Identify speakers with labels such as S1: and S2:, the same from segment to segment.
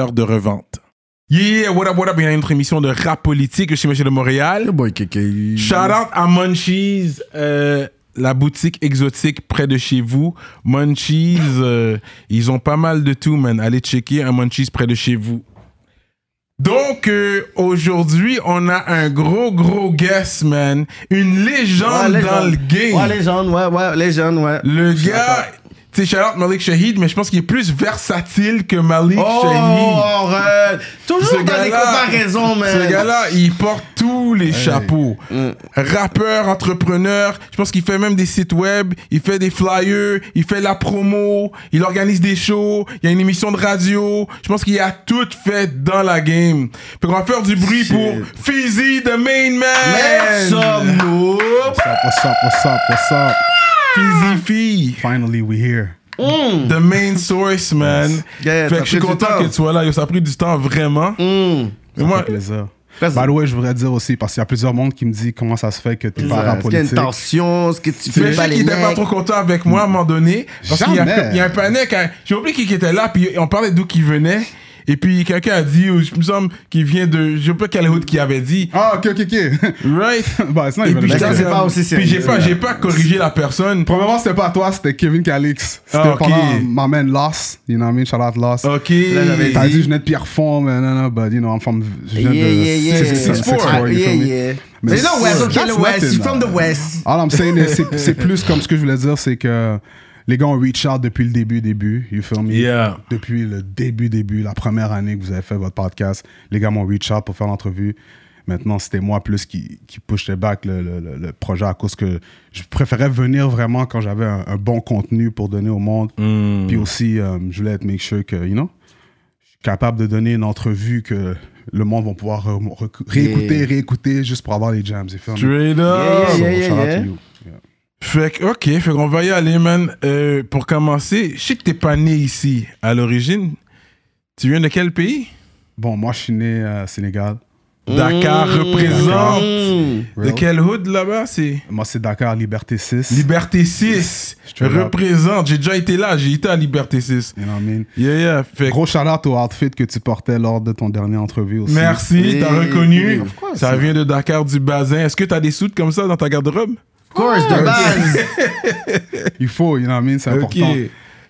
S1: de revente. Yeah, what up, what up? Il y a une autre émission de rap politique chez Monsieur de Montréal.
S2: boy Kéké.
S1: Shout out à Munchies, euh, la boutique exotique près de chez vous. Munchies, euh, ils ont pas mal de tout, man. Allez checker un Munchies près de chez vous. Donc, euh, aujourd'hui, on a un gros, gros guest, man. Une
S2: Ouais,
S1: légende
S2: les
S1: dans
S2: jeunes.
S1: le game.
S2: Ouais, les jeunes, ouais, ouais, les jeunes, ouais.
S1: Le gars, tu sais, shout out Malik Shahid, mais je pense qu'il est plus versatile que Malik
S2: Oh,
S1: Shahid.
S2: arrête. Toujours
S1: Ce
S2: dans les
S1: gars-là-
S2: comparaisons, man.
S1: Ce gars-là, il porte tous les chapeaux. Rappeur, entrepreneur, je pense qu'il fait même des sites web, il fait des flyers, il fait la promo, il organise des shows, il y a une émission de radio. Je pense qu'il a tout fait dans la game. Fait qu'on va faire du bruit pour Fizzy, the main man.
S2: Mais sommes-nous?
S3: What's up, what's up, what's up, what's up?
S1: Fizzy Fee.
S3: Finally, we here.
S1: The main source, man.
S2: Yeah,
S1: fait
S2: ça
S1: que je suis
S2: pris du
S1: content
S2: temps. Mm.
S1: que tu sois là. Yo, ça a pris du temps, vraiment.
S2: Euh,
S1: Mais
S3: Ça
S1: moi,
S3: fait plaisir.
S2: Vas-y.
S3: By the way, je voudrais dire aussi, parce qu'il y a plusieurs monde qui me dit comment ça se fait que t'es pas rap
S2: Est-ce qu'il y a une
S3: politique.
S2: tension? Est-ce que
S1: tu
S2: tu fais
S1: sais
S2: pas
S1: qu'il
S2: les
S1: était pas
S2: mecs?
S1: trop content avec moi à un moment donné. Parce qu'il y, a-
S3: Jamais.
S1: il y a un panel. qui a- J'ai oublié qui était là, puis on parlait d'où qui venait. Et puis quelqu'un a dit, ou je me semble qu'il vient de. Je sais pas quelle route qui avait dit.
S3: Ah, ok, ok, ok.
S1: Right?
S3: bah, sinon,
S1: Et
S3: il va
S1: puis
S3: le
S1: j'étais
S2: j'étais- c'est
S3: faire.
S1: comme-
S2: pas aussi
S1: Puis j'ai
S2: sérieux,
S1: pas,
S2: là.
S1: j'ai pas corrigé la personne.
S3: Premièrement, c'était pas toi, c'était Kevin Calix. C'était
S1: Ah, ok.
S3: pendant ma man Loss. You know what I mean? Shout out Loss.
S1: Ok.
S2: Là, j'avais
S3: T'as
S2: Vas-y.
S3: dit, je venais de Pierrefonds, mais non, non, but you know, I'm from. Je viens
S2: Yeah, yeah, yeah.
S3: de
S2: Six-
S1: six- four.
S2: Ah,
S3: you
S2: yeah,
S3: feel me?
S2: yeah.
S3: Mais
S2: C'est le West,
S3: sure,
S2: ok,
S3: that's
S2: le West.
S3: nothing,
S2: He's from
S3: man.
S2: the West.
S3: All I'm saying is, c'est- c'est plus comme ce que je voulais dire, c'est que les gars ont reach out depuis le début, début. You feel me?
S1: Yeah.
S3: Depuis le début, début, la première année que vous avez fait votre podcast, les gars m'ont reach out pour faire l'entrevue. Maintenant, c'était moi plus qui, qui pushait back le, le- le- le projet à cause que je préférais venir vraiment quand j'avais un, un bon contenu pour donner au monde.
S2: Mm. Hmm.
S3: Puis aussi, euh, je voulais être make sure que, you know, je suis capable de donner une entrevue que le monde va pouvoir re- recou- réécouter,
S2: Yeah.
S3: réécouter juste pour avoir les jams. You feel me?
S1: Straight up.
S2: Yeah, yeah, yeah,
S3: shout out
S2: yeah.
S3: to you.
S1: Fait que, ok, fait qu'on va y aller, man. Euh, pour commencer, je sais que t'es pas né ici à l'origine. Tu viens de quel pays?
S3: Bon, moi, je suis né euh, Sénégal.
S2: Hmm.
S1: Dakar représente. De
S3: Real.
S1: quel hood là-bas? C'est
S3: Moi, c'est Dakar, Liberté 6.
S1: Liberté 6.
S3: te rappelle.
S1: Représente. J'ai déjà été là, j'ai été à Liberté 6.
S3: You know what I mean?
S1: Yeah, yeah. Fait que,
S3: Gros shout-out au outfit que tu portais lors de ton dernier entrevue aussi.
S1: merci, t'as
S2: Oui,
S1: reconnu.
S2: oui, of course.
S1: Ça vient de Dakar du Bazin. Est-ce que t'as des soutes comme ça dans ta garde-robe?
S2: Of course, de base.
S3: Il faut, you know what I mean? C'est
S1: Ok.
S3: important.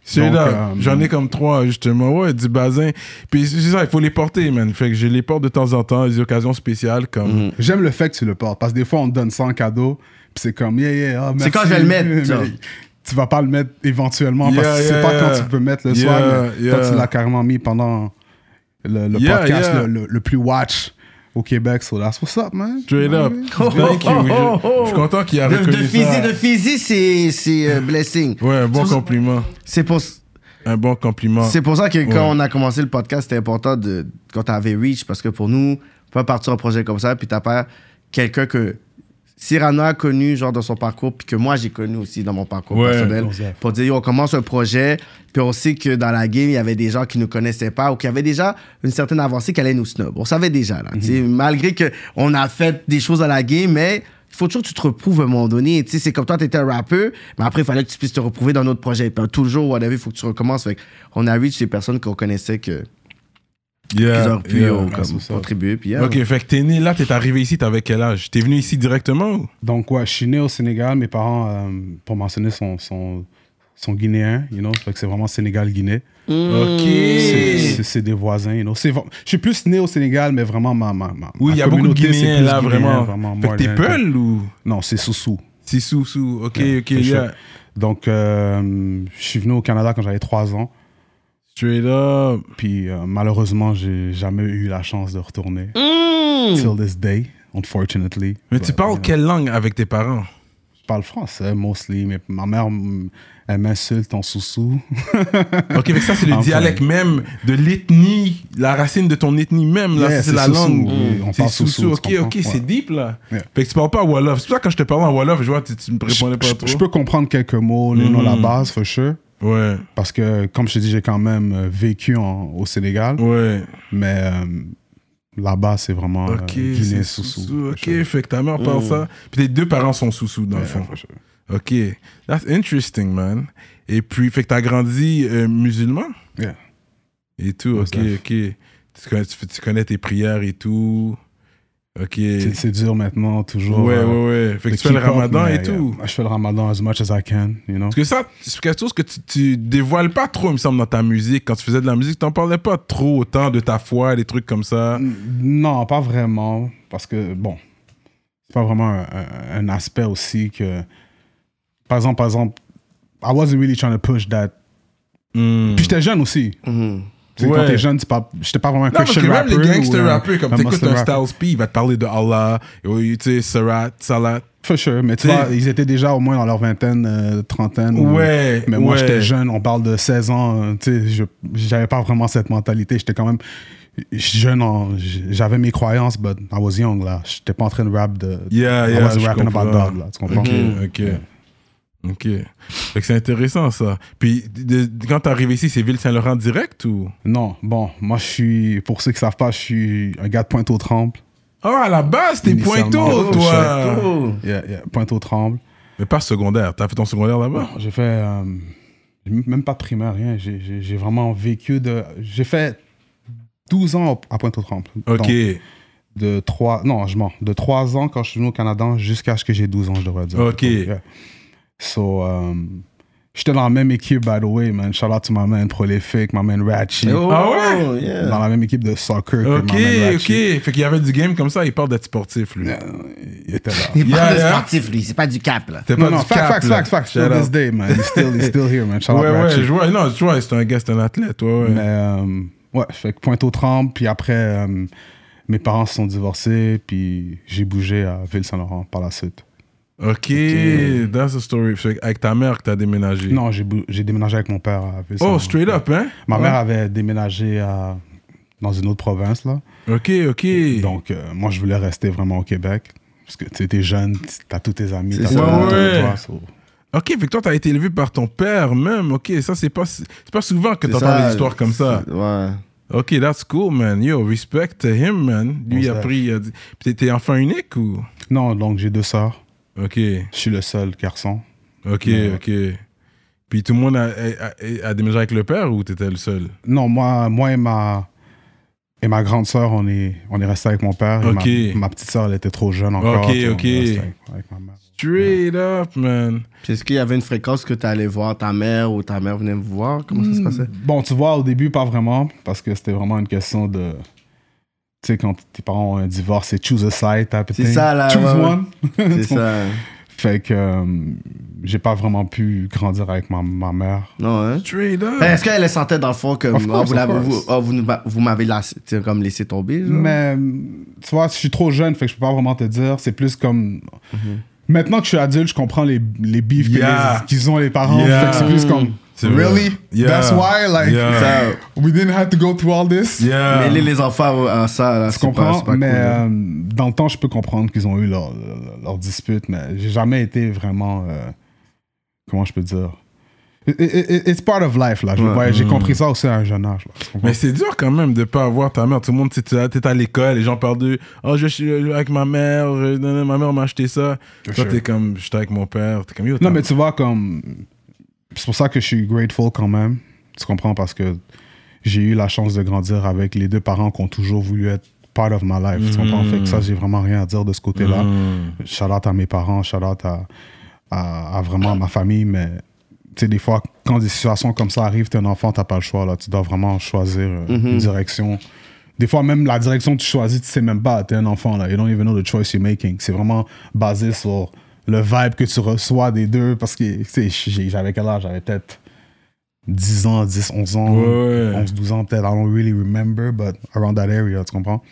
S1: Celui-là,
S3: Donc, euh,
S1: j'en ai comme trois, justement. Ouais, du bazin. Puis c'est ça, il faut les porter, man. Fait que je les porte de temps en temps, des occasions spéciales comme.
S2: Mm.
S3: J'aime le fait que tu le portes parce que des fois, on te donne ça en cadeau. Puis c'est comme, yeah, yeah, ah, merci.
S2: quand je vais le mettre,
S3: Mais
S2: ça.
S3: Tu vas pas le mettre éventuellement
S1: Yeah,
S3: parce que tu sais
S1: yeah,
S3: pas
S1: yeah.
S3: quand tu peux mettre le
S1: Yeah,
S3: soir. Mais
S1: yeah.
S3: Toi, tu l'as carrément mis pendant le, le
S1: Yeah,
S3: podcast
S1: yeah.
S3: Le, le- le plus watch au Québec. So that's what's up, man.
S1: Straight up.
S2: Oh,
S1: Thank you.
S2: oh,
S1: Je-
S2: oh, oh.
S1: Je suis content qu'il a
S2: De,
S1: reconnu
S2: de physique,
S1: ça.
S2: de physique, c'est, c'est euh, blessing.
S1: Ouais, bon
S2: C'est pour-
S1: compliment.
S2: C'est pour,
S1: Un bon compliment.
S2: c'est pour ça que quand
S1: Ouais.
S2: on a commencé le podcast, c'était important de, quand t'avais reach, parce que pour nous, on peut partir un projet comme ça, puis t'as pas quelqu'un que Cyrano a connu, genre, dans son parcours, puis que moi, j'ai connu aussi dans mon parcours
S1: Ouais.
S2: personnel.
S3: Joseph.
S2: Pour dire, yo, on commence un projet, puis on sait que dans la game, il y avait des gens qui nous connaissaient pas ou qui avaient déjà une certaine avancée qui allait nous snob. On savait déjà, là. tu sais,
S1: Mhm.
S2: Malgré que on a fait des choses à la game, mais il faut toujours que tu te reprouves à un moment donné. Tu sais, c'est comme toi, tu étais un rappeur, mais après, il fallait que tu puisses te reprouver dans notre projet. Puis, toujours, whatever, il faut que tu recommences. Fait on a reach des personnes qu'on connaissait que,
S1: Yeah,
S2: qu'ils auraient pu
S1: yeah.
S2: euh, comme,
S3: grâce à ça.
S2: contribuer. Puis, yeah.
S1: Ok, fait que t'es né là, t'es arrivé ici, t'avais quel âge T'es venu ici directement ou
S3: Donc, ouais, je suis né au Sénégal. Mes parents, euh, pour mentionner, sont, sont, sont guinéens, you know. Fait que c'est vraiment Sénégal-Guinée.
S2: Mm.
S3: Hmm.
S1: Ok.
S3: C'est- C'est c'est des voisins, you know. C'est vra- Je suis plus né au Sénégal, mais vraiment ma. ma, ma
S1: Oui,
S3: ma
S1: il y a beaucoup de
S3: communauté, c'est
S1: Guinéens
S3: plus
S1: là,
S3: Guinéen,
S1: vraiment. Fait
S3: moi,
S1: que t'es
S3: là,
S1: Peul ou
S3: Non, c'est Soussou.
S1: C'est sous sous. Ok, ok,
S3: Fait
S1: yeah.
S3: chaud. Donc, euh, je suis venu au Canada quand j'avais 3 ans.
S1: Straight up.
S3: Puis, euh, malheureusement, j'ai jamais eu la chance de retourner. Till this day. unfortunately.
S1: Hmm. Mais tu
S3: But,
S1: parles
S3: yeah.
S1: quelle langue avec tes parents
S3: Je parle français, mostly, mais ma mère, mm, elle m'insulte en sous-sous.
S1: Ok, mais ça, c'est le
S3: Enfin.
S1: dialecte même de l'ethnie, la racine de ton ethnie même. Là,
S3: Yeah,
S1: c'est
S3: c'est
S1: la
S3: Soussou,
S1: langue.
S3: oui, on
S1: C'est
S3: parle
S1: Soussou.
S3: Soussou,
S1: Ok,
S3: tu
S1: ok,
S3: comprends,
S1: c'est
S3: ouais.
S1: deep là.
S3: Yeah.
S1: Fait que tu parles pas Wolof. C'est pour ça que quand je te parlais en Wolof, je vois, tu, tu me
S3: Je,
S1: répondais pas
S3: je-
S1: trop. Hmm.
S3: je peux comprendre quelques mots, les noms, la base, for sure.
S1: Ouais,
S3: Parce que, comme je te dis, j'ai quand même euh, vécu en- au Sénégal.
S1: ouais.
S3: Mais euh, là-bas, c'est vraiment euh,
S1: Ok,
S3: Guinée,
S1: c'est
S3: Soussou.
S1: Soussou.
S3: for
S1: Ok,
S3: sure.
S1: fait que ta mère
S3: Hmm.
S1: parle ça. Puis tes deux parents sont Soussou dans le
S3: Yeah,
S1: fond.
S3: for sure.
S1: Ok, that's interesting, man. Et puis, fait que t'as grandi euh, musulman
S3: Yeah.
S1: et tout. Ok,
S3: Musulman.
S1: ok. Tu connais, tu- tu connais tes prières et tout. Ok.
S3: C'est- C'est dur maintenant, toujours.
S1: Ouais,
S3: euh,
S1: ouais, ouais. Fait que
S3: de
S1: tu fais le
S3: keep up,
S1: ramadan
S3: mais,
S1: et tout.
S3: yeah, je fais le ramadan as much as I can, you know.
S1: Parce que ça, c'est quelque chose que tu, tu dévoiles pas trop, il me semble, dans ta musique. Quand tu faisais de la musique, t'en parlais pas trop autant de ta foi, des trucs comme ça.
S3: Non, pas vraiment. Parce que, bon, c'est pas vraiment un, un- un aspect aussi que. Par exemple, par exemple, I wasn't really trying to push that.
S1: Hmm.
S3: Puis j'étais jeune aussi.
S2: Mhm.
S3: Tu sais,
S1: Ouais.
S3: Quand t'es jeune, c'est pas- j'étais pas vraiment un
S1: Non, parce que
S3: Christian
S1: même
S3: rapper.
S1: les
S3: ou
S1: gangsters
S3: un-
S1: rappers, comme
S3: un
S1: t'écoutes
S3: Muslim
S1: un
S3: rapper.
S1: Styles P, il va te parler de Allah, et, tu sais, Sarat, Salat.
S3: For sure, mais tu
S1: T'sais-
S3: vois, ils étaient déjà au moins dans leur vingtaine, euh, trentaine. ou-
S1: Ouais,
S3: Mais moi,
S1: ouais.
S3: j'étais jeune, on parle de 16 ans, euh, tu sais, je- j'avais pas vraiment cette mentalité. J'étais quand même jeune, en- j'avais mes croyances, but I was young, là. J'étais pas en train de rap de...
S1: Yeah,
S3: I
S1: yeah,
S3: wasn't
S1: je
S3: Ah, rapping about
S1: comprends.
S3: dog, là, tu comprends? Mm.
S1: Ok, ok. Ok. Fait que c'est intéressant, ça. Puis, de- de- quand t'es arrivé ici, c'est Ville-Saint-Laurent direct ou.
S3: Non, bon, moi, je suis... Pour ceux qui savent pas, je suis un gars de Pointe-aux-Trembles.
S1: Oh, à la base, t'es
S3: Initialement.
S1: pointeau,
S3: Oh,
S1: toi!
S2: Oh.
S3: Yeah, yeah, Pointe-aux-Trembles.
S1: Mais pas secondaire. T'as fait ton secondaire là-bas?
S3: Non, J'ai fait... euh, j'ai même pas primaire, rien. J'ai- J'ai j'ai vraiment vécu de... J'ai fait 12 ans à Pointe-aux-Trembles.
S1: Ok.
S3: Donc, de 3 non je mens de 3 ans quand je suis venu au Canada jusqu'à ce que j'ai 12 ans je devrais dire
S1: Ok.
S3: Yeah. so um, j'étais dans la même équipe by the way man shout out to my man Prolific my man Ratchet
S2: Oh,
S1: Ah ouais?
S2: yeah.
S3: dans la même équipe de soccer que
S1: Ok,
S3: my man
S1: ok.
S3: Ratchet.
S1: Fait qu'il y avait du game comme ça, il parle d'être sportif, lui.
S3: il était là
S2: Il
S1: Yeah,
S2: parle de
S1: yeah.
S2: sportif, lui. C'est pas du cap, là.
S1: T'es
S3: non
S1: du
S3: non facts
S1: cap,
S3: facts
S1: là.
S3: facts facts
S1: Shout
S3: till this
S1: out.
S3: day man he's still, he's still here man shout
S1: Ouais,
S3: out
S1: ouais,
S3: Ratchet.
S1: je vois. Non, tu vois, c'est un gars, c'est un athlète, ouais, ouais.
S3: Mais euh, ouais, je fais pointe aux trembles, puis après, euh, mes parents se sont divorcés, puis j'ai bougé à Ville-Saint-Laurent par la suite.
S1: Ok, that's the story. Fait que avec ta mère que t'as déménagé.
S3: Non, j'ai bou- j'ai déménagé avec mon père à Ville-Saint-Laurent.
S1: Oh, straight up, hein?
S3: Ma mère avait déménagé à- dans une autre province, là.
S1: Ah, Ok, ok.
S3: Donc, euh, moi, je voulais rester vraiment au Québec. Parce que tu étais jeune, t- t'as tous tes amis, t'as
S2: C'est
S3: tout le
S2: ça.
S3: monde autour de
S1: Ouais.
S3: toi, so-
S1: ok, fait que toi, t'as été élevé par ton père même. Ok, ça, c'est pas, c'est pas souvent que
S2: C'est
S1: t'entends
S2: ça,
S1: des histoires comme ça.
S2: c'est- Ouais.
S1: Ok, that's cool, man. Yo, respect him, man. Lui, il a
S3: Bon, ça.
S1: pris. il a dit- Puis t'étais enfant unique ou?
S3: Non, donc j'ai deux sœurs.
S1: Ok.
S3: Je suis le seul garçon.
S1: Ok,
S3: Ouais.
S1: ok. Puis tout le monde a, a- a- a déménagé avec le père ou t'étais le seul?
S3: Non, moi, moi et ma et ma grande sœur, on est on est resté avec mon père. et ma-
S1: Ok.
S3: ma, petite sœur, elle était trop jeune encore.
S1: Ok,
S3: so on est
S1: ok.
S3: resté Avec, avec ma mère.
S1: Straight up, man.
S2: Puis est-ce qu'il y avait une fréquence que tu allais voir ta mère ou ta mère venait me voir? Comment ça se passait?
S3: Hmm. Bon, tu vois, au début, pas vraiment, parce que c'était vraiment une question de. Tu sais, quand tes parents ont un divorce, c'est choose a side type of
S2: C'est
S3: thing.
S2: ça, là,
S3: Choose
S2: ouais, ouais.
S3: one.
S1: Hmm.
S2: C'est ça.
S3: Fait que euh, j'ai pas vraiment pu grandir avec ma, ma mère.
S2: Non, hein?
S1: Straight up.
S2: Ben, est-ce qu'elle sentait dans le fond que
S3: Of course,
S2: vous,
S3: of
S2: l'avez-
S3: course.
S2: vous, ah, vous, nous- vous m'avez laissé- tu sais, comme laissé tomber? genre?
S3: Mais euh, tu vois, je suis trop jeune, fait que je peux pas vraiment te dire. C'est plus comme.
S2: Mm-hmm.
S3: Maintenant que je suis adulte, je comprends les, les beefs que
S1: Yeah.
S3: les- qu'ils ont les parents.
S1: Yeah.
S3: Fait que c'est plus comme.
S1: C'est vrai.
S3: Really?
S1: Yeah.
S3: That's why? Like,
S1: Yeah.
S2: Ça,
S3: we didn't have to go through all this?
S1: Yeah.
S2: Mêler les enfants à ça, là,
S3: Je
S2: Ah, c'est pas,
S3: comprends,
S2: c'est pas
S3: mais
S2: cool, hein. là.
S3: euh, dans le temps, je peux comprendre qu'ils ont eu leur, leur, leur dispute, mais j'ai jamais été vraiment. euh, comment je peux dire? It- it- it- It's part of life, là. Je
S2: Ouais. Mm.
S3: voyais- J'ai compris ça aussi à un jeune âge. là. Tu comprends?
S1: Mais c'est dur quand même de pas avoir ta mère. Tout le monde, tu sais, tu es à- t'es à l'école, les gens parlent de Oh, je suis euh, avec ma mère, euh, non, non, ma mère m'a acheté ça. Toi,
S3: For sure.
S1: t'es comme, j'étais avec mon père. T'es comme, yo,
S3: Non,
S1: t'as-
S3: mais tu vois, comme. C'est pour ça que je suis grateful quand même. Tu comprends? Parce que j'ai eu la chance de grandir avec les deux parents qui ont toujours voulu être part of my life. Tu comprends? Fait que
S1: Mm.
S3: ça, j'ai vraiment rien à dire de ce côté-là. Shout out à mes parents, shout out à, à- à vraiment ma famille. Mais tu sais, des fois, quand des situations comme ça arrivent, t'es un enfant, t'as pas le choix. Là. Tu dois vraiment choisir euh,
S1: Mm-hmm.
S3: une direction. Des fois, même la direction que tu choisis, tu sais même pas. T'es un enfant, là. You don't even know the choice you're making. C'est vraiment basé sur le vibe que tu reçois des deux. Parce que, tu sais, j'ai- j'avais quel âge? J'avais peut-être 10 ans, 10, 11 ans,
S1: Ouais, ouais.
S3: 11, 12 ans peut-être. I don't really remember, but around that area, tu comprends?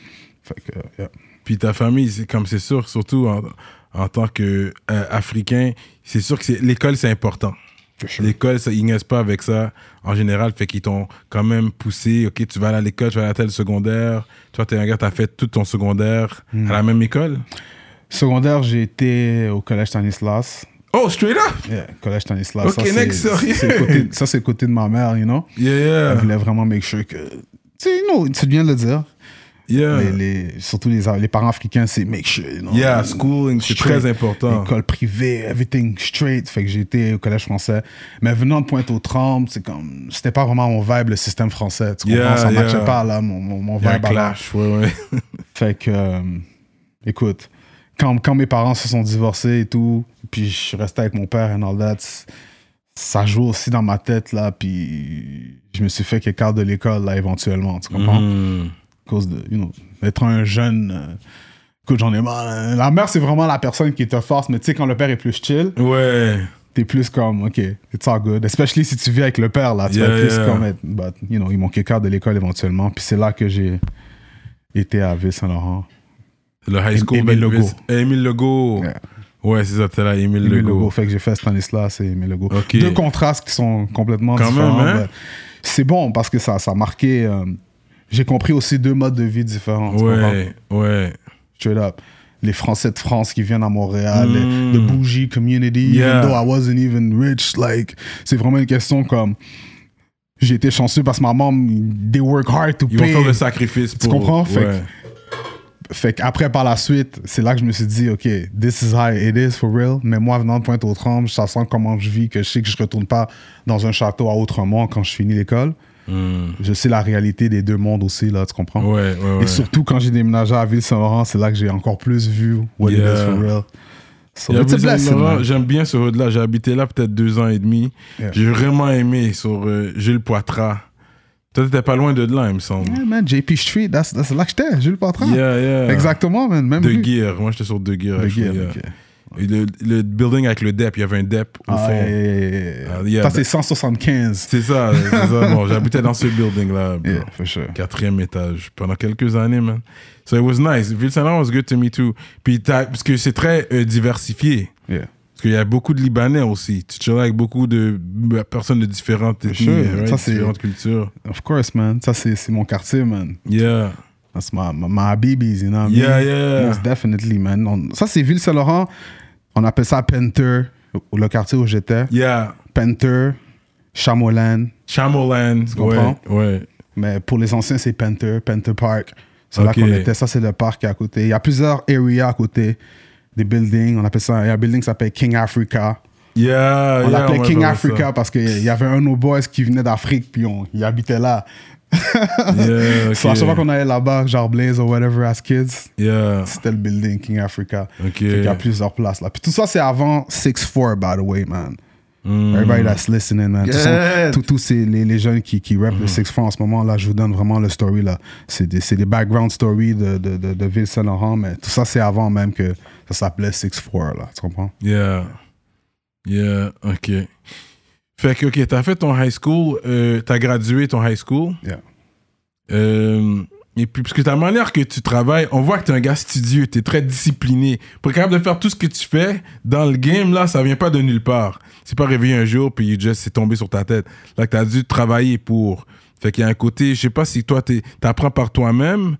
S3: Fait que, yeah.
S1: Puis ta famille, c'est comme c'est sûr, surtout en, en tant que euh, Africain, c'est sûr que c'est- l'école, c'est important. L'école, ça, ils niaisent pas avec ça en général. Fait qu'ils t'ont quand même poussé. OK, tu vas aller à l'école, tu vas aller à tel secondaire. Toi, t'es un gars, t'as fait tout ton secondaire
S3: Hmm.
S1: à la même école.
S3: Secondaire, j'ai été au collège Stanislas.
S1: Oh, straight up!
S3: Yeah, collège Stanislas.
S1: Ok,
S3: ça, c'est-
S1: next, sorry.
S3: c'est le côté- Ça, c'est le côté de ma mère, you know.
S1: Yeah,
S3: Elle voulait vraiment make sure que. Tu sais, you know, tu viens de le dire.
S1: yeah.
S3: Les- les- surtout les, les parents africains, c'est make sure. you know.
S1: Yeah, schooling, c'est
S3: Straight.
S1: très important.
S3: École privée, everything straight. Fait que j'ai été au collège français. Mais venant de Pointe-aux-Trembles, c'est comme. C'était pas vraiment mon vibe, le système français. Tu comprends?
S1: Yeah,
S3: ça
S1: yeah.
S3: matchait pas, là, mon, mon, mon
S1: Il y a un
S3: vibe. à la-
S1: clash, ouais, ouais.
S3: Fait que, euh, écoute, quand, quand mes parents se sont divorcés et tout, puis je suis resté avec mon père and all that, c- ça joue aussi dans ma tête, là, puis je me suis fait qu'écart de l'école, là, éventuellement, tu comprends?
S1: Mm.
S3: À cause de, you know, d'être un jeune... euh, écoute, j'en ai marre. La mère, c'est vraiment la personne qui te force, mais tu sais, quand le père est plus chill,
S1: Ouais.
S3: t'es plus comme, OK, it's all good. Especially si tu vis avec le père, là. Tu vas
S1: Yeah,
S3: être plus
S1: yeah.
S3: comme, être- but, you know, ils m'ont qu'écart de l'école éventuellement, puis c'est là que j'ai été à Ville-Saint-Laurent.
S1: Le high school.
S3: Émile
S1: ben,
S3: Legault.
S1: Émile Legault.
S3: Yeah.
S1: Ouais, c'est ça, t'es là, Émile
S3: Émile
S1: Legault.
S3: Legault. Fait que j'ai fait Stanislas et Émile Legault.
S1: Ok.
S3: Deux contrastes qui sont complètement
S1: Quand
S3: différents.
S1: même, hein?
S3: mais C'est bon parce que ça, ça a marqué. euh, j'ai compris aussi deux modes de vie différents. tu comprends?
S1: Ouais, ouais.
S3: Straight up. Les Français de France qui viennent à Montréal,
S1: Mm.
S3: les- the bougie community,
S1: Yeah.
S3: even though I wasn't even rich. Like, c'est vraiment une question comme. J'ai été chanceux parce que ma maman, they work hard to
S1: Ils
S3: pay.
S1: vont faire le sacrifice
S3: Tu
S1: pour.
S3: comprends? Fait
S1: Ouais.
S3: Fait qu'après, par la suite, c'est là que je me suis dit, OK, this is how it is for real. Mais moi, venant de Pointe-aux-Trembles, je sens comment je vis, que je sais que je retourne pas dans un château à Autremont quand je finis l'école.
S1: Mm.
S3: Je sais la réalité des deux mondes aussi, là, tu comprends?
S1: Ouais, ouais, ouais.
S3: Et surtout, quand j'ai déménagé à Ville-Saint-Laurent, c'est là que j'ai encore plus vu what
S1: Yeah.
S3: it is for real. So,
S1: Il y a
S3: it's a
S1: Bruce
S3: blessing,
S1: Almiron,
S3: man.
S1: J'aime bien ce road-là. J'ai habité là peut-être deux ans et demi.
S3: Yeah.
S1: J'ai vraiment aimé sur euh, Gilles Poitras. Toi, t'étais pas loin de là, il me semble.
S3: Yeah, man, JP Street, that's- that's là que j'étais, Jules Patrin.
S1: Yeah, yeah.
S3: Exactement, man, même
S1: De
S3: lui.
S1: Gear. Moi, j'étais sur De Gear.
S3: De
S1: actually,
S3: Gear,
S1: yeah.
S3: ok.
S1: Et le, le building avec le DEP, il y avait un DEP au
S3: Ah,
S1: fond.
S3: yeah, yeah, yeah, yeah.
S1: Ah, yeah,
S3: Ça,
S1: that-
S3: c'est 175.
S1: C'est ça, c'est ça. Bon, j'habitais dans ce building-là. bro.
S3: Yeah, for sure.
S1: quatrième étage pendant quelques années, man. So it was nice. Ville-Saint-Laurent was good to me too. Puis t'as- parce que c'est très euh, diversifié.
S3: Yeah.
S1: Parce qu'il y a beaucoup de Libanais aussi. Tu chilles avec beaucoup de euh, personnes de différentes ethnies,
S3: sure.
S1: right?
S3: Ça, c'est-
S1: différentes cultures.
S3: Of course, man. Ça, c'est c'est mon quartier, man.
S1: Yeah.
S3: That's my, my, my babies, you know what I
S1: Yeah,
S3: mean?
S1: yeah.
S3: Most definitely, man. On- ça, c'est Ville-Saint-Laurent. On appelle ça Penter, le quartier où j'étais.
S1: Yeah.
S3: Penter, Chamolan.
S1: Chamolan. Ouais.
S3: comprends?
S1: Ouais.
S3: Mais pour les anciens, c'est Penter, Penter Park. C'est
S1: Ok.
S3: là qu'on était. Ça, c'est le parc qui est à côté. Il y a plusieurs areas à côté. Des buildings. On appelle ça... Il y a un building qui s'appelle King Africa.
S1: Yeah.
S3: On
S1: yeah,
S3: l'appelait
S1: ouais,
S3: King
S1: j'avais
S3: Africa parce qu'il y avait un de nos boys qui venait d'Afrique, puis on, il habitait là.
S1: ça. Yeah.
S3: So, à chaque
S1: ok.
S3: fois qu'on allait là-bas, genre Blaze ou whatever as kids,
S1: Yeah.
S3: C'était le building King Africa.
S1: Ok.
S3: Fait qu'il y a plusieurs places là. Puis tout ça, c'est avant 6-4, by the way, man.
S1: Hmm.
S3: Everybody that's listening, man. Tous
S2: Yeah.
S3: sont- Tous tous ces- les, les jeunes qui, qui rappent le
S1: Hmm.
S3: 6-4 en ce moment, là, je vous donne vraiment le story, là. C'est des, c'est des background stories de, de, de, de Ville-Saint-Laurent, mais tout ça, c'est avant même que ça s'appelait 6-4, là. Tu comprends?
S1: Yeah. Yeah. OK. Fait que, OK, t'as fait ton high school. euh, t'as gradué ton high school.
S3: Yeah.
S1: Euh, et puis, parce que ta manière que tu travailles, on voit que t'es un gars studieux, t'es très discipliné. Pour être capable de faire tout ce que tu fais dans le game, là, ça vient pas de nulle part. C'est pas réveillé un jour, puis you just, c'est tombé sur ta tête. Là, que t'as dû travailler pour. Fait qu'il y a un côté, je sais pas si toi, t'es- t'apprends par toi-même,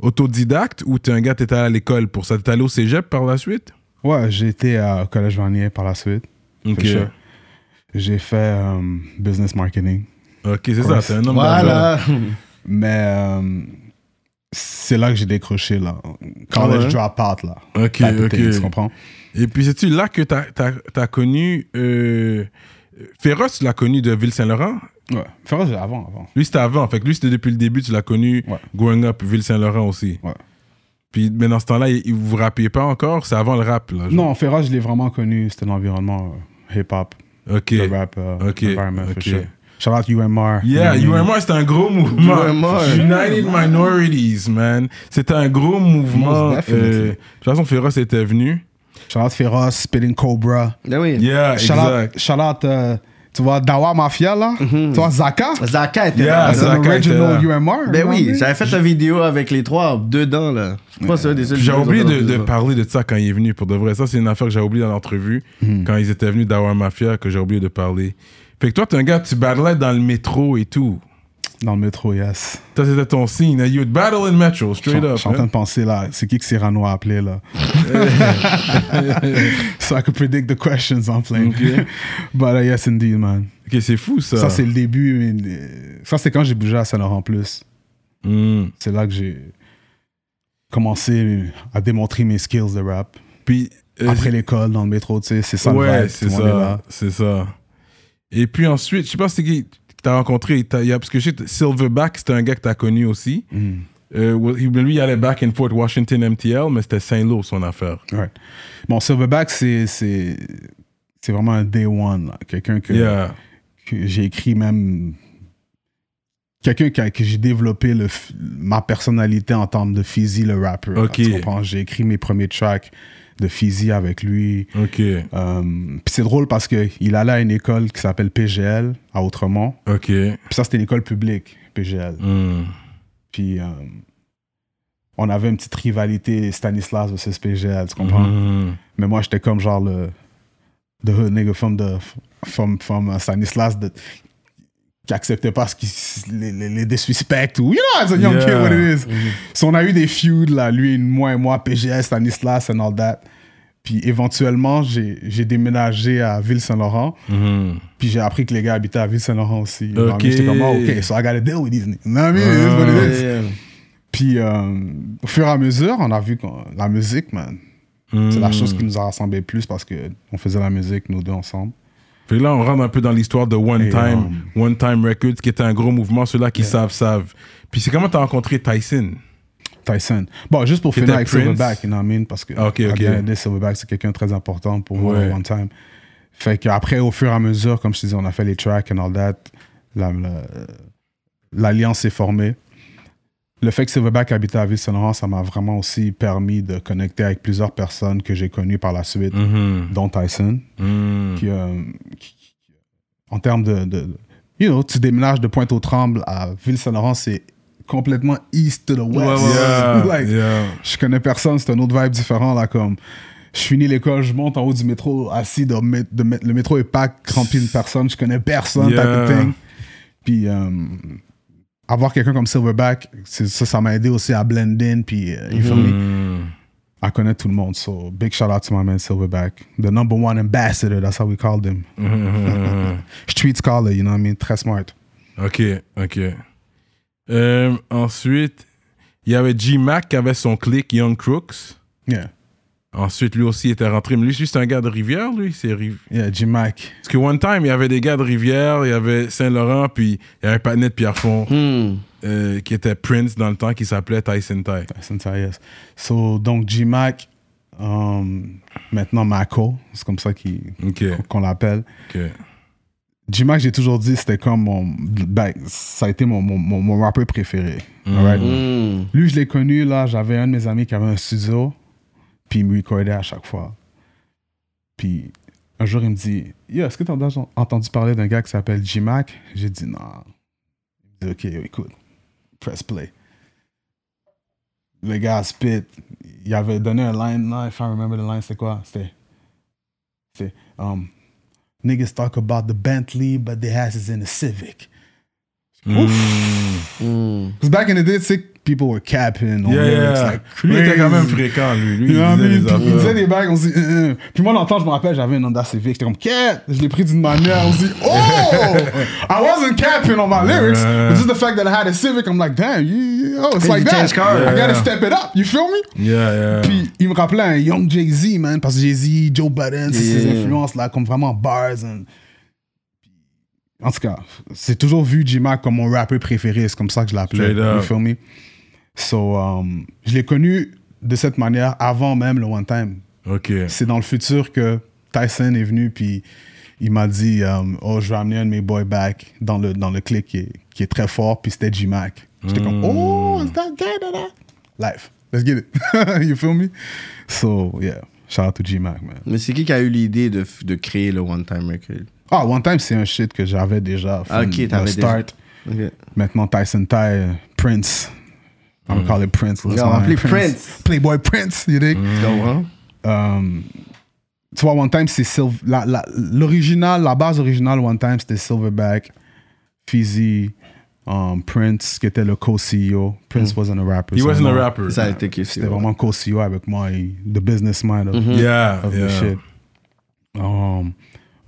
S1: autodidacte, ou t'es un gars, t'es allé à l'école pour ça. T'es allé au cégep par la suite?
S3: Ouais, j'ai été à- au Collège Vanier par la suite.
S1: Ok.
S3: For sure. J'ai fait euh, business marketing.
S1: Ok, c'est ça, t'es un homme d'affaires.
S2: Voilà.
S3: Mais euh, c'est là que j'ai décroché, là. Quand
S2: Ah ouais?
S3: je drop out, là.
S1: Ok,
S3: T'as pété,
S1: ok.
S3: Tu comprends?
S1: Et puis, c'est-tu là que t'as as, connu. Euh, Féroce, tu l'as connu de Ville-Saint-Laurent.
S3: Ouais. Féroce, avant, avant.
S1: Lui, c'était avant. Fait que lui, c'était depuis le début, tu l'as connu
S3: Ouais.
S1: growing up, Ville-Saint-Laurent aussi.
S3: Ouais.
S1: Puis, mais dans ce temps-là, il, il vous rappiez pas encore, c'est avant le rap, là. genre.
S3: Non, Féroce, je l'ai vraiment connu. C'était l'environnement euh, hip-hop,
S1: Ok.
S3: le rap, euh,
S1: Ok,
S3: environment, for
S1: ok.
S3: sure. Shout out UMR.
S1: Yeah,
S3: You know what I mean?
S1: UMR, c'était un gros mouvement.
S2: UMR.
S1: United Minorities, man. C'était un gros mouvement.
S3: Most definitely.
S1: euh, de toute façon, Féroce était venu.
S3: Shout out Féroce, Spitting Cobra.
S2: Ben oui.
S1: Yeah,
S3: Shout
S1: Ah, exact.
S3: out, shout out euh, tu vois, Dawa Mafia, là. Tu vois, Zaka.
S2: Zaka était
S1: Yeah,
S2: là.
S3: C'est
S2: là.
S3: un
S1: Zaka était
S3: original
S1: là.
S3: UMR.
S2: Mhm. Ah, Ben oui,
S3: j'avais
S2: j'avais fait la vidéo avec les trois dedans, là. Je pense que c'est un des seuls
S1: Puis J'ai
S2: vidéos
S1: oublié
S2: dedans,
S1: de, de
S2: dedans.
S1: parler de ça quand il est venu, pour de vrai. Ça, c'est une affaire que j'ai oublié dans l'entrevue,
S3: Hmm.
S1: quand ils étaient venus d'Awa Mafia, que j'ai oublié de parler. Fait que toi, t'es un gars, tu battlais dans le métro et tout.
S3: Dans le métro, yes.
S1: Ça, c'était ton signe. You would battle in metro,
S3: Je
S1: straight up. hein.
S3: suis en train de penser, là, c'est qui que Cyrano a appelé, là? so I could predict the questions I'm playing. But uh, yes, indeed, man.
S1: hein. Ok, c'est fou, ça.
S3: Ça, c'est le début. mais, euh, Ça, c'est quand j'ai bougé à Saint-Laurent plus.
S1: Hmm.
S3: C'est là que j'ai commencé à démontrer mes skills de rap.
S1: Puis, euh,
S3: Après l'école, dans le métro, tu sais, c'est ça le
S1: Ouais,
S3: vibe,
S1: c'est
S3: tout le monde est là.
S1: ça. C'est ça. Et puis ensuite, je sais pas si c'est qui que t'as rencontré. t'as- il y a- parce que je sais, que Silverback, c'était un gars que t'as connu aussi.
S3: Hmm.
S1: Euh, well, he- lui, il allait back and forth Washington MTL, mais c'était Saint-Lô son affaire.
S3: Ouais. Bon, Silverback, c'est, c'est, c'est vraiment un day one. là. Quelqu'un que,
S1: Yeah.
S3: que j'ai écrit même. Quelqu'un qui a- que, j'ai développé le, f- ma personnalité en termes de Fizzy, le rapper. là.
S1: Ok.
S3: Tu comprends? J'ai écrit mes premiers tracks de Fizzy avec lui.
S1: Ok.
S3: Euh, Puis c'est drôle parce qu'il allait à une école qui s'appelle PGL à Outremont.
S1: Ok.
S3: Puis ça, c'était une école publique, PGL.
S1: Hmm.
S3: Puis euh, on avait une petite rivalité Stanislas versus PGL, tu comprends?
S1: Mhm.
S3: Mais moi, j'étais comme genre le. The hood nigga from, the, from, from uh, Stanislas de- qui acceptait pas ce qui, les, les, les disrespects ou, you know, as a young kid,
S1: Yeah.
S3: what it is. So, on a eu des feuds, là, lui, moi et moi, PGS, Stanislas, and all that. Puis éventuellement, j'ai j'ai déménagé à Ville-Saint-Laurent.
S1: Mhm.
S3: Puis j'ai appris que les gars habitaient à Ville-Saint-Laurent aussi. You know what I mean?
S1: Ok.
S3: J'étais comme, oh, OK, so I gotta deal with these niggas. You know what I mean? It is what it is.
S2: Ah, Yeah, yeah.
S3: Puis euh, au fur et à mesure, on a vu que la musique, man,
S1: Hmm.
S3: c'est la chose qui nous a rassemblés plus parce qu'on faisait la musique, nous deux ensemble.
S1: Fait que là, on rentre un peu dans l'histoire de One
S3: Et,
S1: Time,
S3: um,
S1: One Time Records, qui était un gros mouvement. Ceux-là qui savent, savent. Puis c'est comment t'as rencontré Tyson
S3: Tyson. Bon, juste pour
S1: Qui
S3: finir
S1: était
S3: avec
S1: Prince.
S3: Silverback, you know what I mean? Parce que
S1: Ah, ok,
S3: à
S1: ok.
S3: bien aider Silverback, c'est quelqu'un de très important pour moi,
S1: Ouais.
S3: One Time. Fait qu'après, au fur et à mesure, comme je te dis, on a fait les tracks and all that. La- la- L'alliance s'est formée. Le fait que Silverback habitait à Ville-Saint-Laurent, ça m'a vraiment aussi permis de connecter avec plusieurs personnes que j'ai connues par la suite,
S1: Mhm.
S3: dont Tyson.
S2: Hmm.
S1: Mhm.
S3: qui, euh, qui- qui- en termes de, de- You know, tu déménages de Pointe-aux-Trembles à Ville-Saint-Laurent, c'est complètement east to the west.
S2: ouais, ouais.
S1: Yeah,
S3: Like,
S1: yeah.
S3: Je connais personne, c'est un autre vibe différent, là, comme... Je finis l'école, je monte en haut du métro, assis, dans le mét- de mét- le métro est pas rempli de personnes, je connais personne, type
S1: Yeah.
S3: of thing. Puis, euh, avoir quelqu'un comme Silverback, c'est- ça, ça m'a aidé aussi à blend in, puis, euh, you feel me?
S1: Mhm.
S3: I connaît tout le monde. So big shout out to my man Silverback, the number one ambassador. That's how we called him. Street scholar, you know what I mean? Très smart.
S1: Mm-hmm. Ok, ok. Euh, ensuite, il y avait G-Mac qui avait son clique Young Crooks.
S3: Yeah,
S1: Ensuite, lui aussi était rentré. Mais lui, c'est un gars de Rivière, lui. C'est Riv-
S3: yeah, G Mac.
S1: Parce que one time, il y avait des gars de Rivière, il y avait Saint-Laurent, puis il y avait un patinet de Pierrefonds
S2: Hmm.
S1: euh, qui était Prince dans le temps, qui s'appelait Tyson Ty.
S3: Tyson Tyus. So donc G Mac, um, maintenant Mako, c'est comme ça qu'il-
S1: Ok,
S3: qu'on l'appelle.
S1: ok.
S3: G-Mac, j'ai toujours dit, c'était comme mon. ben, ça a été mon, mon, mon, mon rappeur préféré. Alright?
S4: hmm.
S3: Lui, je l'ai connu, là, j'avais un de mes amis qui avait un studio, puis il me recordait à chaque fois. Puis un jour, il me dit Yo, est-ce que t'as déjà entendu parler d'un gars qui s'appelle G-Mac J'ai dit non. Il me dit Ok, écoute, press play. Le gars spit, il avait donné un line, là, if I remember the line, c'était quoi C'était. C'était. um, Niggas talk about the Bentley, but their ass is in the Civic.
S2: Hmm.
S3: Because back in the day, tu sais, people were capping. on
S1: Yeah,
S3: lyrics,
S1: yeah.
S3: like,
S1: Lui était quand même
S3: crazy.
S1: fréquent, lui. Lui,
S3: You know what I
S1: il disait
S3: mean?
S1: des
S3: Puis Il disait
S1: affaires.
S3: des bagues, on se dit, euh, euh. Puis moi, l'entendre, je me rappelle, j'avais un Honda Civic. J'étais comme, cat! Je l'ai pris d'une manière, on se dit, oh! I wasn't capping on my lyrics.
S1: Ouais.
S3: But just the fact that I had a Civic, I'm like, damn, you, you- oh, it's
S2: Crazy
S3: like that.
S2: change car.
S3: I
S1: Yeah.
S3: gotta step it up. You feel me?
S1: Yeah, yeah.
S3: Puis il me rappelait un Young Jay-Z, man, parce que Jay-Z, Joe Budden, c'est ces
S2: Yeah.
S3: influences-là, comme vraiment bars. and- En tout cas, c'est toujours vu J-Mac comme mon rappeur préféré, c'est comme ça que je l'appelais.
S1: Straight up.
S3: You feel me? So, um, je l'ai connu de cette manière avant même le One Time.
S1: Ok.
S3: C'est dans le futur que Tyson est venu, puis il m'a dit um, Oh, je vais amener un de mes boys back dans le, dans le clic qui est, qui est très fort, puis c'était J-Mac. J'étais comme
S2: Hmm.
S3: Oh, is that guy? Da, da. Life. Let's get it. you feel me? So, yeah. Shout out to G-Mac, man.
S2: Mais c'est qui qui a eu l'idée de, f- de créer le One Time Record
S3: Ah, One Time, c'est un shit que j'avais déjà.
S2: Ah,
S3: from
S2: ok,
S3: the
S2: t'avais déjà.
S3: start.
S2: Ok.
S3: Maintenant, Tyson Ty, euh, Prince. I'm gonna call it Prince. Let's
S2: Yeah, Hmm.
S3: call
S2: on va appeler
S3: him
S2: Prince.
S3: Playboy Prince, you dig?
S2: Donc, hein?
S3: Um, tu vois, One Time, c'est Silv- la- la- L'original, la, base originale, One Time, c'était Silverback, Fizzy, um, Prince, qui était le co-CEO. Prince wasn't a rapper.
S1: Mm. He
S3: so
S1: wasn't a
S3: non,
S1: rapper.
S2: Ça a été que
S3: C'était vraiment co-CEO avec moi, et the businessman of,
S1: Yeah,
S3: of
S1: Mm-hmm. yeah.
S3: the shit. Um,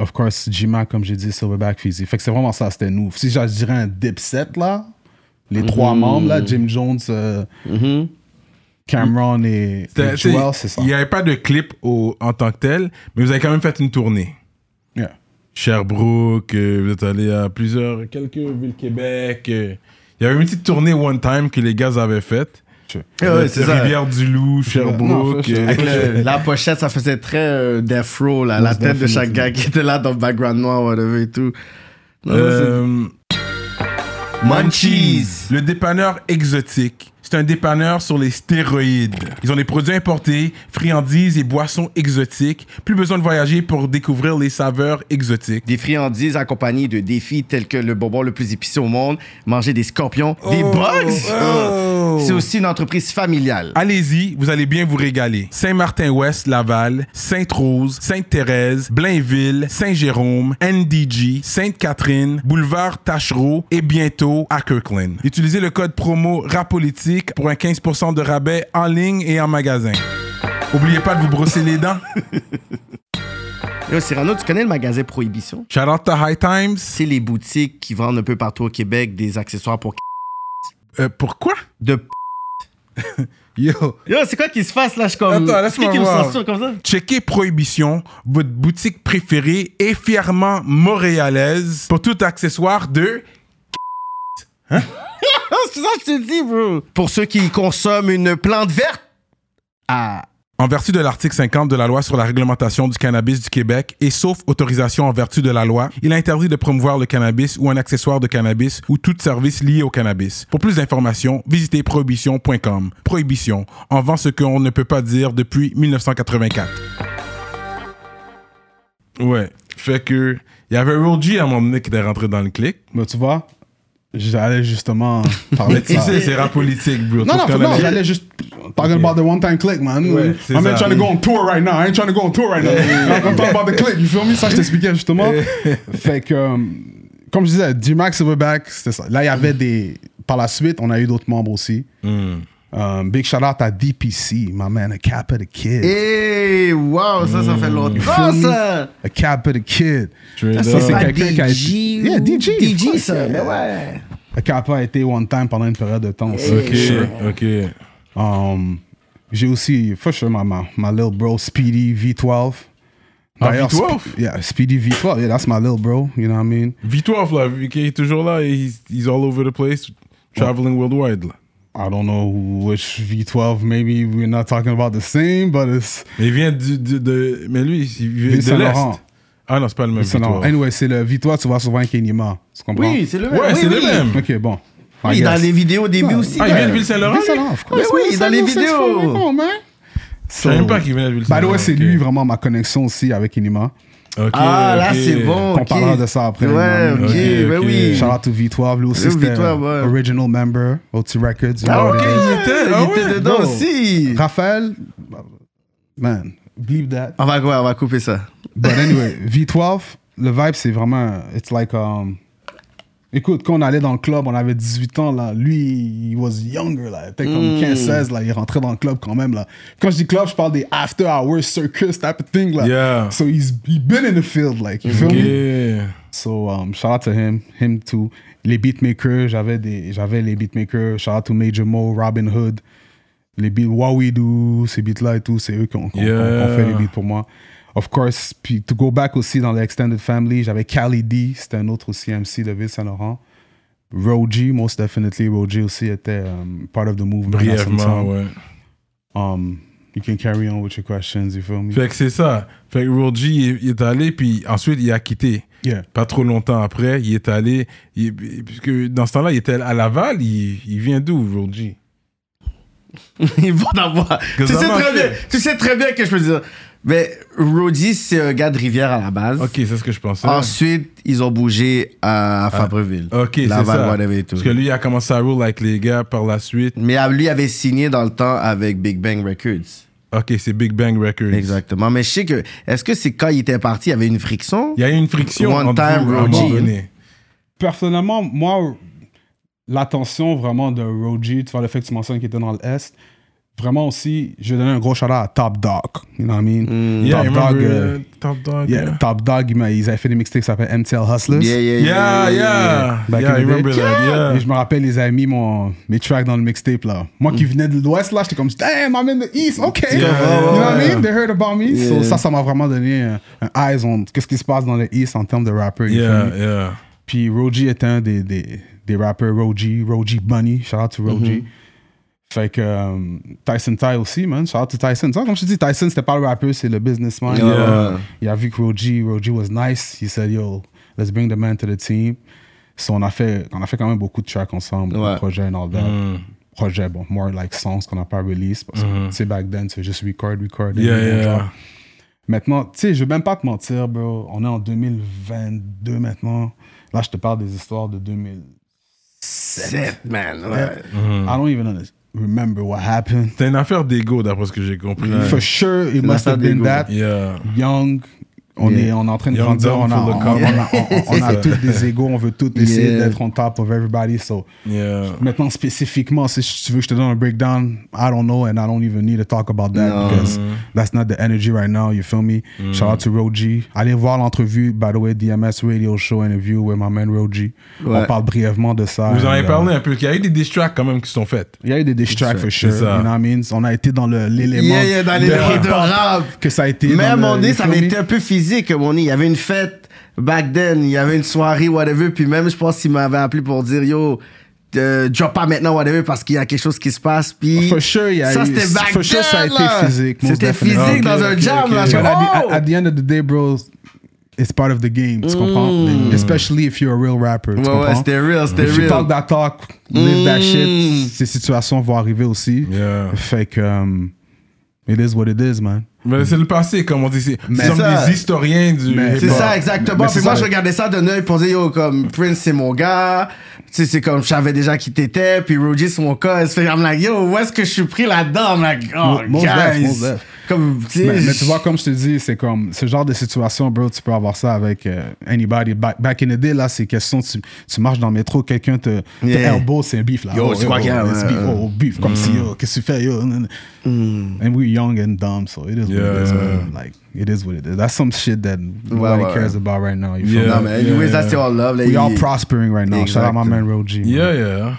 S3: of course, Jima, comme j'ai dit, Silverback, Fizzy. Fait que c'est vraiment ça, c'était nous. Si je dirais un dipset, là,
S1: Mm-hmm.
S3: les trois membres, là, Jim Jones, euh, Cameron et,
S1: C'était-
S3: et
S1: tu sais,
S3: Joel, c'est ça.
S1: Il n'y avait pas de clip au- en tant que tel, mais vous avez quand même fait une tournée.
S3: Yeah.
S1: Sherbrooke, euh, vous êtes allé à plusieurs, quelques villes Québec. euh. Il y avait une petite tournée one time que les gars avaient faite.
S3: Sure.
S2: Ouais, ouais, c'est ça.
S1: Rivière-du-Loup, Sherbrooke.
S3: Non,
S1: euh,
S2: Avec le- la pochette, ça faisait très euh, death row, là, la
S3: Most
S2: tête de chaque
S3: definitely.
S2: gars qui était là dans le background noir, whatever et tout. Non,
S1: euh,
S2: c'est- Munchies!
S1: Le dépanneur exotique. C'est un dépanneur sur les stéroïdes. Ils ont des produits importés, friandises et boissons exotiques. Plus besoin de voyager pour découvrir les saveurs exotiques.
S2: Des friandises accompagnées de défis tels que le bonbon le plus épicé au monde, manger des scorpions, des
S1: Oh,
S2: bugs!
S1: oh.
S2: Ah. C'est aussi une entreprise familiale.
S1: Allez-y, vous allez bien vous régaler. Saint-Martin-Ouest, Laval, Sainte-Rose, Sainte-Thérèse, Blainville, Saint-Jérôme, NDG, Sainte-Catherine, Boulevard Tachereau et bientôt à Kirkland. Utilisez le code promo RAPOLITIQUE pour un 15% de rabais en ligne et en magasin. Oubliez pas de vous brosser les dents.
S2: Yo, Cyrano, tu connais le magasin Prohibition?
S1: Shout out to High Times.
S2: C'est les boutiques qui vendent un peu partout au Québec des accessoires pour
S1: Euh, pourquoi?
S2: de p-
S1: Yo.
S2: Yo, c'est quoi qui se passe là? Je suis comme.
S1: Attends, laisse-moi
S2: C'est qui me
S1: voir.
S2: censure comme ça?
S1: Checkez Prohibition, votre boutique préférée et fièrement montréalaise pour tout accessoire de
S2: Ah, c'est ça que je te dis, bro. Pour ceux qui consomment une plante verte. Ah.
S1: En vertu de l'article 50 de la loi sur la réglementation du cannabis du Québec et sauf autorisation en vertu de la loi, il est interdit de promouvoir le cannabis ou un accessoire de cannabis ou tout service lié au cannabis. Pour plus d'informations, visitez prohibition.com. Prohibition, en vend ce qu'on ne peut pas dire depuis 1984. Ouais, fait que il y avait Roll G à un moment donné qui était rentré dans le clic.
S3: Mais tu vois, j'allais justement parler
S1: Mais
S3: de
S1: tu sais,
S3: ça.
S1: c'est rap politique, bro.
S3: Non, non,
S1: Parce qu'on
S3: non,
S1: a-
S3: j'allais juste. Talking about the one time click, man.
S1: Ouais, c'est
S3: I'm not
S1: ça.
S3: trying to go on tour right now. I ain't trying to go on tour right now. I'm talking about the click, you feel me? Ça, je t'expliquais justement. fait que, euh, comme je disais, D-Max Silverback, c'était ça. Là, il y avait des. Par la suite, on a eu d'autres membres aussi.
S1: Hmm.
S3: Euh, big shout out à DPC, my man, a cap of the kid.
S2: Eh, wow, ça, ça fait longtemps, Ah,
S3: Feel me?
S2: Mmh. ça.
S3: A cap of the kid.
S1: Straight
S3: Ça, c'est
S2: Pas
S3: quelqu'un qui a
S2: DJ,
S3: été. Yeah,
S2: ou-
S3: DJ. of
S2: DJ,
S3: course,
S2: ça.
S3: yeah.
S2: Mais ouais.
S3: A cap a été one time pendant une période de temps. aussi.
S1: Ok, ok.
S3: Um, j'ai aussi, for sure, my, my, my little bro Speedy V12.
S1: Ah,
S3: D'ailleurs,
S1: V12?
S3: Spe- yeah, Speedy V12. Yeah, that's my little bro. You know what I mean?
S1: Victoire, là, vu qu'il est toujours là, he's, he's all over the place, traveling worldwide. Là.
S3: I don't know which V12. Maybe we're not talking about the same, but it's.
S1: Mais il vient du, du- de. Mais lui, il vient
S3: Ville
S1: de l'Est.
S3: Saint-Laurent.
S1: Ah non, c'est pas le même
S3: c'est
S1: Victoire.
S3: non. Anyway, c'est le V12, tu vois souvent avec Kenima. Tu comprends?
S2: Oui, c'est le même.
S1: Ouais,
S2: Ah, oui,
S1: c'est le
S2: oui.
S1: même.
S3: Ok, bon. I
S2: Oui, dans
S3: guess.
S2: les vidéos au début
S3: Ouais.
S2: aussi.
S1: Ah, il
S2: ouais.
S1: vient de Ville-Saint-Laurent?
S3: Ville Saint-Laurent, of course.
S2: Oui, oui,
S3: man,
S2: dans les
S3: Saint-Laurent, c'est
S2: vidéos.
S3: fucking cool, man.
S1: Je savais même pas qu'il venait de
S3: By the
S1: Ville-Saint-Laurent.
S3: way, c'est lui vraiment ma connexion aussi avec Kenima.
S1: Ok,
S2: Ah, là,
S1: ok.
S2: c'est bon.
S3: On
S2: ok.
S3: parlera de ça après,
S2: Ouais,
S3: man.
S2: ok,
S3: Ok,
S2: ben
S1: ok.
S2: oui.
S3: Shout out to V12, lui aussi
S2: Yo,
S3: c'était
S2: V12, ouais.
S3: original member, OT Records.
S2: Ah,
S3: you know
S2: ok,
S3: what I mean?
S1: il était- ah
S2: il était
S1: ouais,
S2: dedans
S3: bro.
S2: aussi.
S3: Raphaël, man, believe that.
S2: On va, ouais, on va couper ça.
S3: But anyway, V12, le vibe c'est vraiment, it's like, um, écoute, quand on allait dans le club, on avait 18 ans là, lui, he was younger là, il était comme
S1: Hmm.
S3: 15-16 là, il rentrait dans le club quand même là. Quand je dis club, je parle des after hours circus type of thing là.
S1: Yeah.
S3: So he's he been in the field like, you feel
S1: Ok.
S3: me? So, um, shout out to him, him too. Les beatmakers, j'avais des, j'avais les beatmakers. Shout out to Major Mo, Robin Hood. Les beats What We Do, ces beats-là et tout, c'est eux qui ont, qui ont- qui ont- qui ont fait les beats pour moi. Of course, puis to go back aussi dans l'Extended Family, j'avais Cali D, c'était un autre aussi MC de Ville-Saint-Laurent. Roji, most definitely. Roji aussi était um, part of the movement. à
S1: Brièvement,
S3: Saint-Saëns.
S1: ouais.
S3: Um, you can carry on with your questions, you feel me?
S1: Fait que c'est ça. Fait que Roll G, il, il est allé, puis ensuite, il a quitté.
S3: Yeah.
S1: Pas trop longtemps après, il est allé. il- puisque dans ce temps-là, il était à Laval. Il, il vient d'où, Roll G
S2: Ils vont avoir. Tu sais,
S1: Gazaman,
S2: très bien,
S1: ok.
S2: tu sais très bien que je peux dire. Mais Roddy, c'est un gars de Rivière à la base.
S1: Ok, c'est ce que je pensais.
S2: Ah, Ensuite, ils ont bougé à Fabreville.
S1: ok, c'est ça.
S2: Laval, whatever et tout.
S1: Parce que lui, il a commencé à roule avec les gars par la suite.
S2: Mais à- lui avait signé dans le temps avec Big Bang Records.
S1: Ok, c'est Big Bang Records.
S2: Exactement. Mais je sais que, est-ce que c'est quand il était parti, il y avait une friction?
S1: Il y a eu une friction
S2: One
S1: entre
S2: time
S1: vous à un
S2: Roji.
S1: moment donné.
S3: Personnellement, moi, l'attention vraiment de Roji, tu vois, le fait que tu mentionnes qu'il était dans l'Est, vraiment aussi, je vais donner un gros shout à Top Dog. You know what I mean?
S1: Yeah,
S2: Mm.
S3: Top
S1: I
S3: Dog.
S1: remember,
S3: euh,
S1: uh, Top Dog.
S3: yeah,
S1: Yeah,
S3: Top Dog, il m'a- ils avaient fait des mixtapes qui s'appellent MTL Hustlers.
S2: Yeah, yeah,
S1: yeah, yeah.
S3: Back
S1: Yeah,
S3: in
S1: I
S3: the day.
S1: remember that.
S3: Et
S1: Yeah.
S3: je me rappelle, les amis, mon, mes tracks dans le mixtape, là. Moi
S2: Mm.
S3: qui venais de l'Ouest, là, j'étais comme, damn, I'm in the East, OK. you know what I mean? They heard about me. So, ça, ça m'a vraiment donné un, un eyes on qu'est-ce qui se passe dans le East en termes de rappeurs. you feel me?
S1: Yeah, yeah.
S3: Puis Roji était un des, des, des rappeurs, Roji, Roji Bunny, shout out to
S1: Mm-hmm.
S3: Roji. Fait que euh, Tyson Ty aussi, man, shout out to Tyson. Ça, comme je te dis, Tyson, c'était pas le rappeur, c'est le businessman.
S2: Yeah.
S3: Euh, Il a vu que Roji, Roji was nice. He said, yo, let's bring the man to the team. So on a fait, on a fait quand même beaucoup de tracks ensemble,
S2: Ouais.
S3: des projets and all that.
S1: Mm.
S3: Projet, bon, more like songs qu'on n'a pas release. Parce que, tu sais, back then, c'est juste record, record. and
S1: Mm-hmm. Yeah,
S3: then on
S1: yeah.
S3: drop. Maintenant, tu sais, je vais même pas te mentir, bro. On est en 2022 maintenant. Là, je te parle des histoires de 2000.
S2: Sept, man. ouais.
S3: I don't even remember what happened.
S1: C'est une affaire d'ego, d'après ce que j'ai compris.
S3: For sure, it must
S2: l'affaire
S3: have been
S2: d'ego.
S3: that.
S1: Yeah.
S3: Young, on
S2: Yeah.
S3: est, on est en train de
S1: Young
S3: grandir,
S1: dumb
S3: on a,
S1: full of
S3: on, on
S1: cum.
S3: a- on- on a
S2: Yeah.
S3: tous des égos, on veut tous essayer
S2: Yeah.
S3: d'être on top of everybody. So,
S1: Yeah.
S3: maintenant spécifiquement, si tu veux que je te donne un breakdown, I don't know and I don't even need to talk about that
S2: Non.
S3: because
S1: Mm.
S3: that's not the energy right now. You feel me? Shout out to Roji. Allez voir l'entrevue, by the way, DMS Radio Show interview with my man Roji.
S2: Ouais.
S3: On parle brièvement de ça.
S1: Vous en avez
S3: And, uh,
S1: parlé un peu. Il y a eu des diss tracks quand même qui sont faites.
S3: il y a eu des distracts for sure.
S1: C'est
S3: You
S1: ça.
S3: know what I mean? On a été dans le- l'élément.
S2: Yeah, yeah, dans les
S3: de-
S2: de rap.
S3: Que ça a été.
S2: Mais à un
S3: dans
S2: moment
S3: le-
S2: donné,
S3: you
S2: ça
S3: feel
S2: avait
S3: me?
S2: été un peu physique, mon nid. Il y avait une fête back then, il y avait une soirée, whatever. Puis même, je pense qu'il m'avait appelé pour dire Yo, euh, drop pas maintenant, whatever, parce qu'il y a quelque chose qui se passe. Puis.
S3: For sure, il y a
S2: ça,
S3: eu-
S2: c'était back
S3: for sure,
S2: then,
S3: ça a été
S2: là.
S3: physique, most
S2: C'était
S3: definitely.
S2: physique
S3: Ok,
S2: dans un
S3: ok,
S2: jam,
S3: ok,
S2: là.
S3: ok.
S2: Je-
S3: But at, the,
S2: Oh!
S3: at- at the end of the day, bro, it's part of the game. Tu comprends? Especially if you're a real rapper. Tu
S2: Mm. Ouais, ouais,
S3: comprends?
S2: c'était real, c'était
S3: If you
S2: real.
S3: talk that talk, live that
S2: Mm.
S3: shit, ces situations vont arriver aussi.
S1: Yeah.
S3: Fait que. um, it is what it is, man.
S1: Mais c'est le passé, comme on dit. C'est nous
S3: Mais
S1: sommes
S2: ça-
S1: des historiens du.
S3: Mais-
S1: hip-hop.
S2: C'est
S3: Bon.
S2: ça, exactement.
S3: Mais
S2: Puis
S3: c'est
S2: moi,
S3: ça.
S2: je regardais ça d'un œil pour dire, yo, comme Prince, c'est mon gars. Tu sais, c'est comme, je savais déjà qui t'étais. Puis Roger, c'est mon cas. Ça fait, I'm like, yo, où est-ce que je suis pris là-dedans? I'm like, oh,
S3: Most def, most
S2: guys.
S3: def.
S2: Comme, tu sais.
S3: Mais, mais
S2: je-
S3: tu vois, comme je te dis, c'est comme ce genre de situation, bro, tu peux avoir ça avec euh, anybody. Back, back in the day, là, c'est question, tu, tu marches dans le métro, quelqu'un te, te
S2: Yeah.
S3: elbow, c'est un beef, là.
S2: Yo, tu crois qu'il y a
S3: it's
S2: un- euh, mm.
S3: beef,
S2: un-
S3: oh, beef, comme si, yo, qu'est-ce que tu fais, yo? And we're young and dumb, so it is what it
S1: Yeah.
S3: is, man. Like, it is what it is. That's some shit that nobody
S2: ouais.
S3: cares about right now. You feel
S1: Yeah.
S3: me?
S2: Non, mais anyways, that's all love. là,
S3: We
S2: il-
S3: all prospering right now. Shout out my
S2: Exact.
S3: man, Real G. man.
S1: Yeah, yeah.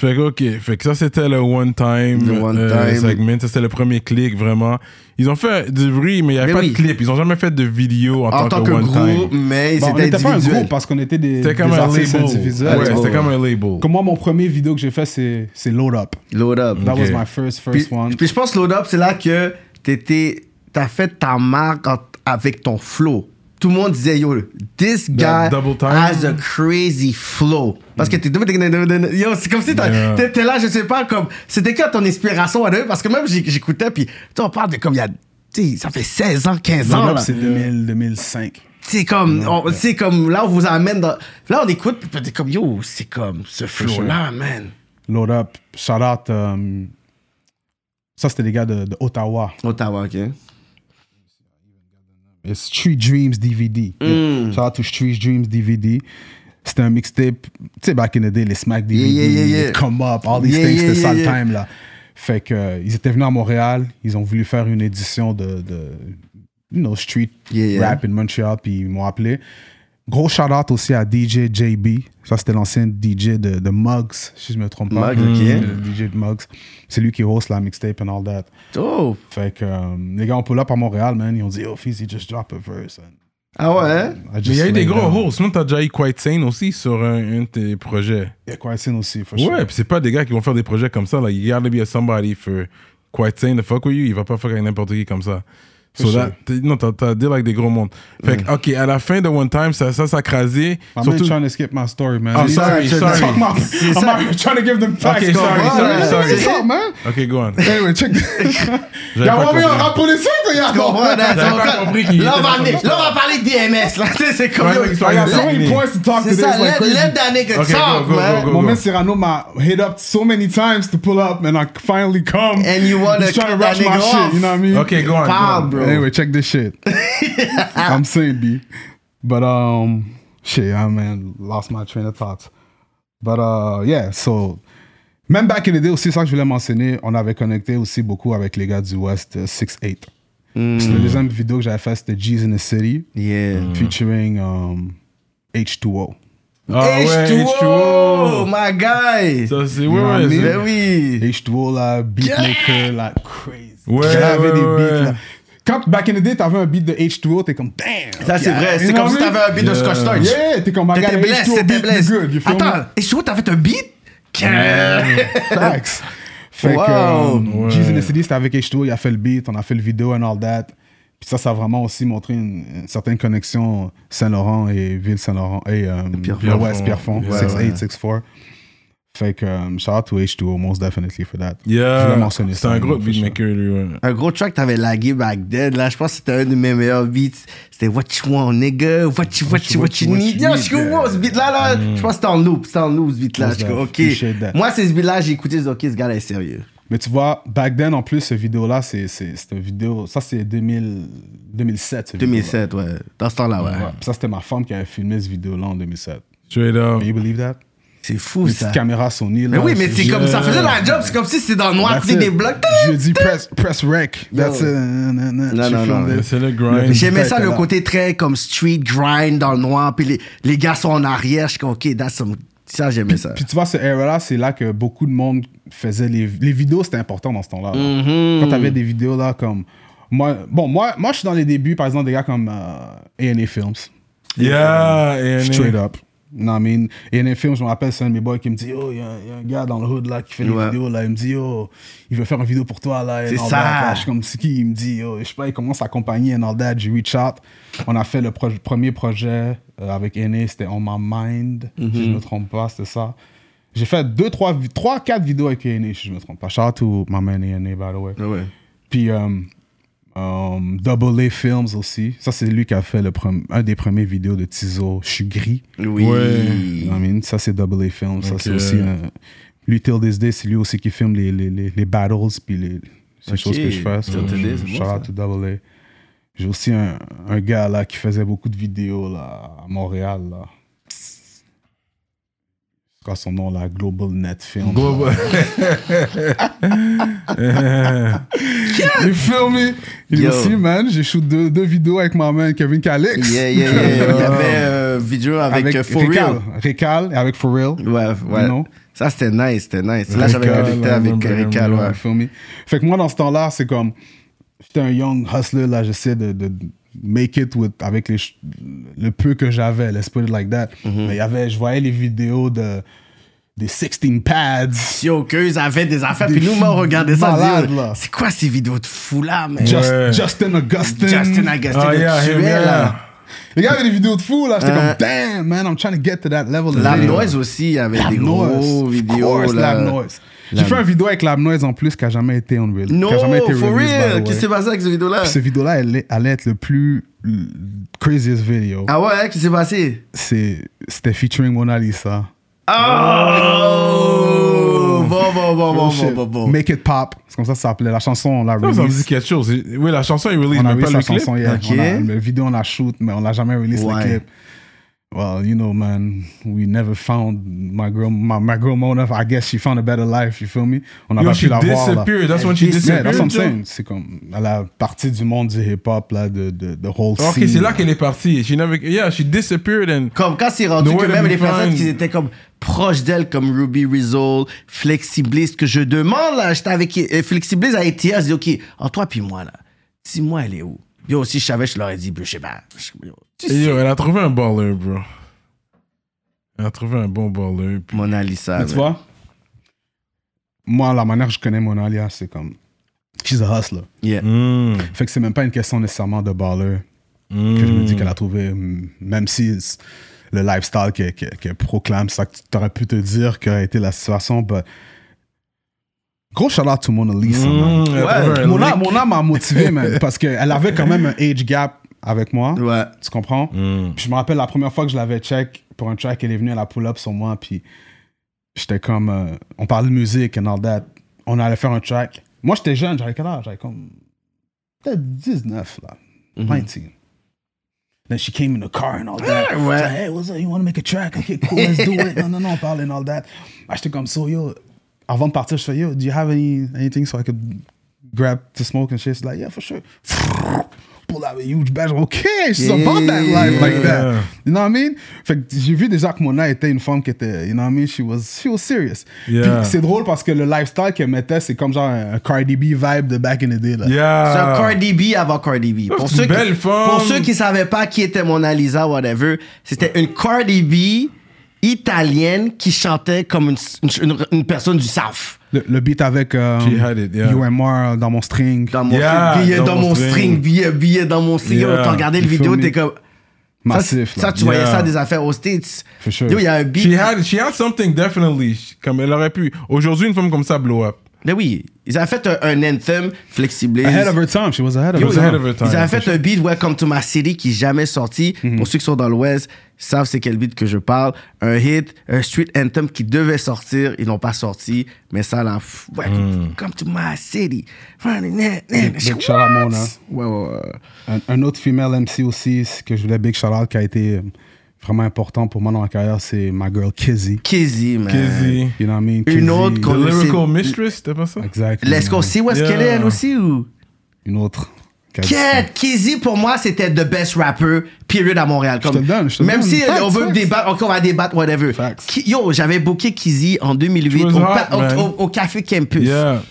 S1: Fait que, ok. Fait que ça, c'était le One Time,
S2: Le one
S1: euh,
S2: time.
S1: segment. Ça, c'était le premier clic, vraiment. Ils ont fait du bruit, mais il n'y avait
S2: Mais
S1: pas
S2: oui.
S1: de clip. Ils ont jamais fait de vidéo en,
S2: en tant que
S1: One
S2: groupe,
S1: Time.
S2: mais
S3: Bon, on
S2: c'était
S3: n'était pas un groupe
S2: individuel.
S3: parce qu'on était des,
S1: C'était comme
S3: des
S1: un
S3: artistes
S1: label.
S3: individuels.
S1: Ouais,
S2: Ouais.
S1: c'était comme un label.
S3: Comme moi, mon premier vidéo que j'ai fait, c'est c'est Load Up.
S2: Load up.
S3: That
S1: Ok.
S3: was my first,
S2: Puis,
S3: first one.
S2: puis je pense que Load Up, c'est là que t'étais, t'as fait ta marque en- avec ton flow. Tout le monde disait, yo, this guy
S1: double time.
S2: has a crazy flow. Parce que t'es yo, c'est comme si t'as-
S1: Yeah.
S2: t'étais là, je sais pas, comme, c'était quoi ton inspiration à deux? Parce que même j'éc- j'écoutais, puis, tu sais, on parle de comme il y a, tu sais, ça fait 16 ans, 15 ans,
S3: Load Up,
S2: là.
S3: c'est 2000, 2005.
S2: C'est comme, on- c'est comme, là, on vous amène dans, là, on écoute, puis t'es comme, yo, c'est comme ce flow-là, man.
S3: Load Up, shout out. euh, ça, c'était les gars de, de Ottawa.
S2: Ottawa, ok.
S3: Et Street Dreams DVD.
S2: Mm.
S3: Shout out to Street Dreams DVD. C'était un mixtape. Tu sais, back in the day, les Smack DVD,
S2: Yeah, yeah, yeah, yeah.
S3: les Come Up, all these
S2: Yeah,
S3: things,
S2: yeah,
S3: c'était
S2: yeah,
S3: ça le
S2: yeah.
S3: time, là. Fait que, euh, ils étaient venus à Montréal, ils ont voulu faire une édition de, de, you know, street
S2: Yeah, yeah.
S3: rap in Montreal, puis ils m'ont appelé. Gros shout out aussi à DJ JB. Ça, c'était l'ancien DJ de, de Muggs, si je me trompe pas.
S2: Muggs,
S3: Mm.
S2: ok.
S3: Le DJ de Muggs. C'est lui qui host la mixtape and all that.
S2: Oh!
S3: Fait que euh, les gars ont pull up à Montréal, man. Ils ont dit, oh, fils, he just drop a verse. And
S2: Ah ouais? hein?
S3: I just
S1: Mais il y a eu des
S3: laid
S1: gros
S3: down.
S1: hosts. Sinon, t'as déjà eu Quite Sane aussi sur un, un de tes projets.
S3: Il y a Quaison aussi, for sure.
S1: Ouais, puis c'est pas des gars qui vont faire des projets comme ça. Like, you gotta be a somebody for Quite Sane to fuck with you. Il va pas fuck avec n'importe qui comme ça. So
S3: For
S1: that-
S3: sure.
S1: t'es- non, t'as, t'as dit avec des gros mondes. Fait que, OK, à la fin de One Time, ça, ça, ça crasait.
S3: I'm
S1: Surtout...
S3: trying to skip my story, man.
S1: Oh,
S3: You
S1: sorry,
S3: know,
S1: sorry.
S3: I'm not-
S2: C'est
S3: I'm
S2: ça.
S3: not trying to give them facts.
S1: Okay,
S3: go
S1: sorry,
S3: on.
S1: sorry,
S3: Let me
S1: sorry.
S3: talk, man.
S1: OK, go on.
S3: Anyway, check this.
S1: J'avais
S3: Y'a
S1: pas
S3: pas mis un
S1: compris.
S3: rap politique, y'a
S2: Bon,
S3: pas.
S2: voilà,
S1: J'avais
S2: on
S1: pas
S2: va-
S1: compris qu'il
S2: hein? Là, on
S1: était dans
S2: va, aller-
S1: son
S2: là, on va parler de DMS. Là, Tu sais, c'est comme.
S1: Ouais,
S2: yo,
S1: ouais,
S3: I got so many
S1: Yeah.
S3: points to talk
S2: C'est
S3: today.
S2: ça,
S3: It's like
S2: let,
S3: crazy.
S2: let that nigga
S1: Okay, go,
S2: talk,
S1: go,
S2: man.
S1: go, go.
S3: Mon man Cyrano m'a hit up so many times to pull up, and I finally come.
S2: And you wanna
S3: He's trying to
S2: cut that
S3: rush my
S2: nigga
S3: shit.
S2: off.
S3: You know what I mean?
S1: OK, go on. go on.
S2: Parle, bro.
S3: Anyway, check this shit. I'm saying B, but um, shit, I man lost my train of thought. But uh, yeah, so même back in the day aussi, ça que je voulais mentionner, on avait connecté aussi beaucoup avec les gars du West euh, 6-8.
S2: Hmm.
S3: Parce que La deuxième vidéo que j'avais faite, c'était G's in the City,
S2: Yeah.
S3: featuring um, H2O.
S1: Ah ouais,
S2: H2O, my guy.
S1: Ça, c'est...
S3: You
S1: Ouais,
S3: know what
S1: ouais,
S3: I mean?
S1: c'est-
S2: Ben oui.
S3: H2O, là, beatmaker, là, crazy.
S1: Ouais,
S3: J'avais
S1: ouais,
S3: des
S1: ouais.
S3: beats, là. Quand back in the day, t'avais un beat de H2O, t'es comme damn!
S2: Ça, c'est vrai.
S3: You
S2: C'est
S3: know
S2: comme
S3: what
S2: si
S3: I mean?
S2: t'avais un beat de Scotch Touch.
S3: Euh, Yeah, t'es comme ma
S2: T'étais blessé, t'étais blessé. Attends, et tu vois, t'as fait un beat?
S3: Euh, Facts. Fait
S2: Wow.
S3: que, um,
S1: Ouais.
S3: Jeez in the City, c'était avec H2O, il a fait le beat, on a fait le vidéo and all that. Puis ça, ça a vraiment aussi montré une, une certaine connexion Saint-Laurent et Ville-Saint-Laurent et um,
S2: Pierrefonds.
S3: Ouest, Pierrefonds,
S1: Ouais,
S3: 68, 64. Fait que, um, shout out to H2O, most definitely for that. Je voulais
S1: Yeah,
S3: mentionner
S1: c'est
S3: ça,
S1: un
S3: man,
S1: gros
S3: for sure.
S1: beatmaker, lui, ouais.
S2: Un gros track, t'avais lagué back then. Là, je pense que c'était un de mes meilleurs beats. C'était What You Want, nigga? What You, what you, what you need? Yo, je suis wow, ce beat-là, là. Je pense que c'était en loop. C'était en loop, ce beat-là.
S3: What's
S2: Je suis
S3: Mm. that?
S2: comme,
S3: Appreciate that.
S2: OK. Moi, c'est ce beat-là, j'ai écouté, j'ai dit, OK, ce gars-là est sérieux.
S3: Mais tu vois, back then, en plus, cette vidéo-là, c'est c'est- c'est une vidéo. Ça, c'est 2000 2007. cette vidéo-là.
S2: 2007, ouais. Dans ce temps-là, ouais.
S3: Ouais. Puis Ça, c'était ma femme qui avait filmé cette vidéo-là en 2007.
S1: Straight up.
S3: Can you believe that?
S2: C'est fou,
S3: Une
S2: ça.
S3: petite caméra Sony.
S2: Mais
S3: Là,
S2: oui, mais c'est comme ça. Faisait la job, c'est comme si c'était dans le noir, tu sais, des blocs.
S3: Je dis press, press rec. That's it. Non,
S2: Non, non, non.
S1: C'est le grind.
S3: Mais
S2: J'aimais ça,
S3: Putain,
S2: le
S3: là.
S2: côté très comme street grind dans le noir, puis les, les gars sont en arrière. Je suis comme, OK, that's some- ça, j'aimais ça.
S3: Puis tu vois, ce era-là, c'est là que beaucoup de monde faisait les, les vidéos, c'était important dans ce temps-là. là.
S2: Mm-hmm.
S3: Quand t'avais des vidéos là comme. Moi, bon, moi, moi, je suis dans les débuts, par exemple, des gars comme euh, A&A Films.
S1: Yeah, and
S3: Straight up. Non, mais il y a un film, je me rappelle, c'est un de mes boys qui me dit Oh, il y, a un- il y a un gars dans le hood là qui fait des
S2: Ouais.
S3: vidéos là. Il me dit Oh, il veut faire une vidéo pour toi là. and
S2: C'est
S3: all
S2: ça.
S3: that, là. Je suis comme C'est qui Il me dit Oh, je sais pas, il commence à accompagner and all that. J'ai reach out. On a fait le proj- premier projet euh, avec Aîné, c'était On My Mind, si
S2: Mm-hmm.
S3: je me trompe pas, c'était ça. J'ai fait deux, trois, vi- trois, quatre vidéos avec Aîné, si je me trompe pas. Shout out to my man Aîné, by the way.
S2: Ouais.
S3: Puis euh, euh, Double A Films aussi. Ça, c'est lui qui a fait le prem- un des premiers vidéos de Tizo. Je suis gris.
S2: Oui.
S3: You know what I mean? Ça, c'est Double A Films. Ça,
S1: Ok.
S3: c'est aussi. un- lui, Till This Day, c'est lui aussi qui filme les, les, les, les battles. Puis les, ces
S2: Ok.
S3: choses que je fais.
S2: Till This Day, c'est
S3: Shout
S2: bon, ça.
S3: out to Double A. J'ai aussi un, un gars là qui faisait beaucoup de vidéos là, à Montréal. Là. C'est quoi son nom là? Global Net Films.
S1: Global.
S3: You feel me? Il est
S2: Yo.
S3: aussi, man, j'ai shoot deux, deux vidéos avec ma man Kevin Calix.
S2: Yeah, yeah, yeah. Il y avait euh, vidéo avec,
S3: Avec
S2: euh, For
S3: Récal.
S2: Real.
S3: Récal et avec For Real.
S2: Ouais, ouais.
S3: Non.
S2: Ça, c'était nice, c'était nice. Là,
S3: Récal,
S2: j'avais connecté
S1: ouais,
S2: avec
S1: ouais, ouais,
S2: Récal,
S3: Ouais,
S2: ouais.
S3: you feel me? Fait que moi, dans ce temps-là, c'est comme. J'étais un young hustler, là, j'essaie de, de make it with, avec les, ch- le peu que j'avais, let's put it like that.
S2: Mm-hmm.
S3: Mais il y avait, je voyais les vidéos de, des 16 pads.
S2: Yo, qu'eux avaient des affaires,
S3: Des
S2: puis nous, moi, on regardait ça. on disait,
S3: malades,
S2: oh,
S3: là.
S2: C'est quoi ces vidéos de fous là, man?
S3: Just-
S1: Ouais.
S3: Justin Augustin.
S2: Justin Agustin,
S1: Ah,
S2: le
S1: yeah,
S2: tuait,
S1: him, yeah.
S2: là.
S3: Les gars avaient des vidéos de fou, là. J'étais
S2: Hein.
S3: comme, damn, man, I'm trying to get to that level. of
S2: Lab
S3: video.
S2: Noise aussi, il y avait
S3: Lab
S2: des
S3: Noise.
S2: gros
S3: Of
S2: vidéos,
S3: course,
S2: là.
S3: Lab Noise. J'ai fait une vidéo avec Lab Noise en plus qui a jamais été on real.
S2: No,
S3: qui a jamais été
S2: for
S3: released, by the
S2: real.
S3: way.
S2: Qu'est-ce qui s'est passé avec cette vidéo-là?
S3: Puis Cette vidéo-là, elle est- allait être le plus le craziest video.
S2: Ah ouais, hein, qu'est-ce qui s'est passé?
S3: C'est C'était featuring Mona Lisa.
S2: Oh! Bon, bon, bon, bon,
S3: Oh, shit.
S2: bon, bon, bon.
S3: Make it pop. C'est comme ça que ça s'appelait. La chanson, on l'a
S1: Ça, ça me dit
S3: release.
S1: quelque chose. Oui, la chanson est release,
S3: On a
S1: mais pas
S3: release la
S1: le clip.
S3: chanson hier.
S2: Ok.
S3: On a- Le vidéo, on la shoot, mais on l'a jamais release
S2: Ouais.
S3: le clip. Well, you know, man, we never found my girl, my, my girl Mona. I guess she found a better life, you feel me? On a
S1: Yo,
S3: pas
S1: she
S3: pu la voir. là.
S1: disappeared. That's when she
S2: Yeah,
S3: Yeah,
S1: disappeared.
S3: that's what I'm
S1: Joe.
S3: saying. C'est comme à la partie du monde du hip-hop, là, de, de, de whole
S1: Ok,
S3: scene.
S1: c'est là qu'elle est partie. She never... Yeah, she disappeared and...
S2: Comme quand c'est rendu
S1: The
S2: que
S1: way
S2: même
S1: that
S2: les
S1: we
S2: personnes
S1: find-
S2: qui étaient comme proches d'elle, comme Ruby Rizzo, Flexiblist, que je demande, là, j'étais avec euh, Flexiblist à ETS, j'ai dit, OK, entre toi puis moi, là, si moi, elle est où? Yo, si je savais, je leur ai dit, je sais pas. Je- yo, tu
S1: Et
S2: sais,
S1: yo, elle a trouvé un baller, bro. Elle a trouvé un bon baller. puis-
S2: Mona Lisa.
S3: Mais tu vois, moi, la manière que je connais Mona Lisa, c'est comme She's a hustler.
S2: Yeah.
S3: Fait que c'est même pas une question nécessairement de baller
S2: hmm.
S3: que je me dis qu'elle a trouvé, mm, même si c- le lifestyle qu'elle qu'elle- qu'elle proclame, ça que tu aurais pu te dire qu'aurait été la situation. but- Gros shout out to Mona Lisa,
S2: Hmm,
S3: man.
S1: Hmm. Ouais.
S3: Mona, Mona m'a motivé, man, parce qu'elle avait quand même un age gap avec moi.
S1: Mm.
S2: Ouais.
S3: Tu comprends?
S2: Hmm.
S3: Puis je me rappelle la première fois que je l'avais check pour un track, elle est venue à la pull-up sur moi, puis j'étais comme. euh, on parlait de musique and all that. On allait faire un track. Moi, j'étais jeune, j'avais quel âge? J'avais comme. Peut-être 19, là. 19. Then she came in the car and all that.
S2: Ouais.
S3: She's like, hey, what's up? You want to make a track? Okay, cool, let's do it. Non, non, non, on parle and all that. Ah, J'étais comme, so yo, avant de partir, je fais, yo, do you have any, anything so I could grab to smoke and shit? She's like, yeah, for sure. Pull out a huge badge. Okay, she's about that life like that. You know what I mean? Fait que j'ai vu déjà que Mona était une femme qui était, you know what I mean? She was, she was serious.
S1: Yeah.
S3: Puis c'est drôle parce que le lifestyle qu'elle mettait, c'est comme genre un, un Cardi B vibe de back in the day, là.
S1: Yeah.
S2: C'est un Cardi B avant Cardi B. Pour
S1: Ah. c'est
S2: ceux,
S1: une
S2: qui,
S1: belle femme.
S2: pour ceux qui savaient pas qui était Mona Lisa, whatever, c'était une Cardi B italienne qui chantait comme une, une- une- une personne du South.
S3: Le, le beat avec euh,
S1: She had it, yeah.
S3: UMR dans mon string.
S2: Dans mon
S1: Yeah,
S2: string, billet dans,
S1: dans mon
S2: mon
S1: string.
S2: string, billet, billet dans mon string.
S1: Yeah.
S2: Yo, T'as regardé le
S3: You
S2: vidéo,
S3: feel me?
S2: t'es comme. Ça,
S3: Massif.
S2: Ça,
S3: là.
S2: tu voyais
S1: Yeah.
S2: ça des affaires aux States.
S3: For sure.
S2: Yo, il y a un beat.
S1: She had, she had something definitely. Comme elle aurait pu. Aujourd'hui, une femme comme ça blow up.
S2: Mais Ben oui, ils avaient fait un, un anthem flexible.
S3: Ahead of her time. She was ahead of
S1: She
S3: her
S1: was
S3: time.
S1: ahead
S3: Mm-hmm.
S1: of her time.
S2: Ils avaient fait un beat Welcome to My City qui est jamais sorti. Pour ceux qui sont dans l'Ouest, savent c'est quel beat que je parle. Un hit, un street anthem qui devait sortir, ils l'ont pas sorti, mais ça la f- Welcome to my city.
S3: Mm. Big shout out Mona.
S2: Ouais, ouais, ouais.
S3: Un, un autre female MC aussi c'est que je voulais big shout out qui a été euh, vraiment important pour moi dans ma carrière, c'est ma girl Kizzy.
S2: Kizzy, man.
S1: Kizzy.
S3: You know what I mean?
S2: Une autre
S3: Kizzy.
S1: The
S2: qu'on- On le
S1: Lyrical
S2: sait-
S1: Mistress, c'était pas ça?
S3: Exact.
S2: Laisse qu'on sait où est-ce
S1: Yeah.
S2: qu'elle est, elle aussi, ou?
S3: Une autre. Qu'elle-
S2: Quête, Kizzy, pour moi, c'était the best rapper, period, à Montréal. Comme,
S3: te donne, je te
S2: même
S3: donne.
S2: si
S3: Facts,
S2: on veut
S3: facts.
S2: débattre, encore on va débattre, whatever.
S3: Facts.
S2: Ki- Yo, j'avais booké Kizzy en 2008
S1: She
S2: au,
S1: was hot,
S2: pa- au-
S1: man.
S2: au- au Café Campus.
S1: Yeah.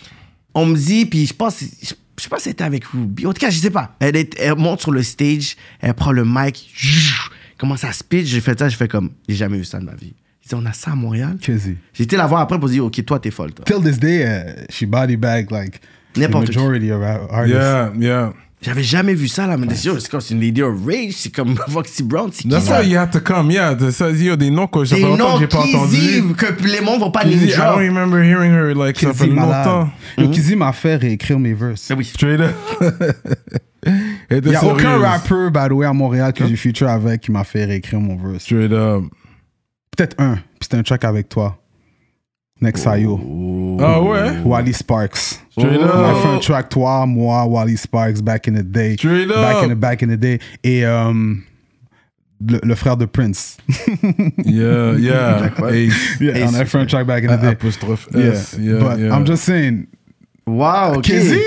S2: On me dit, puis je pense, je, je pense que c'était avec Ruby. En tout cas, je sais pas. Elle, est- elle monte sur le stage, elle prend le mic, zzzz, commence à speech. J'ai fait ça, j'ai fait comme, j'ai jamais vu ça de ma vie. J'ai dit, on a ça à Montréal.
S3: Kizzy.
S2: J'ai été la voir après pour dire, OK, toi, t'es folle, toi.
S3: Till this day, uh, she body bag like the
S2: N'importe qui.
S3: majority of our artists.
S1: Yeah, yeah.
S2: J'avais jamais vu ça, là. Mais yo, c'est comme c'est une lady of rage, c'est comme Foxy Brown, c'est qui
S1: That's
S2: ça?
S1: how you had to come, yeah. de- Ça, il y a des noms que ça
S2: Des
S1: fait longtemps
S2: noms
S1: que j'ai pas
S2: qui
S1: entendu. ah
S2: vivent, que les mondes vont pas
S1: Kizzy,
S2: les
S1: I don't
S2: drop.
S1: remember hearing her, like, ça fait
S3: Kizzy malade.
S1: longtemps.
S3: Yo,
S2: Mm-hmm.
S3: Kizzy m'a fait réécrire mes verses.
S2: Ah oui.
S1: Straight up. Elle était
S3: Il n'y a aucun
S1: sérieuse.
S3: rapper, by the way, à Montréal
S2: Hein?
S3: que j'ai feature avec qui m'a fait réécrire mon verse.
S1: Straight up.
S3: Peut-être un, puis c'était un track avec toi. Nexayo.
S1: Ah ouais?
S2: Oh.
S3: Wally Sparks.
S1: Straight
S3: On a
S1: up.
S3: fait un track, toi, moi, Wally Sparks, back in the day.
S1: Straight
S3: back
S1: up.
S3: In the, back in the day. Et euh, le, le frère de Prince.
S1: Yeah, yeah. Ace.
S3: Yeah,
S2: Ace.
S3: on a fait un track back in the day.
S1: Apostrophe
S3: Yeah.
S1: S. Ah, Yeah,
S3: But
S1: yeah.
S3: I'm just saying,
S2: Wow, ok.
S3: Kizzy,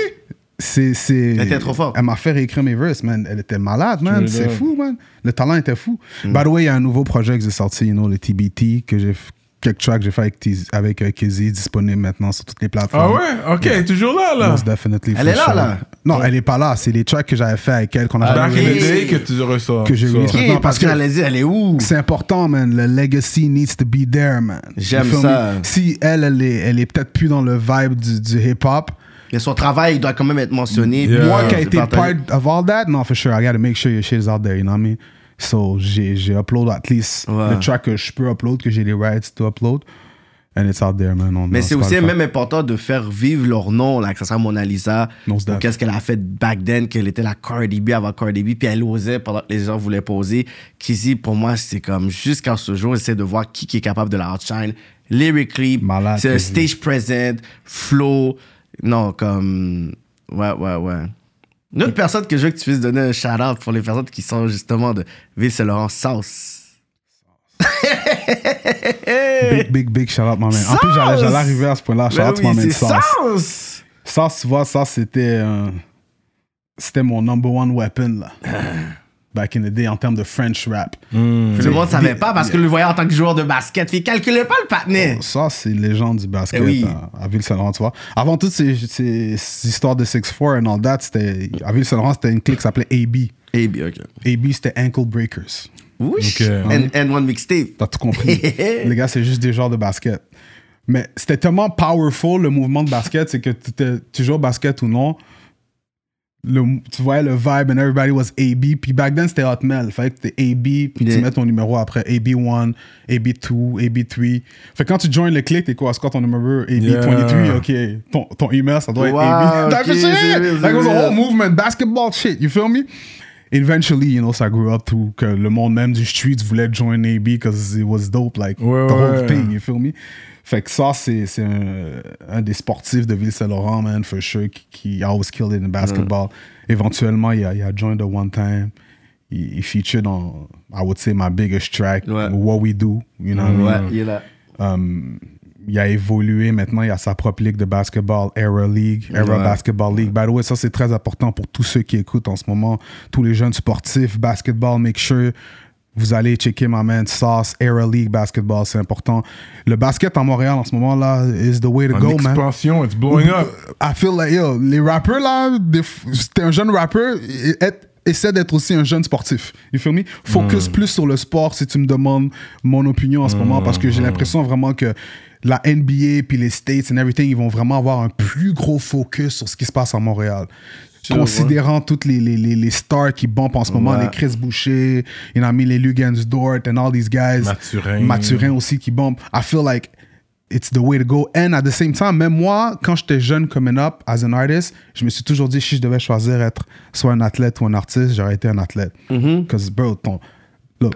S3: c'est, c'est.
S2: Elle était trop forte.
S3: Elle m'a fait réécrire mes verses, man. Elle était malade, man.
S1: Straight
S3: C'est
S1: up.
S3: fou, man. Le talent était fou.
S2: Mm.
S3: By the way, il y a un nouveau projet que j'ai sorti, you know, le TBT, que j'ai. f- Quelques tracks que j'ai fait avec, Tiz- avec euh, Kizzy disponible maintenant sur toutes les
S1: Ah
S3: plateformes.
S1: ouais? Ok, toujours là, là.
S3: Most definitely.
S2: Elle
S3: for
S2: est là,
S3: sure.
S2: là? Ah
S3: Non, elle est pas là. C'est les tracks que j'avais fait avec elle qu'on a
S1: Back in
S3: jamais
S1: the
S2: Ok.
S3: release.
S1: day que tu ressors.
S3: Que j'ai
S1: ça.
S3: release.
S2: Ok,
S3: Maintenant, parce
S2: parce
S3: que-
S2: que j'allais dire, Eh, elle est où?
S3: C'est important, man. Le legacy needs to be there, man.
S2: J'aime
S3: You feel
S2: ça.
S3: me? Si elle, elle est, elle est peut-être plus dans le vibe du, du hip-hop.
S2: Mais son travail, il doit quand même être mentionné.
S1: Yeah.
S3: Moi
S1: Euh,
S3: qui a
S2: c'est
S3: été part
S2: partagé.
S3: of all that, non, for sure, I gotta make sure your shit is out there, you know what I mean? So, j'ai j'ai upload at least
S2: Ouais.
S3: le track que je peux upload, que j'ai les rights to upload. And it's out there, man. on-
S2: Mais
S3: on
S2: c'est aussi
S3: Spotify.
S2: même important de faire vivre leur nom, là, que ça soit Mona Lisa.
S3: Non, c'est
S2: Donc,
S3: daf.
S2: qu'est-ce qu'elle a fait back then, qu'elle était la Cardi B avant Cardi B, puis elle osait pendant que les gens voulaient poser. Kizzy, pour moi, c'est comme jusqu'à ce jour, j'essaie de voir qui, qui est capable de la outshine. Lyrically,
S3: Malade,
S2: c'est un
S3: Kizzy.
S2: stage present, flow. Non, comme. Ouais, ouais, ouais. Une autre personne que je veux que tu puisses donner un shout-out pour les personnes qui sont justement de Ville-Saint-Laurent South.
S3: Big, big, big shout out, my man. En plus, j'allais j'allais arriver à ce point-là. Shout
S2: Ben
S3: out, to my
S2: oui,
S3: man.
S2: c'est
S3: Sauce.
S2: South!
S3: Ça, tu vois, ça, c'était. euh, c'était mon number one weapon, là. Back in the day, en termes de French rap.
S2: Tout le monde savait pas parce que le voyait en tant que joueur de basket. Il calculait pas le patinet.
S3: Ça, c'est légende du basket hein,
S2: Eh oui.
S3: à, à Ville-Saint-Laurent, tu vois. Avant toutes ces, ces- ces histoires de 6-4 and all that, c'était. À Ville-Saint-Laurent, c'était une clique qui s'appelait AB.
S2: Eh bien, ok.
S3: AB, c'était Ankle Breakers.
S2: Ouch.
S1: Ok.
S2: And, and one mixtape.
S3: T'as tout compris. les gars, c'est juste des genres de basket. Mais c'était tellement powerful le mouvement de basket, c'est que tu étais- tu joues au basket ou non. le- tu voyais le vibe and everybody was AB. Puis back then, c'était Hotmail. Fait que t'es AB, puis
S2: Yeah.
S3: tu mets ton numéro après AB1, AB2, AB3. Fait que quand tu joins le clic, t'es quoi? C'est quoi ton numéro? AB23,
S1: Yeah.
S3: ok. Ton, ton email, ça doit
S2: Wow,
S3: être AB. That
S2: ok,
S3: shit!
S2: c'est real,
S3: Like, it was
S2: c'est
S3: a
S2: real.
S3: whole movement, basketball shit, you feel me? Eventually, you know, ça grew up to que le monde même du street voulait join AB because it was dope, like
S1: Ouais,
S3: the whole
S1: ouais.
S3: thing, you feel me? Fait que ça, c'est c'est un, un des sportifs de Ville-Saint-Laurent, man, for sure, qui, qui always killed it in basketball. Éventuellement, il a, il a joined the one time. Il, il featured on, I would say, my biggest track,
S2: Ouais. Mm,
S3: What We Do, you know what I mean?
S2: Ouais, il est là.
S3: Um, il a évolué maintenant, il a sa propre ligue de basketball, Era League, Era
S2: Ouais.
S3: Basketball League. By the way, ça c'est très important pour tous ceux qui écoutent en ce moment, tous les jeunes sportifs, basketball, make sure vous allez checker ma man Sauce, Era League Basketball, c'est important. Le basket en Montréal en ce moment là is the way to
S1: En
S3: go, man.
S1: expansion, it's blowing up.
S3: I feel like, yo, les rappeurs là, des f- si t'es un jeune rappeur, et- être- essaie d'être aussi un jeune sportif. You feel me?
S1: Mm.
S3: Focus plus sur le sport si tu me demandes mon opinion en ce moment parce que
S1: Mm.
S3: j'ai l'impression vraiment que la NBA puis les States and everything, ils vont vraiment avoir un plus gros focus sur ce qui se passe à Montréal. Considérant toutes les, les, les, les stars qui bumpent en ce moment,
S2: Ouais.
S3: les Chris Boucher, il en a mis les Lugans Dort and all these guys.
S1: Mathurin.
S3: Mathurin aussi qui bombe. I feel like it's the way to go. And at the same time, même moi, quand j'étais jeune coming up as an artist, je me suis toujours dit si je devais choisir être soit un athlète ou un artiste, j'aurais été un athlète. Because bro, ton look.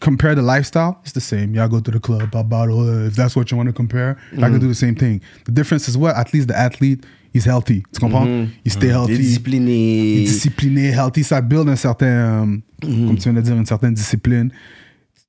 S3: Compare the lifestyle, it's the same. Y'all go to the club, pop bottle. uh, If that's what you want to compare, I can do the same thing. The difference is what? At least the athlete, he's healthy. Tu comprends? Il stay
S2: Il est
S3: healthy. Il est
S2: discipliné.
S3: discipliné, healthy, ça build un certain, euh,
S2: Mhm.
S3: comme tu viens de dire, une certaine discipline.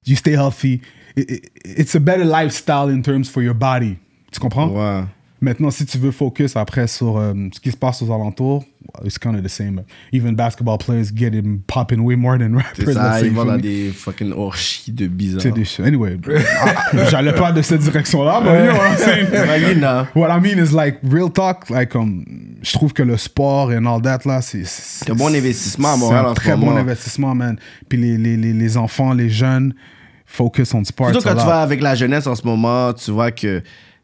S3: You stay healthy. It- it- it's a better lifestyle in terms for your body. Tu comprends?
S2: Ouais.
S3: Maintenant, si tu veux focus après sur euh, ce qui se passe aux alentours, it's kind of the same. Even basketball players get it popping way more than rappers.
S2: C'est
S3: let's
S2: ça,
S3: say,
S2: ils vont
S3: feel
S2: dans
S3: me?
S2: des fucking orchies de bizarre.
S3: C'est des shit. Anyway, ah, j'allais pas de cette direction-là, mais you know what I'm saying?
S2: Ouais, you know.
S3: What I mean is like real talk, like um, je trouve que le sport and all that là, c'est c'est
S2: un bon investissement à
S3: c'est
S2: Montréal
S3: un
S2: en ce
S3: très bon
S2: moment.
S3: investissement, man. Puis les, les, les, les enfants, les jeunes, focus on sport.
S2: Surtout quand tu vas avec la jeunesse en ce moment, tu vois que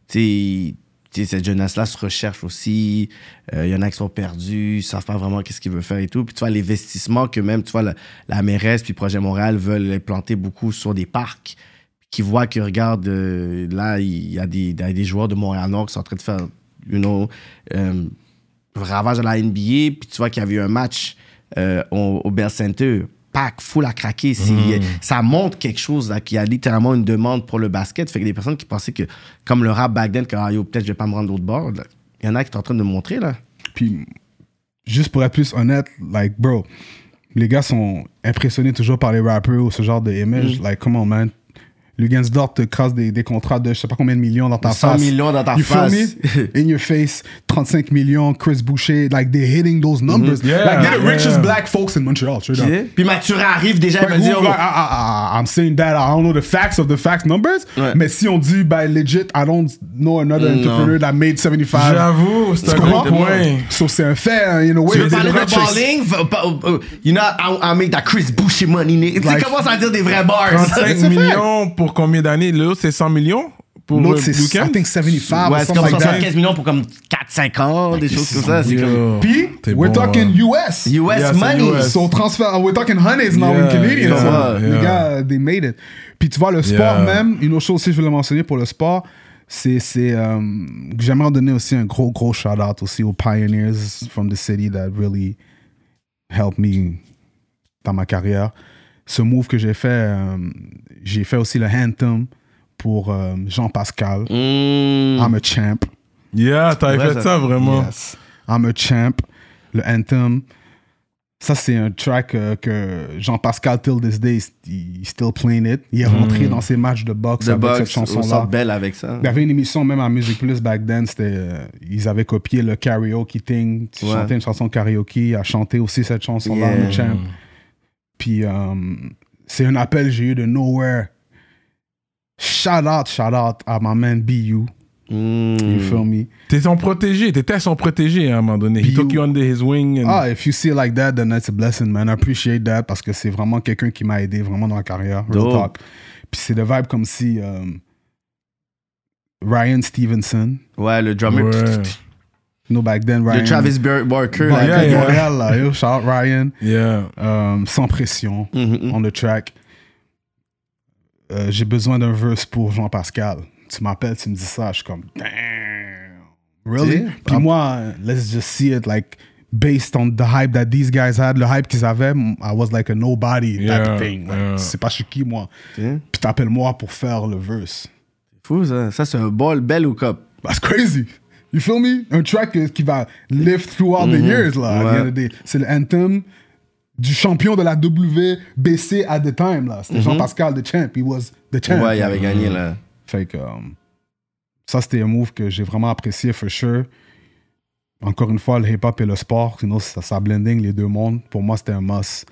S2: tu sais, tu sais, cette jeunesse-là se recherche aussi. Euh, Il y en a qui sont perdus, ils savent pas vraiment qu'est-ce qu'ils veulent faire et tout. Puis tu vois l'investissement que même, tu vois, la, la mairesse puis Projet Montréal veulent implanter beaucoup sur des parcs. Qui voient que, regarde, euh, là, il y, a des- il y a des joueurs de Montréal-Nord qui sont en train de faire, you know, euh, ravage à la NBA, puis tu vois qu'il y avait eu un match euh, au, au Bell Center. Pack, full à craquer. C'est- Ça montre quelque chose, là, qu'il y a littéralement une demande pour le basket. Fait que des personnes qui pensaient que, comme le rap back then, que ah, yo, peut-être je vais pas me rendre au bord, là, il y en a qui sont en train de montrer, là.
S3: Puis juste pour être plus honnête, like bro, les gars sont impressionnés toujours par les rappers ou ce genre de image.
S2: Mm.
S3: Like come on man. Lugens Dort te crasse des, des contrats de je sais pas combien de millions dans ta
S2: 100
S3: face.
S2: millions dans ta
S3: you
S2: face.
S3: Feel me? In your face, 35 millions, Chris Boucher, like they're hitting those numbers.
S2: Mm-hmm.
S1: Yeah.
S3: like they're the
S1: Yeah.
S3: richest black folks in Montreal, straight up.
S2: Puis Mathurin arrive déjà, il
S3: Like,
S2: me dit,
S3: who-
S2: oh,
S3: like, I- I- I- Ah, I'm saying that I don't know the facts of the facts numbers,
S2: Ouais. Mm,
S3: mais si on dit by legit, I don't know another
S2: Non.
S3: entrepreneur that made 75.
S1: J'avoue, c'est
S3: Tu
S1: un gros
S3: comprends?
S1: point.
S3: So c'est un fait, hein, in a way.
S2: tu veux
S3: C'est
S2: parler
S3: des
S2: de
S3: riches.
S2: balling? Va- pa- oh, oh, You know, I, I make that Chris Boucher money, nigga. Tu
S3: Like-
S2: sais, commence à dire des vrais bars.
S1: 35 millions pour combien d'années L'autre, c'est 100 millions pour
S3: L'autre,
S1: euh,
S3: c'est
S1: Lucan?
S3: I think 75
S2: Ouais,
S3: or
S2: c'est
S3: something
S2: comme
S3: like that.
S2: 75 millions pour comme 4-5 ans, des choses comme ça. C'est comme
S3: Puis,
S1: T'es
S3: we're
S1: bon, hein.
S3: talking
S1: ouais.
S3: US.
S2: US
S1: Yeah, c'est
S2: money.
S1: US.
S3: So hein. transfer, oh, we're talking hundreds now in
S1: Yeah,
S3: Canadian.
S2: yeah,
S3: so, Les
S1: yeah.
S3: gars, they made it. Puis tu vois, le
S1: Yeah.
S3: sport même, une autre chose aussi, je voulais mentionner pour le sport, c'est. c'est, euh, que J'aimerais donner aussi un gros, gros shout-out aussi aux pioneers from the city that really helped me dans ma carrière. Ce move que j'ai fait, euh, j'ai fait aussi le anthem pour euh, Jean-Pascal. I'm a champ.
S1: Yeah, t'avais
S2: Ouais,
S1: fait
S2: ça-
S1: ça vraiment.
S3: Yes. I'm a champ. Le anthem. Ça, c'est un track euh, que Jean-Pascal, till this day, il still playing it. Il est rentré dans ses matchs de boxe
S2: The
S3: avec
S2: Bucks,
S3: cette
S2: on
S3: chanson-là.
S2: sort belle avec ça.
S3: Il y avait une émission même à Music Plus back then, c'était, euh, ils avaient copié le karaoke thing. Tu
S2: Ouais.
S3: chantais une chanson karaoke, il a chanté aussi cette chanson-là,
S2: Yeah.
S3: I'm a champ. Puis euh, c'est un appel que j'ai eu de nowhere. Shout out, shout out à ma man BU.
S2: Mm. Hmm.
S3: You feel me?
S1: T'es son protégé, t'étais son protégé hein, à un moment donné. He
S3: Bio.
S1: took you under his wing. and-
S3: Ah, if you see it like that, then that's a blessing, man. I appreciate that parce que c'est vraiment quelqu'un qui m'a aidé vraiment dans la carrière. Real
S2: Dope.
S3: talk. Puis c'est le vibe comme si. euh, um, Ryan Stevenson.
S2: Ouais, le drummer.
S1: Ouais.
S3: No, back then, Ryan.
S2: Le Travis Bar- Barker.
S3: Bon,
S2: là,
S3: yeah,
S2: que-
S3: yeah. Montréal, là, yo, shout out Ryan.
S1: Yeah.
S3: Euh, sans pression,
S1: Mm-hmm.
S3: on the track. Euh, J'ai besoin d'un verse pour Jean-Pascal. Tu m'appelles, tu me dis ça, je suis comme, damn. Really?
S2: Tu sais,
S3: Puis moi, let's just see it, like, based on the hype that these guys had, le hype qu'ils avaient, I was like a nobody
S1: Yeah,
S3: type thing. Like,
S1: yeah.
S3: C'est pas je suis qui, moi.
S2: sais.
S3: Puis t'appelles moi pour faire le verse.
S2: Fou, ça. Ça, c'est un bol, belle ou cop.
S3: That's crazy. You feel me? Un track que- qui va live throughout
S2: Mm-hmm.
S3: the years, là. at the end of the day. C'est le anthem du champion de la WBC at the time, là. C'était Jean-Pascal, the champ. He was the champ.
S2: Mm-hmm. Ouais, il avait gagné, là.
S3: Fait que um, ça, c'était un move que j'ai vraiment apprécié, for sure. Encore une fois, le hip-hop et le sport, sinon, ça, ça blending les deux mondes. Pour moi, c'était un must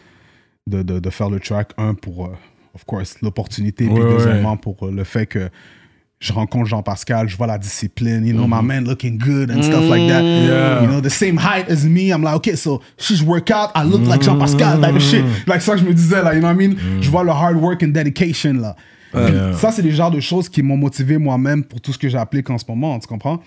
S3: de, de- de faire le track. Un, pour, euh, of course, l'opportunité, puis
S1: Ouais, ouais.
S3: deuxièmement, pour euh, le fait que je rencontre Jean-Pascal, je vois la discipline, you know, my man looking good and stuff like that.
S1: Mm-hmm. Yeah.
S3: You know, the same height as me. I'm like, okay, so she's workout, I look like Jean-Pascal, type of shit.
S1: Mm.
S3: Like ça que je me disais, là, you know what I mean? Je vois le hard work and dedication, là. Puis
S1: yeah.
S3: Ça, c'est le genre de choses qui m'ont motivé moi-même pour tout ce que j'applique en ce moment, tu comprends?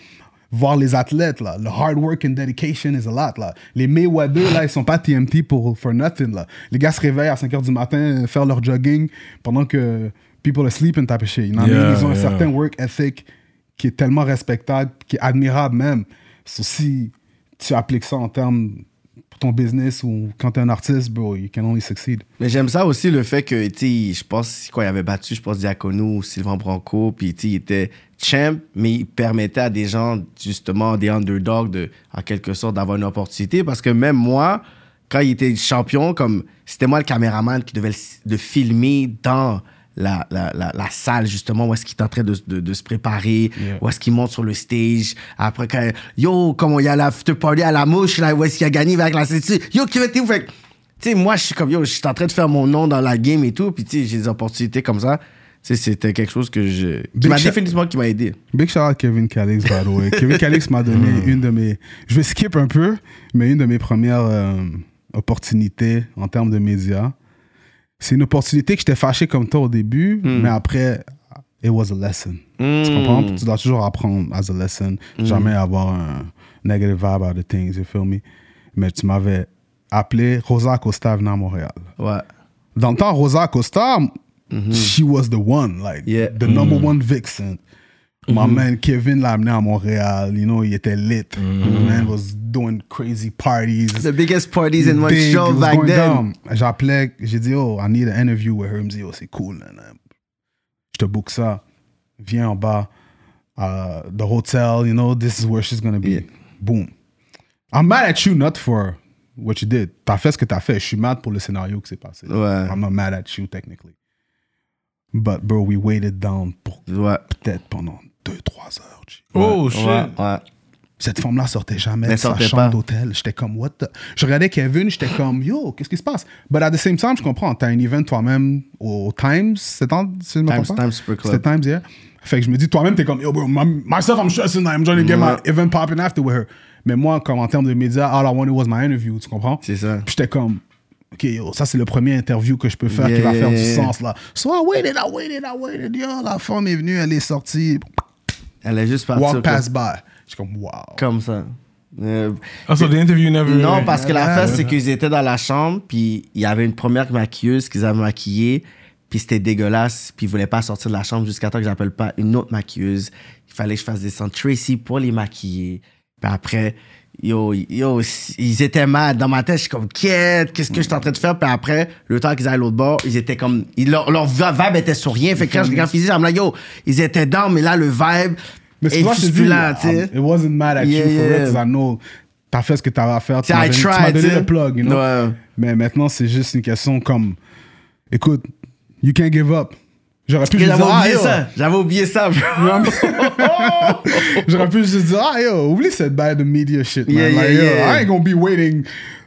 S3: Voir les athlètes, là, le hard work and dedication is a lot, là. Les Mayweather, là, ils sont pas TMT pour for nothing, là. Les gars se réveillent à 5 h du matin, euh, faire leur jogging pendant que people are sleeping, type of shit, you know what I mean?
S1: Yeah,
S3: Ils ont un
S1: yeah.
S3: certain work ethic qui est tellement respectable, qui est admirable même. So, si tu appliques ça en termes pour ton business ou quand t'es un artiste, bro, you can only succeed.
S2: Mais j'aime ça aussi le fait que, tu sais, je pense, quand il avait battu, je pense, Diacono ou Sylvain Branco, puis, tu sais, il était champ, mais il permettait à des gens, justement, des underdogs, de, en quelque sorte, d'avoir une opportunité. Parce que même moi, quand il était champion, comme, c'était moi le caméraman qui devait le, de filmer dans la, la, la, la salle, justement, où est-ce qu'il est en train de, de, de se préparer, où est-ce qu'il monte sur le stage. Après, quand, yo, comment il y a la after party à la mouche, là, où est-ce qu'il a gagné avec la ceinture. Yo, qui était où? Fait que, tu sais, moi, je suis comme, yo, je suis en train de faire mon nom dans la game et tout, puis tu sais, j'ai des opportunités comme ça. Tu sais, c'était quelque chose que je. Qui
S3: Big
S2: m'a
S3: shout-
S2: définitivement qui m'a aidé.
S3: Big shout out Kevin Calix, by the way. Kevin Calix m'a donné une de mes. Je vais skip un peu, mais une de mes premières euh, opportunités en termes de médias. C'est une opportunité que j'étais fâché comme toi au début, mais après, it was a lesson. Tu comprends? Puis Tu dois toujours apprendre as a lesson. Jamais avoir un negative vibe out of things, you feel me? Mais tu m'avais appelé Rosa Costa venant à Montréal
S2: Ouais.
S3: dans le temps, Rosa Acosta, she was the one, like
S2: Yeah.
S3: the number one vixen. My man Kevin l'a amené à Montréal, you know, il était lit. My man was doing crazy parties.
S2: The biggest parties in
S3: Big, it
S2: Montreal
S3: was
S2: back
S3: going
S2: then.
S3: down. J'appelais, j'ai dit, oh, I need an interview with her. Il me dit, oh, c'est cool. nan, nan. Je te book ça. Viens en bas. Uh, the hotel, you know, this is where she's gonna be.
S2: Yeah.
S3: Boom. I'm mad at you, not for what you did. T'as fait ce que t'as fait. Je suis mad pour le scénario qui s'est passé.
S2: Ouais.
S3: I'm not mad at you, technically. But, bro, we waited down pour
S2: Ouais.
S3: peut-être pendant 2-3 heures. G.
S1: Oh, shit.
S2: Ouais. ouais.
S3: Cette femme-là sortait jamais
S2: Elle
S3: de sa
S2: sortait
S3: chambre
S2: pas.
S3: d'hôtel. J'étais comme, what the... Je regardais Kevin, j'étais comme, yo, qu'est-ce qui se passe? But at the same time, je comprends. T'as un event toi-même au Times, c'est en- si je me
S2: Times-
S3: trompe pas?
S2: Times Super Club.
S3: C'était Times, yeah. Fait que je me dis, toi-même, t'es comme, yo, bro, my- myself, I'm stressing, I'm trying to get my event popping after with her. Mais moi, comme en termes de médias, all I wanted was my interview, tu comprends?
S2: C'est ça.
S3: Puis j'étais comme, OK, yo, ça, c'est le premier interview que je peux faire qui va
S2: Yeah.
S3: faire du sens, là. So I waited, I waited, I waited. Yo, la femme est venue, elle est sortie.
S2: Elle est juste partie.
S3: Walk
S2: comme-
S3: past by. Je suis comme, wow.
S2: Comme ça. Euh,
S1: Ah, so the interview never.
S2: Non, parce que l'affaire,
S3: ouais.
S2: c'est qu'ils étaient dans la chambre, puis il y avait une première maquilleuse qu'ils avaient maquillée, puis c'était dégueulasse, puis ils voulaient pas sortir de la chambre jusqu'à temps que j'appelle pas une autre maquilleuse. Il fallait que je fasse descendre Tracy pour les maquiller. Puis après, yo, yo, ils étaient mal. Dans ma tête, je suis comme, quête, qu'est-ce que je suis en train de faire? Puis après, le temps qu'ils allaient à l'autre bord, ils étaient comme, ils- leur, leur vibe était sur rien. Fait que quand je regarde physique, me yo, ils étaient dans, mais là, le vibe.
S3: Mais c'est
S2: est
S3: pour ça que je te dis,
S2: fusculant,
S3: ah,
S2: tu sais.
S3: I'm- it wasn't mad at
S2: Yeah,
S3: you for
S2: yeah.
S3: it, because I know t'as fait ce que t'avais à faire. Tu
S2: T'sais,
S3: m'as
S2: I
S3: donné, tu
S2: tried,
S3: m'as donné
S2: t'sais.
S3: le plug, you know?
S2: Ouais.
S3: Mais maintenant, c'est juste une question comme, écoute, you can't give up. J'aurais pu
S2: J'avais
S3: juste dire, ah,
S2: oublié
S3: yo.
S2: ça. J'avais oublié ça, bro.
S3: J'aurais pu juste dire, ah, yo, oublie cette bad media shit, man.
S2: Yeah, yeah,
S3: like, yo,
S2: yeah.
S3: I ain't gonna be waiting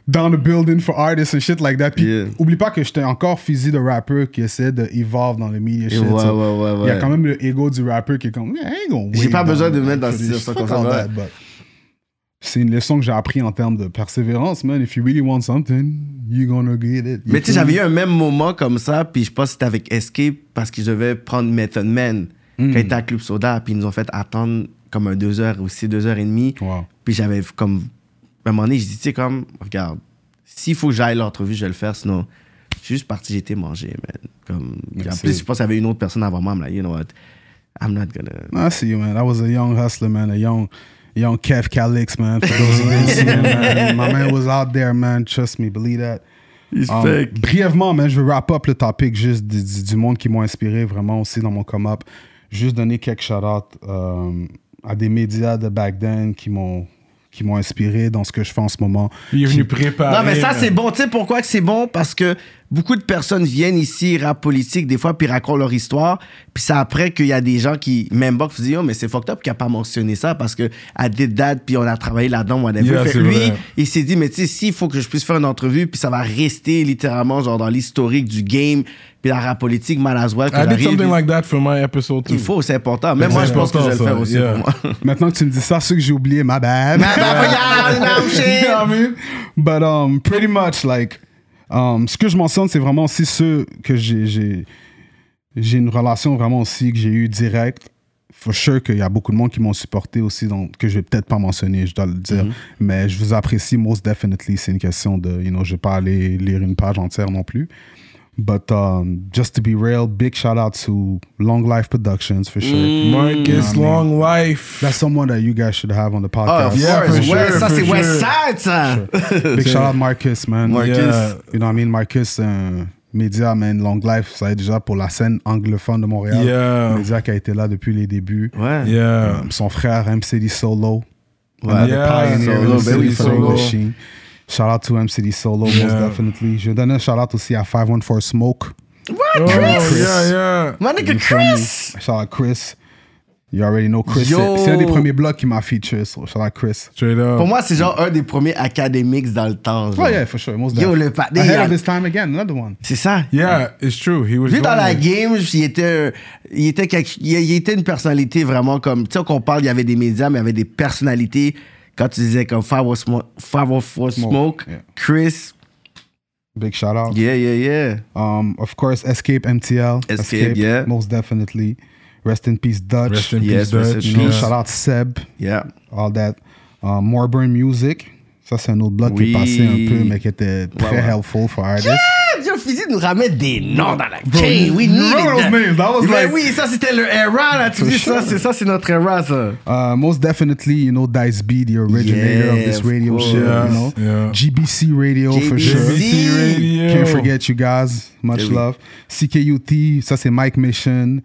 S3: down the building for artists and shit like that. Puis,
S2: Yeah.
S3: oublie pas que j'étais encore physique de rapper qui essaie de evolve dans le media shit.
S2: ouais,
S3: so
S2: ouais, ouais,
S3: Il y a
S2: ouais.
S3: quand même le ego du rapper qui est comme, yeah, I ain't gonna
S2: J'ai
S3: wait
S2: pas
S3: down
S2: besoin de
S3: the
S2: me mettre dans
S3: for this
S2: cette
S3: shit.
S2: circonstance,
S3: Fuck all
S2: ouais.
S3: that, but C'est une leçon que j'ai appris en termes de persévérance, man. If you really want something, you're gonna get it.
S2: Mais
S3: Mm.
S2: tu sais, j'avais eu un même moment comme ça, puis je pense que c'était avec Escape parce que je devais prendre Method Man.
S3: Mm.
S2: quand il était à Club Soda, puis ils nous ont fait attendre comme un deux heures ou six, deux heures et demie.
S3: Wow.
S2: Puis j'avais comme. À un moment donné, je dis, tu sais, comme, regarde, s'il faut que j'aille à l'entrevue, je vais le faire, sinon. Je suis juste parti, j'ai été mangé, man. Comme, puis en
S3: Merci.
S2: plus, je pense qu'il y avait une autre personne avant moi, I'm like, you know what, I'm not gonna.
S3: I see you, man. I was a young hustler, man. A young, young Kev Calix, man. For those who didn't see him, man. My man was out there, man. Trust me, believe that. Um, brièvement, man, je veux wrap up le topic juste du, du- du monde qui m'a inspiré vraiment aussi dans mon come-up. Juste donner quelques shout-out euh, à des médias de back then qui m'ont qui m'ont inspiré dans ce que je fais en ce moment.
S1: Il est venu préparer.
S2: Non, mais ça,
S1: man.
S2: c'est bon. Tu sais pourquoi que c'est bon? Parce que beaucoup de personnes viennent ici, rap politique, des fois, puis racontent leur histoire. Puis c'est après qu'il y a des gens qui m'inboxent, disent, oh, mais c'est fucked up qu'il n'a pas mentionné ça parce que à des dates, puis on a travaillé là-dedans, whatever.
S1: Yeah,
S2: Fait que
S1: c'est
S2: lui,
S1: vrai.
S2: il s'est dit, mais tu sais, s'il faut que je puisse faire une entrevue, puis ça va rester littéralement, genre, dans l'historique du game, puis la rap politique, mal as well, que
S1: I did
S2: j'arrive.
S1: something like that for my episode too.
S2: Il faut, c'est important. Même
S1: C'est
S2: moi, je pense que je vais le
S1: important,
S2: faire
S1: ça.
S2: aussi
S1: Yeah.
S2: pour moi.
S3: Maintenant que tu me dis ça, ceux que j'ai oublié, my bad.
S2: Ah, bah, regarde, non, shit.
S3: You know what I mean? But um, pretty much, like, um, ce que je mentionne, c'est vraiment aussi ceux que j'ai- j'ai j'ai une relation vraiment aussi que j'ai eu direct. For sure qu'il y a beaucoup de monde qui m'ont supporté aussi, donc, que je vais peut-être pas mentionner, je dois le dire. Mais je vous apprécie most definitely. C'est une question de, you know, je vais pas aller lire une page entière non plus. But um, just to be real, big shout out to Long Life Productions for sure.
S1: Marcus
S3: Mm.
S1: Long Life.
S3: That's someone that you guys should have on the
S2: Ah,
S3: podcast.
S2: of
S1: Yeah,
S2: course.
S1: for
S2: Ouais,
S1: sure,
S2: ça,
S1: for
S2: c'est
S1: sure.
S2: Westside, ça.
S3: Big shout out Marcus, man.
S2: Marcus.
S3: Yeah. You know what I mean? Marcus, c'est un média, man, long life. Ça aide déjà pour la scène anglophone de Montréal.
S1: Yeah.
S3: Un média qui a été là depuis les débuts.
S2: Ouais.
S1: Yeah.
S3: Um, son frère, MCD Solo.
S2: Ouais.
S3: Another
S1: Yeah,
S3: pioneer
S2: Solo,
S3: in the
S2: ben oui,
S3: city for the
S2: Solo.
S3: machine. Shout out to MCD Solo, most
S1: Yeah.
S3: definitely. Je donne un shout out aussi à 514 Smoke.
S1: Oh, yeah, yeah.
S2: My nigga
S3: You feel me?
S2: Chris!
S3: Shout out Chris. You already know Chris.
S2: Yo.
S3: C'est- C'est un des premiers blogs qui m'a feature. So shout out Chris.
S1: Straight up.
S2: Pour moi, c'est genre un des premiers academics dans le temps. genre.
S3: Oh yeah, for sure. Most
S2: Yo,
S3: definitely.
S2: le padé, il
S3: Ahead
S2: a-
S3: of his time again, another one.
S2: C'est ça.
S1: Yeah, it's true. He was
S2: Lui, dans
S1: going
S2: la
S1: there.
S2: game, il était, il, était quelque- il- il était une personnalité vraiment comme. Tu sais, qu'on parle, il y avait des médias, mais il y avait des personnalités. Quand tu disais comme Five or Smoke, Five or Four Smoke
S3: yeah.
S2: Chris.
S3: Big shout out.
S2: Yeah, yeah, yeah.
S3: Um, of course, Escape MTL.
S2: Escape, yeah.
S3: Most definitely. Rest in peace, Dutch.
S1: Rest in
S2: Yes,
S1: peace,
S2: rest
S1: Dutch.
S2: in
S3: you know,
S2: peace.
S3: shout out Seb,
S2: Yeah.
S3: all that. Um, Morburn Music. Ça, c'est un autre blog qui est
S2: Oui.
S3: passé un peu, mais qui était très
S2: ouais.
S3: helpful for artists.
S2: Ah, Joe Fizzy nous ramène des noms dans la game. We need
S3: remember those names? That was like-
S2: oui, ça, c'était le era, là. Tu dis ça, c'est ça, c'est notre era, ça.
S3: Uh, most definitely, you know, Dice B, the originator of
S2: Yeah,
S3: this
S2: of
S3: radio
S2: course.
S3: show. You
S1: Yeah,
S3: know,
S1: yeah.
S3: GBC Radio for
S2: JBC.
S3: sure.
S1: JBC Radio.
S3: Can't forget you guys. Much
S2: Eh oui.
S3: love. CKUT, ça c'est Mike Mission.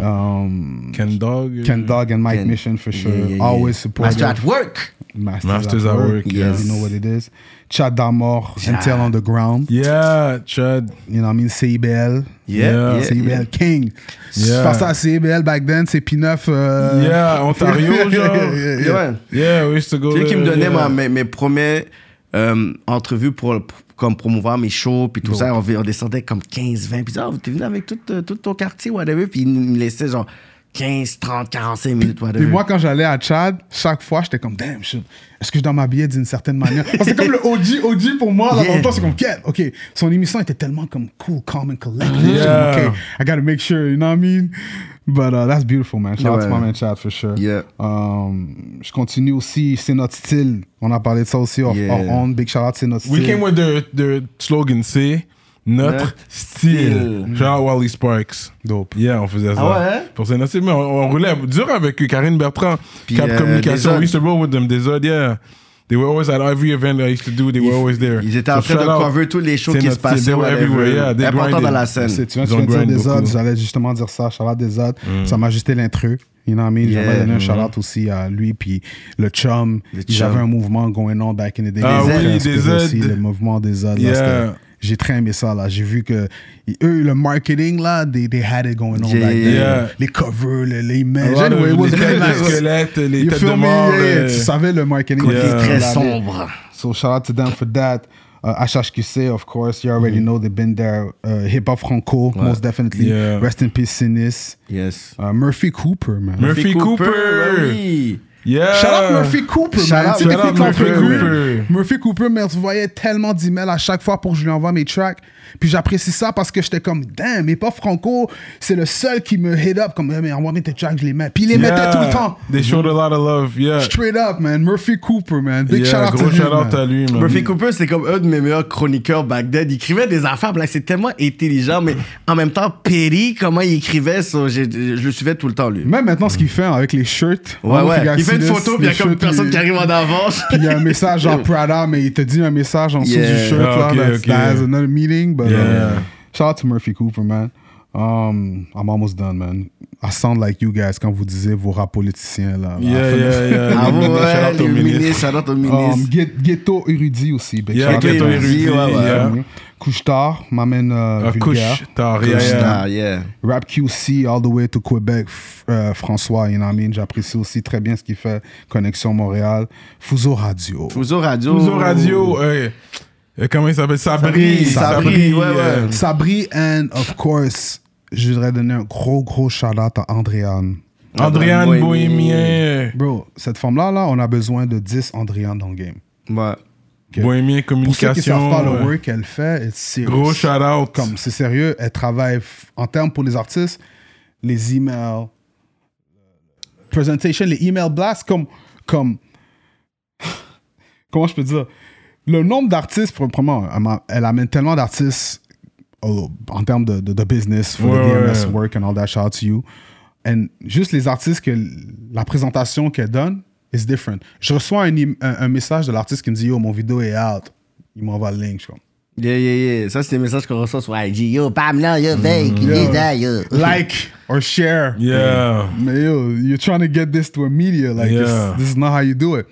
S3: Um,
S1: Ken Dog.
S3: Ken Dog and Mike
S2: Mm. Ken.
S3: Mission for sure.
S2: yeah, yeah.
S3: Always support
S2: Master at work.
S3: Masters,
S1: Masters
S3: at
S1: at
S3: work.
S1: work,
S3: Yeah,
S2: yes.
S3: you know what it is. Chad Damor, Intel on the ground.
S1: Yeah, Chad.
S3: You know what I mean? CIBL.
S1: Yeah.
S3: CIBL King.
S1: Yeah.
S3: Je pensais à CIBL back then, c'est P9. euh,
S1: Yeah, Ontario, genre.
S3: Yeah,
S2: Uh. Yeah, ouais.
S1: Yeah, we used to go
S2: C'est lui qui me
S1: there,
S2: donnait
S1: yeah.
S2: moi, mes, mes premières euh, entrevues pour, pour- comme promouvoir mes shows, puis tout ça. On, on descendait comme 15, 20, puis il disait, Ah, t'es venu avec tout, euh, tout ton quartier, whatever, puis il me laissait genre 15, 30, 45 minutes, whatever.
S3: Puis moi, quand j'allais à Tchad, chaque fois, j'étais comme, damn, shit, est-ce que je dois m'habiller d'une certaine manière? Parce que c'est comme le OG, OG pour moi, là,
S2: Yeah.
S3: dans le temps, c'est comme, quête, OK, son émission était tellement comme cool, calm and collected. J'étais
S1: Yeah.
S3: comme, OK, I gotta make sure, you know what I mean? But uh, that's beautiful, man. Shout out to
S2: Ouais.
S3: my man Chad, for sure.
S2: Yeah.
S3: Um, je continue aussi, c'est notre style. On a parlé de ça aussi, off,
S2: Yeah.
S3: off on, big shout out, c'est notre style.
S1: We came with the, the slogan, c'est notre
S2: Notre
S1: style.
S2: style.
S1: Genre Wally Sparks.
S3: Dope.
S1: Yeah, on faisait ça.
S2: Ah ouais, hein?
S1: Pour c'est notre style, mais on, on roulait dur avec eux. Karine Bertrand,
S2: Puis,
S1: Cap
S2: euh,
S1: Communication.
S2: Desod.
S1: We used to roll with them. Desod, yeah. They were always at every event that I used to do. They were always there.
S2: Ils étaient en
S1: So
S2: train de
S1: shout out.
S2: cover tous les shows
S1: C'est
S2: qui se
S1: notre style. They
S2: passaient,
S1: were
S2: whatever.
S1: everywhere, yeah. They
S2: Important
S1: grinded.
S2: dans la scène.
S3: C'est- Tu viens, tu
S1: Ils ont
S3: viens de dire
S1: grind
S3: des
S1: beaucoup. Mm.
S3: odds, j'allais justement dire ça. Shout out des odds. Ça m'a ajusté l'intrus. You know what I mean? J'aimerais
S2: Yeah.
S1: Mm-hmm.
S3: donner un shout out aussi à lui puis le chum.
S2: Le chum.
S3: J'avais un mouvement going on back in the day.
S1: Ah
S3: qui m'a
S1: oui,
S3: très inspiré
S1: des odds.
S3: aussi, Le mouvement des odds. là,
S1: Yeah.
S3: c'était- J'ai très aimé ça là. J'ai vu que eux, le marketing là, they, they had it going on
S2: Yeah,
S3: back then.
S1: yeah. Ah,
S3: Les covers, les, les images.
S1: Ouais,
S3: Anyway, it was
S1: les
S3: really
S1: têtes de
S3: nice.
S1: squelettes, les
S3: You
S1: têtes
S3: feel
S1: de
S3: me?
S1: mort.
S3: Yeah, yeah.
S1: euh,
S3: Tu savais le marketing.
S1: Côté
S3: Yeah.
S2: Très
S3: Ils l'avaient.
S2: sombre.
S3: So shout out to them for that. Uh, HHQC, of course, you already
S1: Mm-hmm.
S3: know they've been there. Uh, Hip Hop Franco, most definitely.
S1: Yeah.
S3: Rest in peace, Sinis.
S2: Yes.
S3: Uh, Murphy Cooper, man.
S1: Murphy Cooper.
S2: oui.
S1: Yeah.
S3: Shout out Murphy Cooper,
S2: Shout
S3: man.
S2: out
S3: Tu sais,
S2: Murphy
S3: depuis qu'on
S2: Cooper,
S3: fait
S2: man.
S3: Cooper. Murphy Cooper m'envoyait tellement d'emails à chaque fois pour que je lui envoie mes tracks. Puis j'apprécie ça parce que j'étais comme, damn, mais pas Franco, c'est le seul qui me hit up. Comme, eh, mais envoie-moi tes tracks, je les mets. Puis il les mettait tout le temps.
S1: They showed a lot of love, yeah.
S3: Straight up, man. Murphy Cooper, man. Big
S1: Yeah,
S3: shout out
S1: gros
S3: to
S1: shout
S3: him,
S1: out
S3: man.
S1: à lui, man.
S2: Murphy Cooper, c'est comme un de mes meilleurs chroniqueurs back then. Il écrivait des affaires, blague, c'est tellement intelligent, mais en même temps, péri, comment il écrivait, ça, j'ai- je, le suivais tout le temps, lui.
S3: Même maintenant, ce qu'il fait avec les shirts. hein,
S2: Ouais, ouais. Il fait une
S3: Gacidis,
S2: photo, puis il y a
S3: les
S2: comme
S3: shirts,
S2: personne
S3: puis-
S2: qui arrive en avance.
S3: Puis il y a un message genre Prada, mais il te dit un message en dessous
S2: Yeah.
S3: du shirt.
S1: Ah,
S3: là,
S1: ok,
S3: that's,
S1: ok.
S3: that has another meaning. But,
S1: Yeah.
S3: um, shout out to Murphy Cooper, man. Um, I'm almost done, man. I sound like you guys quand vous disiez vos rap politiciens. Là,
S1: Yeah, yeah, yeah.
S2: Ah ouais,
S1: Shout out au
S2: le
S1: ministre. Oh,
S2: ministre, shout out au
S3: Um,
S2: ministre.
S3: Ghet- Ghetto érudit aussi. big
S1: Yeah,
S3: shout out.
S1: Ghetto
S2: Ghetto
S1: Érudit,
S2: Érudit, ouais, ouais.
S1: yeah.
S3: Couche-tard m'amène euh,
S1: Ah,
S3: vulgaire.
S1: Couche, tard, yeah, yeah.
S2: Ah, yeah.
S3: Rap QC all the way to Quebec, F- euh, François, you know what I mean? J'apprécie aussi très bien ce qu'il fait. Connexion Montréal, Fuso Radio.
S2: Fouzo Radio.
S1: Fuso Radio, euh, euh, comment il s'appelle Sabri.
S2: Sabri, Sabri, ouais,
S1: euh,
S2: ouais.
S3: Sabri, and of course, je voudrais donner un gros, gros shout-out à Andréane.
S1: Adrien
S2: Bohémien.
S1: Bohémien.
S3: Bro, cette femme-là, là, on a besoin de 10 Andréane dans le game.
S2: Ouais.
S1: Bohémien
S3: Pour ceux qui ne savent
S1: Communication.
S3: pas le
S1: euh,
S3: work qu'elle fait, it's serious.
S1: Gros shout-out.
S3: Comme, c'est sérieux, elle travaille f- en termes pour les artistes, les emails, presentation, les email blasts, comme, comme, comment je peux dire, le nombre d'artistes, proprement, elle m'a- elle amène tellement d'artistes au- en termes de, de, de business, for
S1: Ouais,
S3: the DMS
S1: ouais.
S3: work and all that, shout out to you. And juste les artistes que l- la présentation qu'elle donne is different. Je reçois un, im- un, un message de l'artiste qui me dit Yo, mon vidéo est out. Il m'envoie le link. Je suis comme,
S2: Yeah, yeah, yeah. Ça, c'est des messages qu'on reçoit sur IG. Yo, bam, là,
S1: Mm,
S2: yo, fake, il est là, yo.
S3: like or share.
S1: Yeah.
S3: Mais yo, you're trying to get this to a media. Like,
S1: Yeah.
S3: this, this is not how you do it.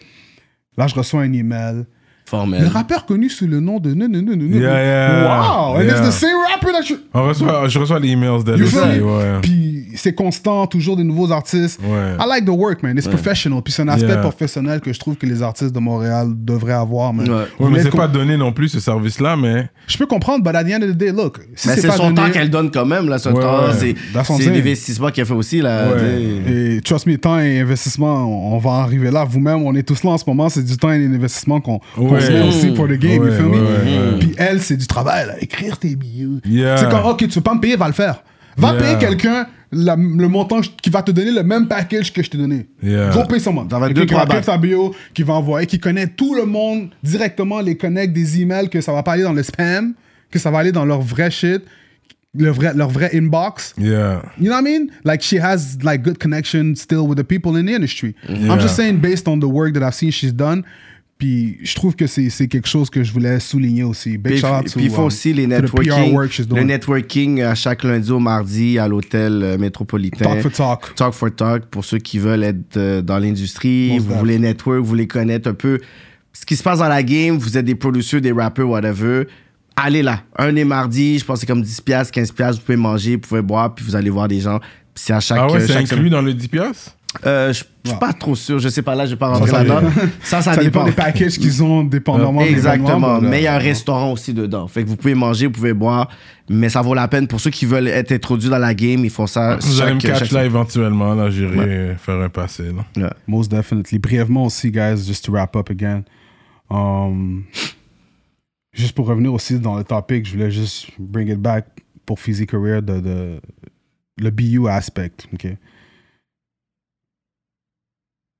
S3: Là, je reçois un email. Le
S2: Formel.
S3: rappeur connu sous le nom de. Non, non, non, non, non.
S1: Yeah, yeah,
S3: Wow! And
S1: yeah.
S3: it's the same rapper that you.
S1: On reçoit, je reçois les emails d'elle
S3: You
S1: aussi,
S3: feel me?
S1: ouais.
S3: Puis c'est constant, toujours des nouveaux artistes.
S1: Ouais.
S3: I like the work, man. It's professional. Puis c'est un aspect
S1: Yeah.
S3: professionnel que je trouve que les artistes de Montréal devraient avoir, man.
S2: Ouais. Ouais,
S3: Vous
S1: Ouais, mais
S3: l'êtes
S1: c'est
S3: com-
S1: pas donné non plus ce service-là, mais
S3: Je peux comprendre, but at the end of the day, look. Si
S2: Mais Ben, c'est
S3: pas
S2: son
S3: donné-
S2: temps qu'elle donne quand même, là. Son
S1: Ouais,
S2: temps,
S1: ouais.
S2: c'est
S3: That's what I'm
S2: c'est
S3: saying.
S2: l'investissement qu'elle fait aussi, là. tu sais.
S3: Et trust me, temps et investissement, on on va en arriver là. Vous-même, on est tous là en ce moment. C'est du temps et des investissements qu'on qu'on
S1: Ouais.
S3: se met aussi pour le game,
S1: Ouais,
S3: you feel
S1: ouais,
S3: me?
S1: ouais, ouais.
S3: Puis elle, c'est du travail, là. écrire tes billets.
S1: Yeah.
S3: C'est comme, ok, tu veux pas me payer, va le faire. Va
S1: Yeah.
S3: payer quelqu'un la- le montant qui va te donner le même package que je t'ai donné.
S1: Yeah.
S3: Go pay someone.
S2: Ça va être
S3: Quelqu'un
S2: deux,
S3: qui va
S2: trois
S3: écrire sa bio, qui va envoyer, qui connaît tout le monde directement, les connecte des emails, que ça va pas aller dans le spam, que ça va aller dans leur vrai shit, le vrai, leur vrai inbox.
S1: yeah.
S3: You know what I mean? Like she has like good connection still with the people in the industry. I'm just saying based on the work that I've seen she's done. Puis je trouve que c'est c'est quelque chose que je voulais souligner aussi. Big
S2: Puis,
S3: shout out to,
S2: puis ils font
S3: um,
S2: aussi les
S3: to the PR
S2: networking,
S3: work she's
S2: le
S3: doing.
S2: networking à chaque lundi au mardi à l'hôtel euh, métropolitain.
S3: Talk for talk.
S2: Talk for talk pour ceux qui veulent être euh, dans l'industrie,
S3: Most
S2: vous
S3: def.
S2: voulez network, vous voulez connaître un peu ce qui se passe dans la game, vous êtes des producteurs, des rappeurs, whatever. Allez là, un est mardi, je pense que c'est comme 10 piastres, 15 piastres, vous pouvez manger, vous pouvez boire, puis vous allez voir des gens. Puis C'est à chaque,
S1: Ah ouais,
S2: euh,
S1: c'est
S2: chaque
S1: inclus dans le 10 piastres?
S2: Euh, je je suis pas trop sûr, je sais pas là, je vais pas rentrer
S3: Ah. ça
S2: là-dedans.
S3: dépend.
S2: Ça, ça,
S3: Ça dépend des packages qu'ils ont dépendamment des
S2: Exactement.
S3: événements,
S2: Mais il y a un
S3: là.
S2: restaurant aussi dedans. Fait que vous pouvez manger, vous pouvez boire, mais ça vaut la peine. Pour ceux qui veulent être introduits dans la game, ils font ça.
S1: Vous allez me
S2: chaque- euh,
S1: catch
S2: chaque-
S1: là éventuellement, là j'irai euh, faire un passé. Là.
S2: Ouais.
S3: Most definitely. Brièvement aussi, guys, just to wrap up again. Um, juste pour revenir aussi dans le topic, je voulais juste bring it back pour Physique Career de, de- le BU aspect. ok?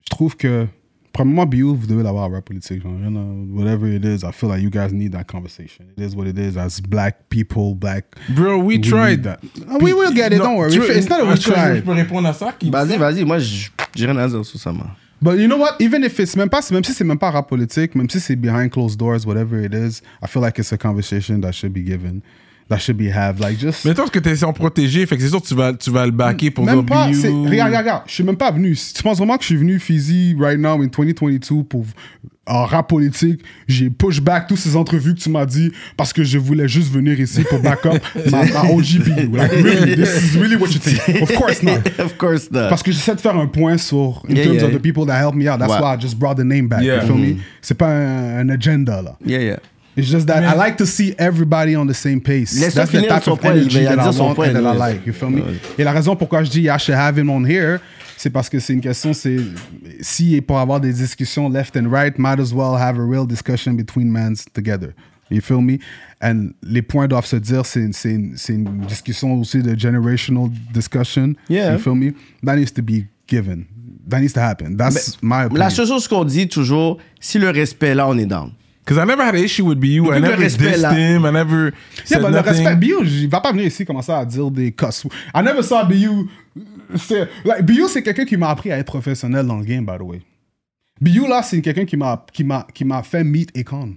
S3: Je trouve que, premièrement, BU, vous devez l'avoir à rap politique. genre, you know, whatever it is, I feel like you guys need that conversation. It is what it is. As black people, black.
S1: Bro, we,
S3: need
S1: tried.
S3: that. Ah, We will get it, don't worry.
S1: tu-
S3: It's not a we
S1: est-ce que
S3: tried.
S1: Je peux répondre à ça? qui-
S2: Vas-y, vas-y, moi, je- j'ai rien à dire sur ça, moi.
S3: But you know what? Even if it's même pas, même si c'est même pas rap politique, même si c'est behind closed doors, whatever it is, I feel like it's a conversation that should be given, that should be have. Like just
S1: Mais toi, parce que t'es sans protégé, fait que c'est sûr que tu vas, tu vas le backer pour
S3: même
S1: dire
S3: pas.
S1: Biu.
S3: c'est- Regarde, regarde, regarde. Je suis même pas venu. Si Tu penses vraiment que je suis venu Fizzy right now in 2022 pour en rap politique? J'ai push back toutes ces entrevues que tu m'as dit parce que je voulais juste venir ici pour back up ma, ma OGBU. Like really, this is really what you think? Of course not.
S2: of course not.
S3: Parce que j'essaie de faire un point sur in
S2: Yeah,
S3: terms
S2: yeah.
S3: of the people that helped me out. That's
S2: Ouais. Mm-hmm.
S3: why I just brought the name back.
S1: Yeah.
S3: You feel me? C'est pas un, un agenda là.
S2: Yeah, yeah.
S3: It's just that I like to see everybody on the same pace.
S2: Laisse-le
S3: That's the
S2: finir
S3: type
S2: son
S3: of
S2: point, il
S3: energy
S2: va y
S3: that I
S2: dire son
S3: want
S2: point,
S3: and that I
S2: là.
S3: like. You feel me? Et la raison pourquoi je dis I should have him on here, c'est parce que c'est une question, c'est si et pour avoir des discussions left and right, might as well have a real discussion between men together. You feel me? And les points doivent se dire, c'est une, c'est une- c'est une discussion aussi de generational discussion.
S2: Yeah.
S3: You feel me? That needs to be given. That needs to happen. That's my opinion.
S2: La seule chose qu'on dit toujours, si le respect est là, on est down.
S1: Because I never had an issue with BU. I
S2: Le
S1: never
S2: respect,
S1: dissed
S2: là.
S1: him. I never
S3: Yeah,
S1: said
S3: but le
S1: nothing.
S3: respect, BU, il va pas venir ici commencer à dire des cuss. I never saw BU. c'est- Like, BU, c'est quelqu'un qui m'a appris à être professionnel dans le game, by the way. BU, là, c'est quelqu'un qui m'a, qui, m'a, qui m'a fait meet Econ.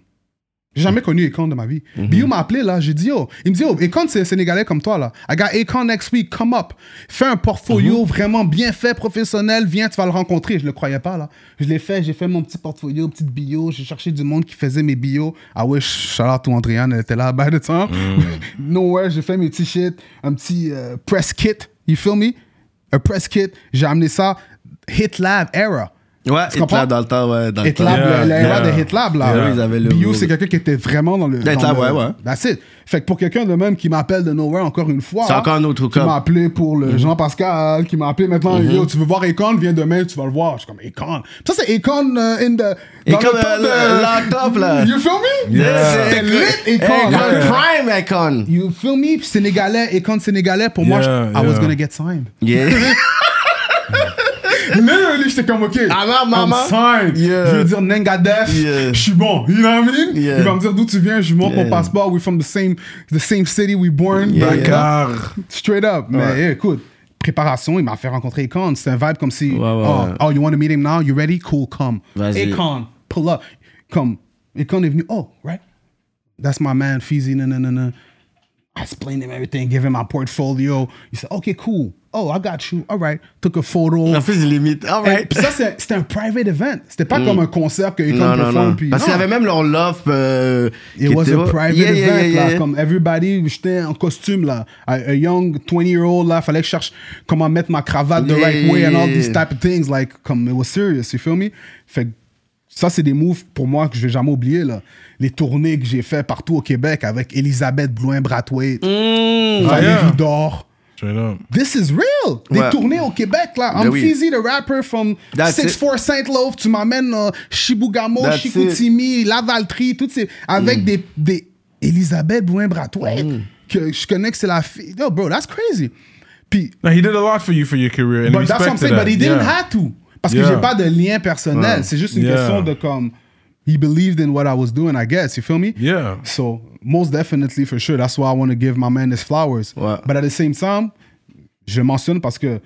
S3: J'ai jamais connu Econ de ma vie. BU m'a appelé, là, j'ai dit, yo, il me dit, yo, Econ, c'est un Sénégalais comme toi, là. I got Econ next week, come up. Fais un portfolio vraiment bien fait, professionnel, viens, tu vas le rencontrer. Je le croyais pas, là. Je l'ai fait, j'ai fait mon petit portfolio, petite bio, j'ai cherché du monde qui faisait mes bios. Ah ouais, shout out to Andréane, elle était là, by the time. no way, j'ai fait mes petits shit, un petit euh, press kit, you feel me? Un press kit, j'ai amené ça, Hit Lab era.
S2: Ouais,
S3: Tu
S2: Hit
S3: comprends?
S2: Lab dans le temps, ouais. Dans le temps.
S3: Hitlab,
S1: Yeah,
S3: l'era
S1: yeah.
S3: de Hitlab, là.
S2: Yeah, ils avaient le-
S3: Bio, c'est quelqu'un qui était vraiment dans le.
S2: Hitlab,
S3: dans le-
S2: ouais, ouais.
S3: That's it. Fait que pour quelqu'un de même qui m'appelle de nowhere encore une fois.
S2: C'est encore un autre Mm-hmm.
S3: Qui
S2: cas.
S3: m'a appelé pour le Jean-Pascal, qui m'a appelé maintenant, yo, tu veux voir Econ, viens demain, tu vas le voir. Je suis comme Econ. Ça, c'est Econ euh, in the. dans
S2: Econ,
S3: le temps
S2: euh,
S3: de-
S2: laptop, là.
S3: You feel me?
S2: Yeah.
S3: C'était lit, Econ.
S2: Hey,
S3: hein.
S2: Econ, Prime Icon.
S3: You feel me? Puis Sénégalais, Econ Sénégalais, pour moi,
S1: Yeah,
S3: je- I was
S1: yeah.
S3: gonna get signed.
S2: Yeah.
S3: Literally, j'étais comme, OK,
S2: Maman,
S3: I'm
S2: maman.
S3: signed.
S2: Yeah.
S3: Je veux dire Nengadef,
S2: Yeah.
S3: je suis bon. You know what I mean?
S2: Yeah.
S3: Il va me dire d'où tu viens, je suis bon
S2: Yeah.
S3: mon passeport, we're from the same, the same city we born.
S2: Yeah.
S3: Like, uh,
S1: Car.
S3: Straight up. Mais eh, écoute, préparation, il m'a fait rencontrer Akon. C'était un vibe comme si, oh,
S2: ouais.
S3: oh, you want to meet him now? You ready? Cool, come.
S2: Vas-y.
S3: Akon, pull up. Comme, Akon est venu, oh, right? That's my man, Feezy, na na na na. I explained him everything, gave him my portfolio. He said, okay, cool. Oh, I got you. All right. Took a photo.
S2: En fait, il limite. All
S3: Hey,
S2: right.
S3: Puis ça, c'est- c'était un private event. C'était pas comme un concert que
S2: Mm. Non,
S3: Akon
S2: non,
S3: performe.
S2: non.
S3: Puis,
S2: Parce qu'il y
S3: non.
S2: avait même leur love. Euh, qui
S3: It was
S2: était-
S3: a private
S2: Yeah, yeah,
S3: event,
S2: yeah,
S3: là,
S2: yeah.
S3: comme everybody, j'étais en costume, là. A, a young 20-year-old, là, fallait que je cherche comment mettre ma cravate the
S2: Yeah,
S3: right way and all
S2: yeah,
S3: these
S2: yeah.
S3: type of things, like, comme, it was serious, you feel me? Fait que ça, c'est des moves, pour moi, que je vais jamais oublier, là. Les tournées que j'ai fait partout au Québec avec Elisabeth Blouin-Brathwaite,
S1: Ah, yeah.
S2: Mm.
S3: Valérie Dor.
S1: Straight up.
S3: This is real! Des
S2: Ouais.
S3: tournées au Québec, là.
S2: Ben
S3: I'm
S2: oui.
S3: Fizzy, the rapper from
S2: That's
S3: 64 Saint-Love. Tu m'amènes euh, Shibugamo,
S2: That's Mm.
S3: Chicoutimi, Lavaltrie, toutes ces... Avec des, des... Elisabeth Bouin-Bratois, que je connais que c'est la fille... Yo, bro, that's crazy. Puis,
S1: No, he did a lot for you for your career. And
S3: but that's what I'm
S1: respect to
S3: saying,
S1: that.
S3: but he didn't
S1: Yeah.
S3: have to. Parce que
S1: Yeah.
S3: j'ai pas de lien personnel. C'est juste une
S1: Yeah.
S3: question de comme... He believed in what I was doing, I guess. You feel me?
S1: Yeah.
S3: So, most definitely, for sure, that's why I want to give my man his flowers.
S2: Ouais.
S3: But at the same time, je mentionne parce que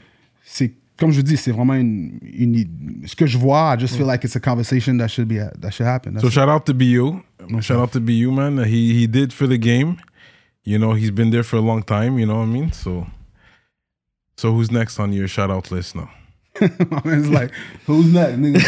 S3: c'est, comme je dis, c'est vraiment une, une- ce que je vois. I just feel like it's a conversation that should be that should happen. That's
S1: So shout out to BU. Shout out to BU, man. He he did for the game. You know, he's been there for a long time, you know what I mean? So So who's next on your shout out list now?
S3: it's like who's next? nigga?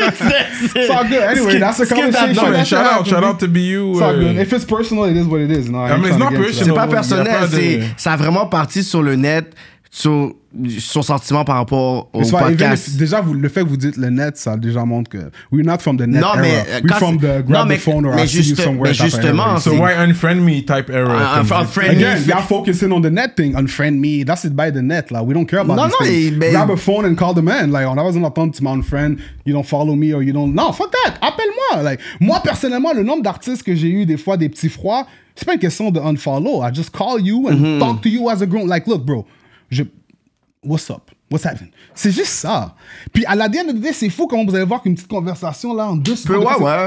S3: it's all good. Anyway,
S2: Skip-
S3: Oh, that's a
S2: skip that
S3: conversation.
S2: number.
S3: that
S1: Man,
S3: should
S1: shout out,
S3: happen.
S1: shout out to BU.
S3: It's all good.
S1: uh,
S3: If it's personal, it is what it is. No, I
S1: I
S3: ain't
S1: mean, it's
S3: trying
S1: not
S3: to get
S1: personal.
S2: C'est
S3: into that.
S2: pas
S1: Il y a
S2: personnel,
S1: pas de-
S2: c'est ça a vraiment parti sur le net, sur son sentiment par rapport au
S3: It's why even
S2: podcast.
S3: if- déjà, vous, le fait que vous dites le net, ça déjà montre que we're not from the net
S2: Non,
S3: era.
S2: mais, euh,
S3: we're
S2: quand
S3: from
S2: c'est-
S3: the
S2: non,
S3: grab
S2: mais-
S3: the phone or
S2: mais
S3: I see you
S2: juste-
S3: somewhere.
S2: mais
S3: type of
S2: justement,
S3: era.
S1: so
S2: c'est-
S1: why unfriend me type era?
S2: Ah,
S1: comes in?
S2: unfriend me.
S3: Again, y'all focusing on the net thing, unfriend me. That's it by the net. Like we don't care about
S2: No,
S3: these
S2: no,
S3: things.
S2: eh, ben-
S3: Grab a phone and call the man. Like on a besoin d'entendre tu m'as unfriend, you don't follow me or you don't. Non, fuck that. Appelle-moi. Like moi personnellement, le nombre d'artistes que j'ai eu des fois des petits froids, c'est pas une question de unfollow. I just call you and
S2: Mm-hmm.
S3: talk to you as a grown. Like look, bro, je What's up? What's happening? C'est juste ça. Puis à la dernière idée, c'est fou comment vous allez voir qu'une petite conversation là en deux
S2: Peu,
S3: secondes.
S2: ouais,
S3: c'est-
S2: ouais.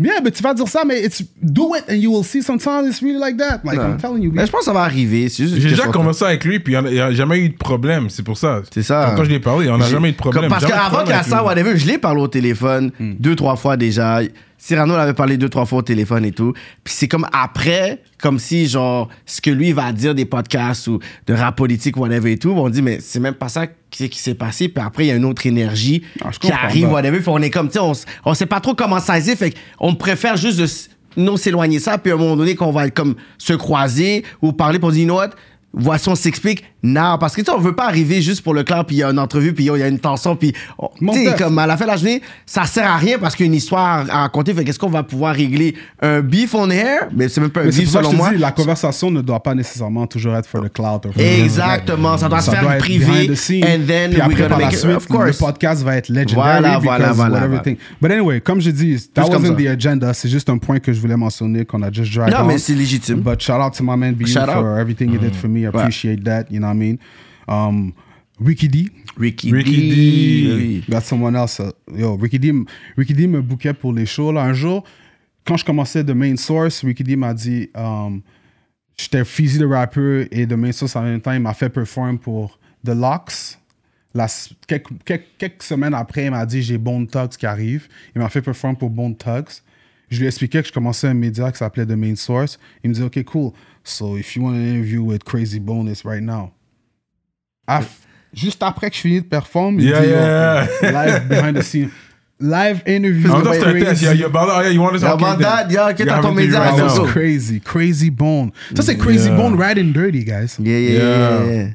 S3: Yeah, mais tu vas dire ça, mais it's, do it and you will see sometimes it's really like that. Like I'm telling you.
S2: Mais je pense que ça va arriver. c'est juste une
S1: J'ai déjà
S2: question de
S1: commencé avec lui, puis il n'y a jamais eu de problème, c'est pour ça.
S2: C'est ça.
S1: Quand, quand je l'ai parlé, on n'a
S2: J'ai-
S1: jamais eu de problème.
S2: Comme- Parce
S1: Jamais de
S2: qu'avant
S1: problème
S2: qu'il y a
S1: avec
S2: ça,
S1: lui. Hmm.
S2: whatever, je l'ai parlé au téléphone deux, trois fois déjà. Cyrano l'avait parlé deux, trois fois au téléphone et tout. Puis c'est comme après, comme si, genre, ce que lui va dire des podcasts ou de rap politique, whatever et tout, on dit, mais c'est même pas ça qui, qui s'est passé. Puis après, il y a une autre énergie
S3: Ah, je
S2: qui
S3: comprends,
S2: arrive,
S3: ben.
S2: whatever. Puis on est comme, tu sais, on, s- on sait pas trop comment saisir. Fait qu'on préfère juste de s- non s'éloigner de ça. Puis à un moment donné, qu'on va comme se croiser ou parler pour dire, you know what? voici, on s'explique now. Parce que, tu sais, on veut pas arriver juste pour le clan, puis il y a une entrevue, puis yo, il y a une tension, puis. on-
S3: Mon
S2: Tu sais,
S3: bœuf.
S2: comme à la fin de la journée, ça sert à rien parce qu'il y a une histoire à raconter. Fait qu'est-ce qu'on va pouvoir régler un beef on air? Mais c'est même pas un
S3: Mais c'est
S2: beef
S3: pour ça que
S2: selon
S3: je te
S2: moi.
S3: dis, la conversation ne doit pas nécessairement toujours être for the cloud.
S2: Exactement, ça doit se faire
S3: être
S2: privé.
S3: behind the scenes.
S2: And then
S3: Puis
S2: we
S3: après,
S2: gotta
S3: par la
S2: make it.
S3: suite,
S2: Of course.
S3: le podcast va être legendary.
S2: Voilà, voilà,
S3: because
S2: voilà,
S3: whatever
S2: voilà.
S3: thing. But anyway, comme je dis, that
S2: Juste comme
S3: wasn't
S2: ça.
S3: the agenda. C'est juste un point que je voulais mentionner qu'on a just dragged
S2: Non,
S3: on.
S2: mais c'est légitime.
S3: But shout out to my man BU
S2: Shout
S3: for
S2: out. Mm.
S3: everything you did for me. I
S2: Ouais.
S3: appreciate that. You know what I mean? Um, Ricky D.
S2: Ricky,
S1: Ricky
S2: D.
S1: D.
S2: Oui.
S3: That's someone else. uh, Yo, Ricky D, m- Ricky D me bookait pour les shows. Là. Un jour, quand je commençais The Main Source, Ricky D m'a dit um, j'étais Fizzy le rappeur et The Main Source en même temps, il m'a fait perform pour The Locks. La s- quelques, quelques- quelques semaines après, il m'a dit j'ai Bone Thugs qui arrive. Il m'a fait perform pour Bone Thugs. Je lui expliquais que je commençais un média qui s'appelait The Main Source. Il me dit OK, cool. So if you want an interview with Crazy Bone, it's right now. Ah, f- juste après que je finis de performer,
S1: Yeah,
S3: il dit,
S1: yeah,
S3: Yo, live behind the scene. Live interview.
S1: En même temps, c'est un
S3: Crazy.
S1: test. Il y a- il y a Bandar, yeah, you want to
S2: y a
S1: talk to
S2: Bandar,
S1: them.
S2: yeah, ok,
S1: You
S2: t'as
S1: have
S2: ton
S1: it
S2: média,
S3: That
S1: right
S2: c'est
S3: was
S1: now.
S2: ça.
S3: crazy, crazy bone. Ça, c'est crazy
S1: Mm, Yeah.
S3: bone right and dirty, guys.
S2: Yeah, yeah, yeah, yeah, yeah.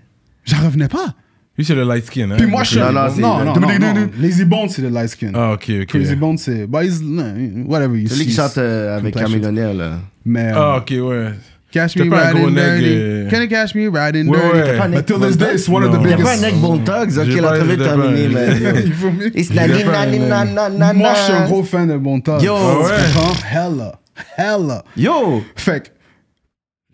S3: J'en revenais pas.
S1: Lui, c'est le light skin. hein.
S3: Puis moi, je suis.
S2: Non, non, c'est-
S3: non, non, non, non. Lazy Bone, c'est le light skin.
S1: Ah, ok, ok.
S3: Crazy Bone, c'est. Bah, he's- non, Whatever. he's-
S2: Celui qui
S3: he's-
S2: chante euh, avec
S3: complexion.
S2: Camille O'Neill, là.
S3: Mais. euh,
S1: Ah, ok, ouais.
S3: Catch
S1: T'es
S3: me
S1: pas un
S3: right
S1: gros
S3: and
S1: nègre,
S3: dirty.
S1: euh.
S3: Can you catch me right and
S1: Ouais,
S3: dirty?
S1: ouais.
S2: pas un
S3: Until this
S2: nègre
S3: day, it's one of the
S1: Non.
S2: Il y a pas un
S3: biggest.
S2: neck Bone Thugs, ok,
S1: J'ai pas-
S2: l'entrevue est
S1: j'ai pas-
S2: terminée, man.
S3: You feel me?
S2: It's la
S1: J'ai pas un
S2: na- na-
S1: nègre.
S2: na- na-
S3: Moi,
S2: na-
S3: je suis un gros fan de Bone Thugs.
S2: Yo.
S3: Tu
S1: Ah ouais.
S3: comprends? Hella. Hella.
S2: Yo!
S1: Euh.
S3: Fait que.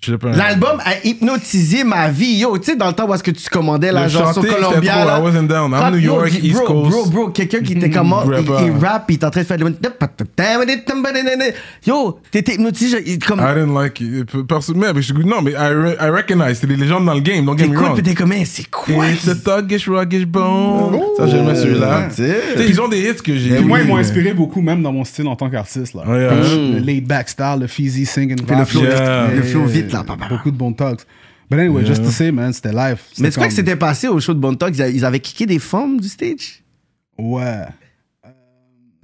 S1: Je l'ai pas-
S2: L'album a hypnotisé ma vie. Yo, tu sais, dans le temps où est-ce que tu commandais la
S1: Le
S2: genre sur
S1: chanter, c'était
S2: Columbia.
S1: cool.
S2: là.
S1: I wasn't down. I'm
S2: Quand-
S1: New
S2: yo,
S1: York,
S2: bro,
S1: East Coast. Mm,
S2: Bro, bro, quelqu'un qui était comme. il,
S1: Rapper.
S2: il rap, il est en train de faire le. Yo, t'étais hypnotisé. il- Comme,
S1: I didn't like it. Pe- perso- mais, mais je- non, mais I, re- I recognize. C'est des légendes dans le game. Don't get me
S2: t'écoutes,
S1: wrong.
S2: pis t'es comme, Hey, c'est quoi?
S1: It's a thuggish, ruggish bone.
S3: Oh.
S1: ça, j'aimais celui-là.
S2: Tu sais.
S1: T'sais, ils ont des hits que j'ai.
S2: Ben
S3: Puis moi,
S1: oui,
S3: ils m'ont
S1: mais-
S3: inspiré beaucoup, même dans mon style en tant qu'artiste. là.
S1: Ouais, ouais.
S3: Comme je- Le laid-back style, le fizzy singing.
S2: Puis Mm. le flow,
S1: Yeah.
S2: le flow vite, là, papa.
S3: Beaucoup de Bone Thugs. But anyway, just to say, man, c'était live.
S2: Mais tu crois que
S3: comme-
S2: c'était passé au show de Bon Talk? Ils a- Ils avaient kické des formes du stage?
S3: Ouais.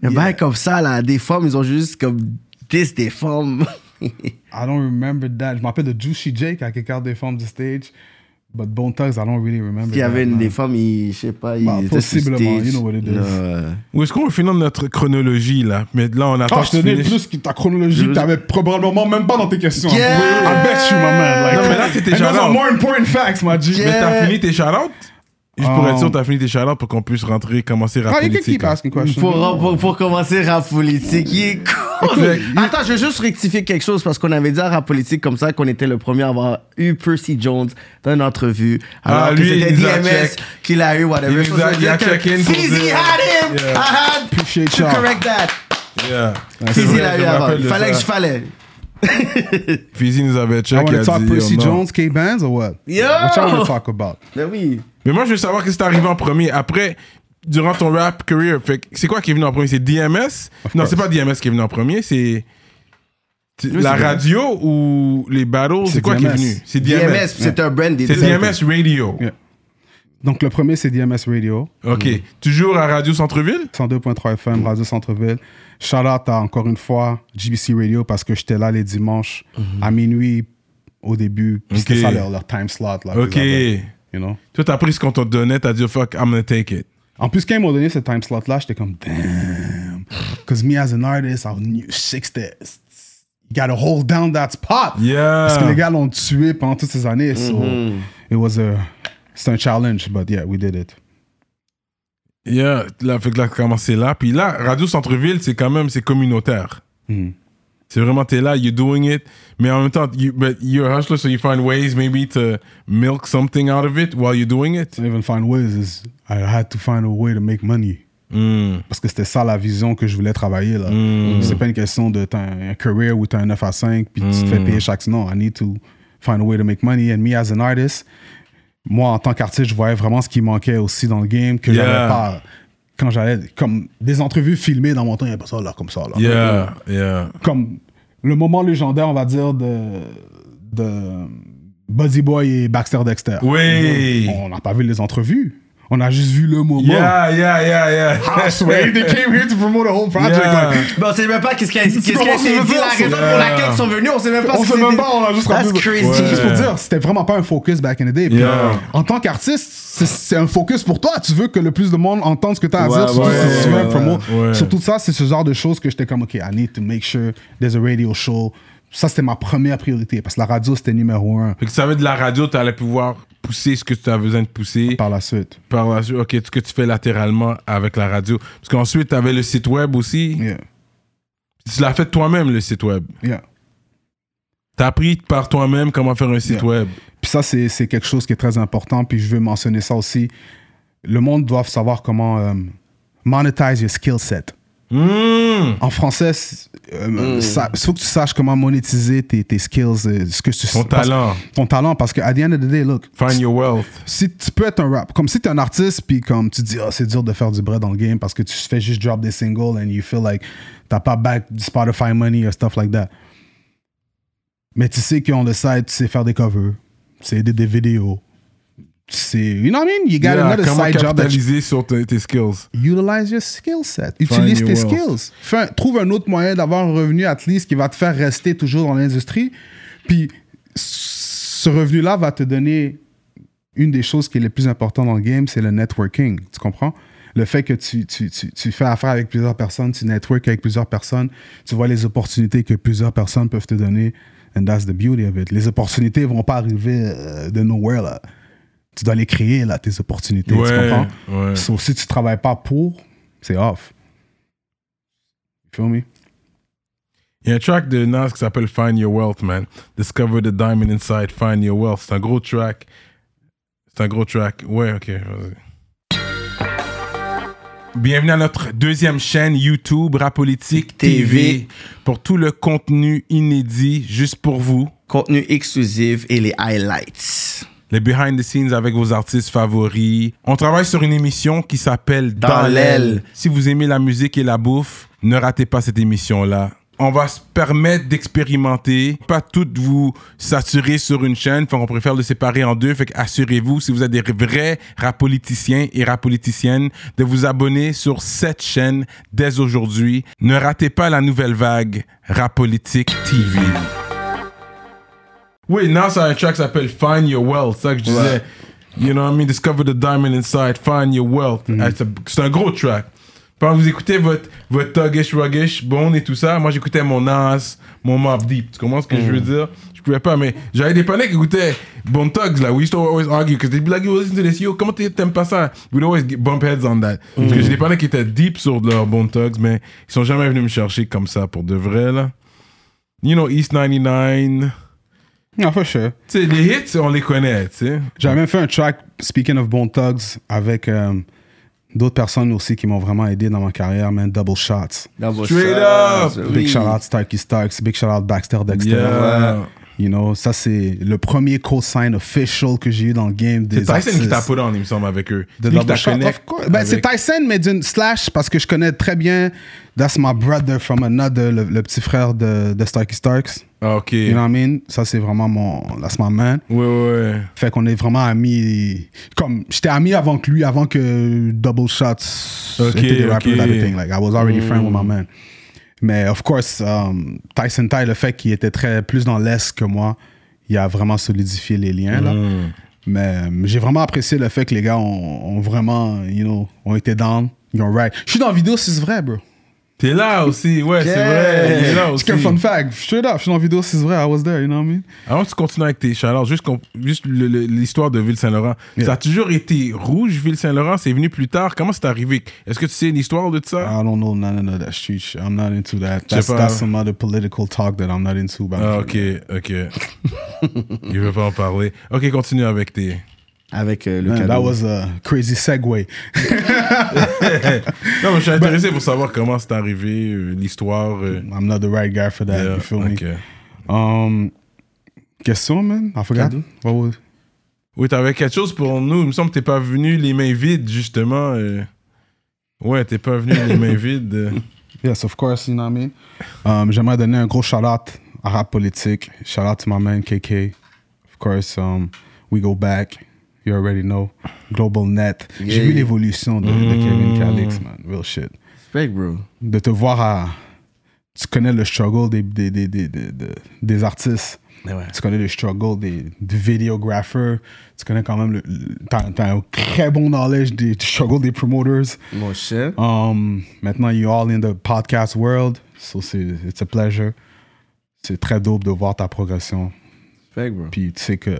S2: Un bail comme ça, là, des formes, ils ont juste comme 10 des formes.
S3: I don't remember that. Je me rappelle de Juicy Jake à quelqu'un des formes du stage. But Bone Thugs, I don't really remember.
S2: S'il y
S3: that,
S2: avait une
S3: man.
S2: des formes, ils- je sais pas, ils
S3: Bah,
S2: étaient sur
S3: possiblement,
S2: stage.
S3: you know what it is.
S2: Là, euh,
S1: Où est-ce qu'on va finir notre chronologie, là? Mais là, on attend
S3: Ah,
S1: que
S3: je
S1: tu
S3: te dis
S1: finishes.
S3: plus que ta chronologie, t'avais probablement même pas dans tes questions.
S2: Yeah.
S3: I bet you, my man. Like,
S1: Non, mais là, c'était
S3: and those
S1: genre-
S3: are more important facts, my G.
S1: Mais
S2: Yeah.
S1: t'as fini tes charlottes? Je pourrais être
S3: Um,
S1: sûr que t'as fini tes charlottes pour qu'on puisse rentrer commencer
S3: Ah, you
S1: rapidement.
S3: can keep asking
S1: hein.
S3: questions.
S2: pour, pour, pour commencer rap politique, il est cool. Attends, je veux juste rectifier quelque chose parce qu'on avait dit à rap politique comme ça qu'on était le premier à avoir eu Percy Jones dans une entrevue. Alors
S1: Ah,
S2: que
S1: lui,
S2: c'était
S1: il nous a
S2: DMS
S1: check.
S2: qu'il a eu, whatever.
S1: Il nous a-
S2: Je veux
S1: il a
S2: dire que
S1: check in pour
S2: Fizzy
S1: dire-
S2: had him!
S1: Yeah.
S2: I had
S3: Appreciate
S2: to
S3: y'all.
S2: correct that.
S1: Yeah. C'est
S2: Fizzy
S1: vrai,
S2: l'a
S1: je
S2: eu
S1: me
S2: avant.
S1: rappelle
S2: Il
S1: de
S2: fallait
S1: ça.
S2: que je fallait.
S1: Fizzy nous avait check.
S3: I want
S1: il
S3: to
S1: a
S3: talk
S1: dit,
S3: Percy
S1: oh, non.
S3: Jones, K-Bands, or what?
S2: Yo!
S3: What y'all want to talk about?
S2: Ben oui.
S1: Mais moi, je veux savoir qu'est-ce qui est arrivé en premier. Après, durant ton rap career, fait que c'est quoi qui est venu en premier? C'est DMS? Non,
S3: course.
S1: c'est pas DMS qui est venu en premier, c'est... c'est
S3: c'est
S1: La
S3: vrai.
S1: radio ou les battles, c'est
S3: C'est
S1: quoi qui est
S3: DMS.
S1: venu? C'est
S2: DMS,
S1: DMS.
S2: c'est un brand des
S1: C'est
S2: deux.
S1: DMS Radio.
S3: Yeah. Donc, le premier, c'est DMS Radio,
S1: OK. Toujours à Radio Centre-Ville?
S3: 102.3 FM, Radio Centre-Ville. Shout out à, encore une fois, GBC Radio, parce que j'étais là les dimanches à minuit au début. Puis c'était
S1: Mhm. Ok.
S3: ça leur, leur time slot. Là,
S1: Ok.
S3: qu'ils avaient, You know?
S1: Toi, t'as pris ce qu'on te donnait, t'as dit, fuck, I'm gonna take it.
S3: En plus, quand ils m'ont donné ce time slot-là, j'étais comme, damn. Because me as an artist, I knew six days. You gotta hold down that spot.
S1: Yeah. Mhm.
S3: Parce que les gars l'ont tué pendant toutes ces années. So, it was a. C'est un challenge, but yeah, we did it.
S1: Yeah, là, fait que là, commencé là. Puis là, Radio Centre-Ville, c'est quand même, c'est communautaire.
S3: Hmm.
S1: C'est vraiment, t'es là, you're doing it, mais en même temps, you, but you're a hustler, so you find ways maybe to milk something out of it while you're doing it.
S3: Don't even find ways. is- I had to find a way to make money.
S1: Mm.
S3: Parce que c'était ça la vision que je voulais travailler. là.
S1: Hmm.
S3: C'est pas une question de t'as un, un career où t'as un 9 à 5 puis tu te
S1: Hmm.
S3: fais payer chaque semaine. Non, I need to find a way to make money. And me as an artist, moi en tant qu'artiste, je voyais vraiment ce qui manquait aussi dans le game que
S1: Yeah.
S3: j'avais pas. Quand j'allais, comme des entrevues filmées dans mon temps, il n'y avait pas ça là, comme ça. Là.
S1: Yeah, yeah.
S3: Comme le moment légendaire, on va dire, de, de Buddy Boy et Baxter Dexter.
S1: Oui.
S3: On n'a pas vu les entrevues. On a juste vu le moment. Ah,
S1: Yeah, yeah, yeah, yeah.
S3: House Wave, they came here to promote a whole project.
S1: Yeah.
S3: like,
S2: Ben, on sait même pas qu'est-ce qui a qu'est-ce qui
S3: comment
S2: a
S3: ça
S2: été
S3: veut
S2: dit,
S3: dire,
S2: la
S3: ça?
S2: raison pour laquelle ils sont venus, on sait même pas
S3: on
S2: ce
S3: sait
S2: qui
S3: même
S2: était-
S3: pas, on a juste
S2: That's
S3: rappelé-
S2: crazy.
S3: C'est juste pour dire, c'était vraiment pas un focus back in the day. Puis,
S1: Yeah.
S3: euh, en tant qu'artiste, c'est- c'est un focus pour toi. Tu veux que le plus de monde entende ce que tu as à
S2: Ouais,
S3: dire, surtout
S2: ouais,
S3: si tu veux un
S1: ouais,
S3: promo.
S1: ouais.
S3: Surtout ça, c'est ce genre de choses que j'étais comme, OK, I need to make sure there's a radio show. Ça, c'était ma première priorité parce que la radio, c'était numéro un
S1: Fait que ça veut de la radio, tu allais pouvoir pousser ce que tu as besoin de pousser.
S3: par la suite.
S1: Par la suite, ok, ce que tu fais latéralement avec la radio. Parce qu'ensuite, tu avais le site web aussi.
S3: Yeah.
S1: Tu l'as fait toi-même, le site web.
S3: Yeah.
S1: Tu as appris par toi-même comment faire un site
S3: Yeah.
S1: web.
S3: Puis ça, c'est c'est quelque chose qui est très important. Puis je veux mentionner ça aussi. Le monde doit savoir comment euh, monetize your skill set.
S1: Mmh.
S3: En français, il faut que tu saches comment monétiser tes, tes skills, euh, ce que tu
S1: Ton
S3: parce-
S1: talent.
S3: Ton talent, parce que at the end of the day, look,
S1: Find
S3: si-
S1: your wealth.
S3: si tu peux être un rap, comme si tu es un artiste, puis comme tu dis, Ah, c'est dur de faire du bread dans le game parce que tu fais juste drop des singles and you feel like t'as pas back du Spotify money or stuff like that. Mais tu sais qu'on le side, tu sais faire des covers, tu sais aider des vidéos. Tu sais, you know what I mean? You got
S1: Yeah,
S3: another
S1: comment
S3: side job that you-
S1: capitaliser sur tes, tes skills.
S3: Utilize your skill set. Utilise
S1: your
S3: tes
S1: wealth.
S3: skills. Fais un- trouve un autre moyen d'avoir un revenu at least qui va te faire rester toujours dans l'industrie. Puis ce revenu-là va te donner une des choses qui est les plus importantes dans le game, c'est le networking. Tu comprends? Le fait que tu, tu, tu, tu fais affaire avec plusieurs personnes, tu network avec plusieurs personnes, tu vois les opportunités que plusieurs personnes peuvent te donner. And that's the beauty of it. Les opportunités vont pas arriver euh, de nowhere, là. Tu dois les créer, là, tes opportunités. tu
S1: Ouais,
S3: comprends?
S1: ouais.
S3: So, si tu travailles pas pour, c'est off. You feel me?
S1: Il y a un track de Nas qui s'appelle Find Your Wealth, man. Discover the diamond inside, find your wealth. C'est un gros track. C'est un gros track. Ouais, ok, vas-y. Bienvenue à notre deuxième chaîne YouTube, Rapolitique TV,
S2: TV.
S1: pour tout le contenu inédit, juste pour vous.
S2: Contenu exclusif et les highlights.
S1: Les behind the scenes avec vos artistes favoris. On travaille sur une émission qui s'appelle Dans,
S2: Dans
S1: l'aile.
S2: l'aile.
S1: Si vous aimez la musique et la bouffe, ne ratez pas cette émission-là. On va se permettre d'expérimenter, pas toutes vous saturer sur une chaîne. Fait qu'on préfère le séparer en deux. Fait assurez-vous, si vous êtes des vrais rapoliticiens et rapoliticiennes, de vous abonner sur cette chaîne dès aujourd'hui. Ne ratez pas la nouvelle vague Rapolitique TV. Oui, Nas a un track qui s'appelle Find Your Wealth. C'est ça que je disais. You know what I mean? Discover the diamond inside, find your wealth. Ah, c'est- C'est un gros track. Quand vous écoutez votre, votre Tuggish Ruggish, Bone et tout ça, moi j'écoutais mon Nas, mon Mob Deep. Tu comprends ce que je veux dire? Je pouvais pas, mais j'avais des panneaux qui écoutaient Bone Thugs. Là. We used to always argue because they'd be like, yo, listen to this, yo, comment t'aimes- t'aimes pas ça? We'd always get- bump heads on that. Parce que j'ai des panneaux qui étaient deep sur leur Bone Thugs, mais ils sont jamais venus me chercher comme ça pour de vrai, là. You know, East 99.
S3: Non, for sure.
S1: Tu sais, les hits, on les connaît, tu sais.
S3: J'avais même fait un track, speaking of Bone Thugs, avec euh, d'autres personnes aussi qui m'ont vraiment aidé dans ma carrière, man. Double Shots.
S2: Dans vos
S1: Straight
S2: choses.
S1: up.
S3: Big
S2: Oui.
S3: shout out Starkey Starks, big shout out Baxter Dexter.
S1: Yeah.
S3: You know, ça c'est le premier co-sign official que j'ai eu dans le game des
S1: C'est Tyson qui
S3: artistes.
S1: t'a put on, il me semble, avec eux.
S3: de
S1: Lui qui
S3: Double
S1: t'a
S3: Shot,
S1: connect
S3: of course. Ben,
S1: avec-
S3: c'est Tyson, mais d'une slash, parce que je connais très bien That's My Brother from Another, le, le petit frère de, de Starkey Starks.
S1: Ah, ok.
S3: You know what I mean? Ça, c'est vraiment mon. That's my man.
S1: Ouais, ouais.
S3: Fait qu'on est vraiment amis. Comme, j'étais ami avant que lui, avant que Double Shots
S1: Ok, Mm.
S3: était des rappers
S1: ok.
S3: and everything. Like, I was already friend with my man. Mais, of course, um, Tyson Ty, le fait qu'il était très plus dans l'Est que moi, il a vraiment solidifié les liens, là.
S1: Mm.
S3: Mais euh, j'ai vraiment apprécié le fait que les gars ont, ont vraiment, you know, ont été down. Ils ont right. Je suis dans la vidéo, si c'est vrai, bro.
S1: T'es là aussi, ouais, c'est vrai. Il est là aussi.
S3: C'est un fun fact. Straight up, je suis dans la vidéo, si c'est vrai. I was there, you know what I mean?
S1: Avant que tu continues avec tes chaleurs, juste, qu'on- juste le- le- l'histoire de Ville-Saint-Laurent.
S3: Yeah.
S1: Ça a toujours été rouge, Ville-Saint-Laurent. C'est venu plus tard. Comment c'est arrivé? Est-ce que tu sais l'histoire de ça?
S3: I don't know none of that street shit. I'm not into that. That's,
S1: pas.
S3: that's some other political talk that I'm not into. but-
S1: Ah, ok, ok. il veut pas en parler. Ok, continue avec tes.
S2: Avec euh, le
S3: Man, that
S2: cadeau.
S3: was a crazy segue.
S1: Non, mais je suis
S3: Ben,
S1: intéressé pour savoir comment c'est arrivé, euh, l'histoire. euh,
S3: I'm not the right guy for that.
S1: yeah,
S3: you feel
S1: ok.
S3: me? Um, question, man. I forgot. What was?
S1: Oui, t'avais quelque chose pour nous. Il me semble que t'es pas venu les mains vides, justement. euh. Ouais, t'es pas venu les mains vides. euh.
S3: Yes, of course, you know what I mean? Um, J'aimerais donner un gros shout-out à Rap Politique. Shout-out to my man, KK. Of course, um, we go back. You already know. Global Net. J'ai
S2: Yeah.
S3: vu l'évolution de, de Kevin Calix, man. Real shit.
S2: Respect, bro.
S3: De te voir à. Tu connais le struggle des, des, des, des, des, des- des artistes. Tu connais le struggle des, des vidéographers. Tu connais quand même. le- le- T'as t'as un très bon knowledge des, du struggle des promoters.
S2: Mon cher.
S3: Um, maintenant, you all in the podcast world. So, c'est- it's a pleasure. C'est très dope de voir ta progression.
S2: Respect, bro.
S3: Puis tu sais que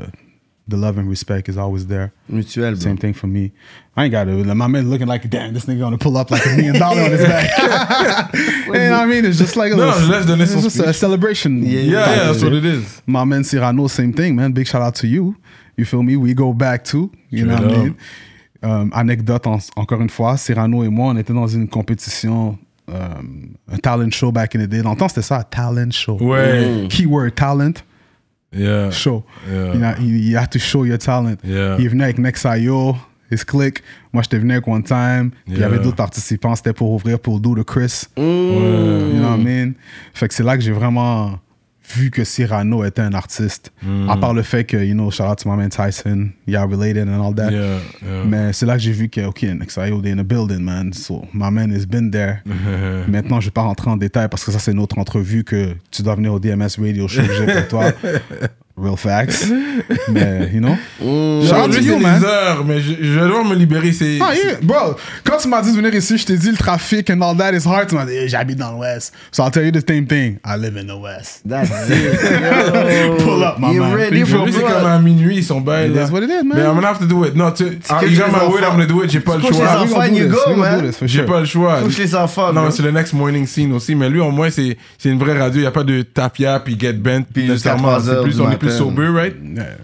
S3: the love and respect is always there.
S2: Mutuel,
S1: Mm-hmm.
S2: bro.
S3: Same thing for me. I ain't got it. My man looking like, damn, this nigga gonna pull up like a million dollar on his back. you know what I mean? It's just like a
S1: No,
S3: little-
S1: let's donate
S3: it's
S1: some
S3: just a
S1: speech.
S3: celebration.
S1: Yeah, yeah, that's what it is.
S3: My man Cyrano, same thing, man. Big shout out to you. You feel me? We go back too. You know
S1: Straight
S3: what I
S1: up.
S3: mean? Um, anecdote, en- encore une fois, Cyrano et moi, on était dans une compétition, um, un talent show back in the day. Dans le temps, c'était ça, talent show.
S1: Ouais.
S3: Keyword talent
S1: Yeah.
S3: show.
S1: Yeah.
S3: You, know, you, you have to show your talent.
S1: Yeah.
S3: Il venait avec Nexio, his click. Moi, j'étais venu avec One Time. Puis Il y
S1: Yeah.
S3: avait d'autres participants. C'était pour ouvrir pour Do de Chris. You know what I mean? Fait que c'est là que j'ai vraiment vu que Cyrano était un artiste.
S1: Mm.
S3: À part le fait que, you know, shout out to my man Tyson, y'all related and all that.
S1: Yeah, yeah.
S3: Mais c'est là que j'ai vu que, OK, Nexio, they're in the building, man. So, my man has been there.
S1: Mm-hmm.
S3: Maintenant, je vais pas rentrer en détail parce que ça, c'est une autre entrevue que tu dois venir au DMS Radio Show que j'ai pour toi. Real facts. Mais, you know? Shout out to
S1: Aujourd'hui,
S3: you,
S1: c'est
S3: man.
S1: les heures, mais je, je dois me libérer. C'est.
S3: Ah, yeah, bro, quand tu m'as dit de venir ici, je t'ai dit le trafic and all that is hard. Tu m'as dit, eh, j'habite dans l'Ouest. So I'll tell you the same thing. I live in the West.
S2: That's it.
S3: Pull up, my
S2: You
S3: man.
S2: ready
S1: Puis
S2: for
S1: aujourd'hui, c'est
S2: blood?
S1: comme à minuit, ils sont bails.
S3: That's what it is, man.
S1: Mais I'm gonna have to do it. Non, tu ah,
S2: que
S1: you got
S2: les
S1: my word,
S2: enfants.
S1: I'm gonna do it. J'ai pas le
S2: couches les
S3: We're
S1: choix.
S3: gonna
S2: enfants,
S3: do
S2: you
S3: this.
S2: go,
S3: We're gonna
S2: man.
S3: do this, for
S1: J'ai
S3: sure.
S1: pas le choix.
S2: Touche les enfants,
S1: Non,
S2: bro.
S1: mais c'est le next morning scene aussi. Mais lui, au moins, c'est c'est une vraie radio. Il n'y a pas de tapia puis get bent.
S2: Puis jusqu'à
S1: nécessairement.
S2: 3
S1: C'est
S2: heures
S1: plus,
S2: du
S1: on est plus
S2: matin.
S1: sober, right?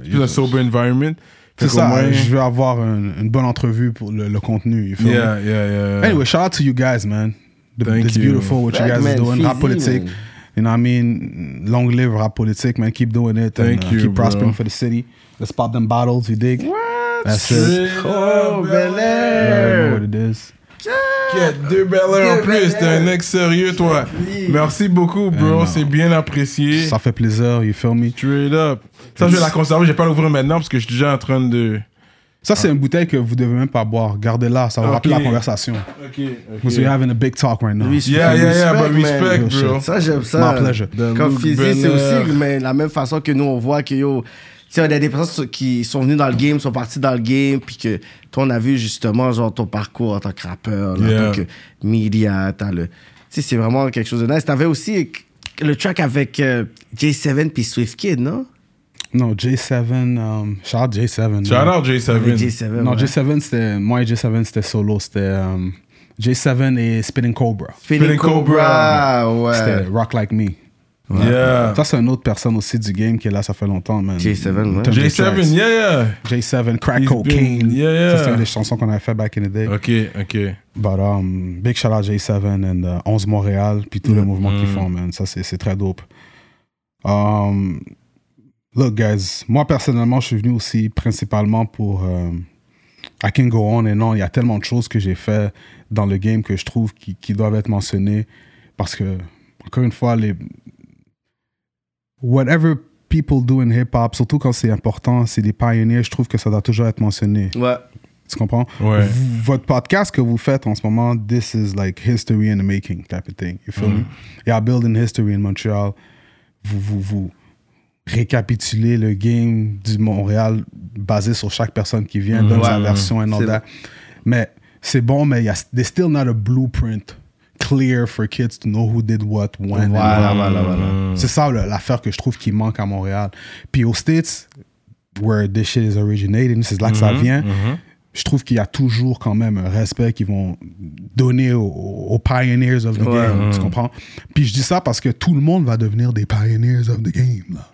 S1: C'est plus un sober environment. Fait
S3: C'est
S1: qu'au
S3: ça,
S1: moins-
S3: je veux avoir une, une bonne entrevue pour le, le contenu. you feel me?
S1: Yeah, yeah, yeah.
S3: Anyway, shout out to you guys, man. The,
S1: Thank
S3: it's
S1: you.
S3: beautiful what you
S2: Back,
S3: guys
S2: man.
S3: are doing. Rap
S2: Fizzy,
S3: politique.
S2: man.
S3: You know what I mean? Long live rap politique, man. Keep doing it.
S1: Thank
S3: and, uh,
S1: you,
S3: Keep prospering
S1: bro.
S3: for the city. Let's pop them bottles, you dig? That's it.
S2: Oh, Bel
S3: You already know what
S2: Air.
S3: it is.
S1: Get deux belles en
S2: Deux
S1: plus.
S2: belles
S1: T'es un ex sérieux, toi. Merci beaucoup, bro. C'est bien apprécié.
S3: Ça fait plaisir, you feel me?
S1: Straight up. Ça, je vais la conserver. Je vais pas l'ouvrir maintenant parce que je suis déjà en train de.
S3: Ça, c'est une bouteille que vous devez même pas boire. Gardez-la, ça va
S1: Ok.
S3: rappeler la conversation.
S1: Ok.
S3: Because we're having a big talk right now.
S1: Yeah, yeah, yeah, but
S2: man.
S1: respect,
S3: man.
S1: bro.
S2: Ça, j'aime ça.
S3: My pleasure.
S2: Comme
S1: Luke
S2: physique,
S1: Benner.
S2: c'est aussi mais la même façon que nous, on voit que yo, tu sais, il y a des personnes sur- qui sont venues dans le game, sont parties dans le game, puis que toi, on a vu justement genre ton parcours en tant que rappeur, là,
S1: Yeah.
S2: en tant que media, t'as le. Tu sais, c'est vraiment quelque chose de nice. T'avais aussi le track avec euh, J7 puis Swift Kid, non?
S3: Non, J7, um, shout out J7.
S1: Shout
S3: man.
S1: out
S2: Avec
S1: J7.
S2: J7.
S3: Non,
S2: ouais.
S3: J7, c'était. Moi et J7, c'était solo. C'était um, J7 et Spinning Cobra.
S2: Feeling
S1: Feeling Cobra.
S2: Cobra,
S3: C'était
S2: ouais.
S3: Rock Like Me.
S1: Yeah.
S3: Ça, c'est une autre personne aussi du game qui est là, ça fait longtemps, man.
S2: J7, ouais.
S3: In terms of
S1: J7,
S3: tracks.
S1: yeah, yeah.
S3: J7, Crack
S1: He's been-
S3: Cocaine.
S1: Yeah, yeah.
S3: Ça, c'est une des chansons qu'on avait fait back in the day.
S1: Ok, ok.
S3: But um, big shout out J7 and uh, 11 Montréal, puis tout le mouvement qu'ils font, man. Ça, c'est c'est très dope. Um, look, guys, moi personnellement, je suis venu aussi principalement pour. um, I can go on et non, il y a tellement de choses que j'ai fait dans le game que je trouve qui, qui doivent être mentionnées parce que, encore une fois, les. Whatever people do in hip-hop, surtout quand c'est important, c'est des pionniers, je trouve que ça doit toujours être mentionné.
S2: Ouais.
S3: Tu comprends?
S1: Ouais.
S3: V- Votre podcast que vous faites en ce moment, this is like history in the making type of thing. You feel me? Y'all building history in Montreal. Vous, vous, vous récapitulez le game du Montréal basé sur chaque personne qui vient, donne sa
S2: Ouais.
S3: version and all
S2: C'est
S3: that. Mais c'est bon, mais il y a there's still not a blueprint clear for kids to know who did what, when. and
S2: Voilà,
S3: all.
S2: voilà, voilà.
S3: C'est ça le- l'affaire que je trouve qui manque à Montréal. Puis aux States, where this shit is originating, c'est là que
S2: Mm-hmm,
S3: ça vient. Je trouve qu'il y a toujours quand même un respect qu'ils vont donner aux, aux pioneers of the
S2: Ouais. mm.
S3: game. Tu comprends? Puis je dis ça parce que tout le monde va devenir des pioneers of the game. là.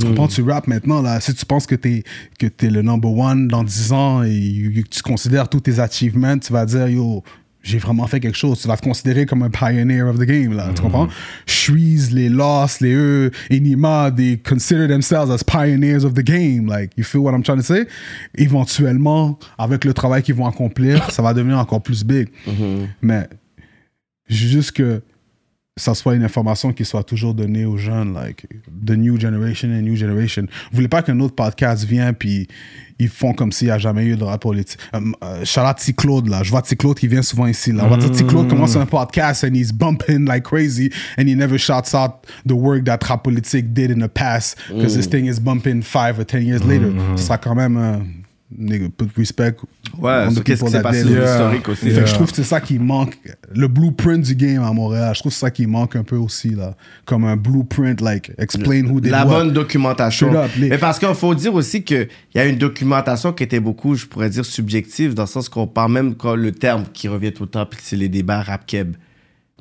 S3: Tu comprends? Tu rap maintenant, là, si tu penses que t'es que t'es le number one dans 10 ans et you- you- tu considères tous tes achievements, tu vas dire, yo, j'ai vraiment fait quelque chose. Tu vas te considérer comme un pioneer of the game, là. Tu comprends? Shreeze, les Lost, les E, Enima, they consider themselves as pioneers of the game. Like, you feel what I'm trying to say? Éventuellement, avec le travail qu'ils vont accomplir, ça va devenir encore plus big. Mais, juste que ça soit une information qui soit toujours donnée aux jeunes, like the new generation and new generation. Vous voulez pas qu'un autre podcast vienne puis ils font comme s'il n'y a jamais eu de rap politique. Um, euh, shout out T-Claude, là. Je vois T-Claude qui vient souvent ici, là. On va dire T-Claude commence un podcast and he's bumping like crazy and he never shouts out the work that rap politique did in the past because this thing is bumping five or ten years later. Ce sera quand même euh, nigga, peu de respect.
S5: Mm-hmm. Ouais,
S3: on the
S5: sur qu'est-ce
S3: people
S5: qui s'est
S3: that
S5: passé
S3: did.
S5: dans l'historique aussi.
S3: Fait que je
S5: Yeah.
S3: trouve que c'est ça qui manque, le blueprint du game à Montréal. Je trouve que c'est ça qui manque un peu aussi, là. Comme un blueprint, like, explain who did
S2: la
S3: what.
S2: bonne documentation.
S3: Straight up, les-
S2: Mais parce qu'il faut dire aussi qu'il y a une documentation qui était beaucoup, je pourrais dire, subjective, dans le sens qu'on parle même quand le terme qui revient tout le temps, puis c'est les débats rap-keb.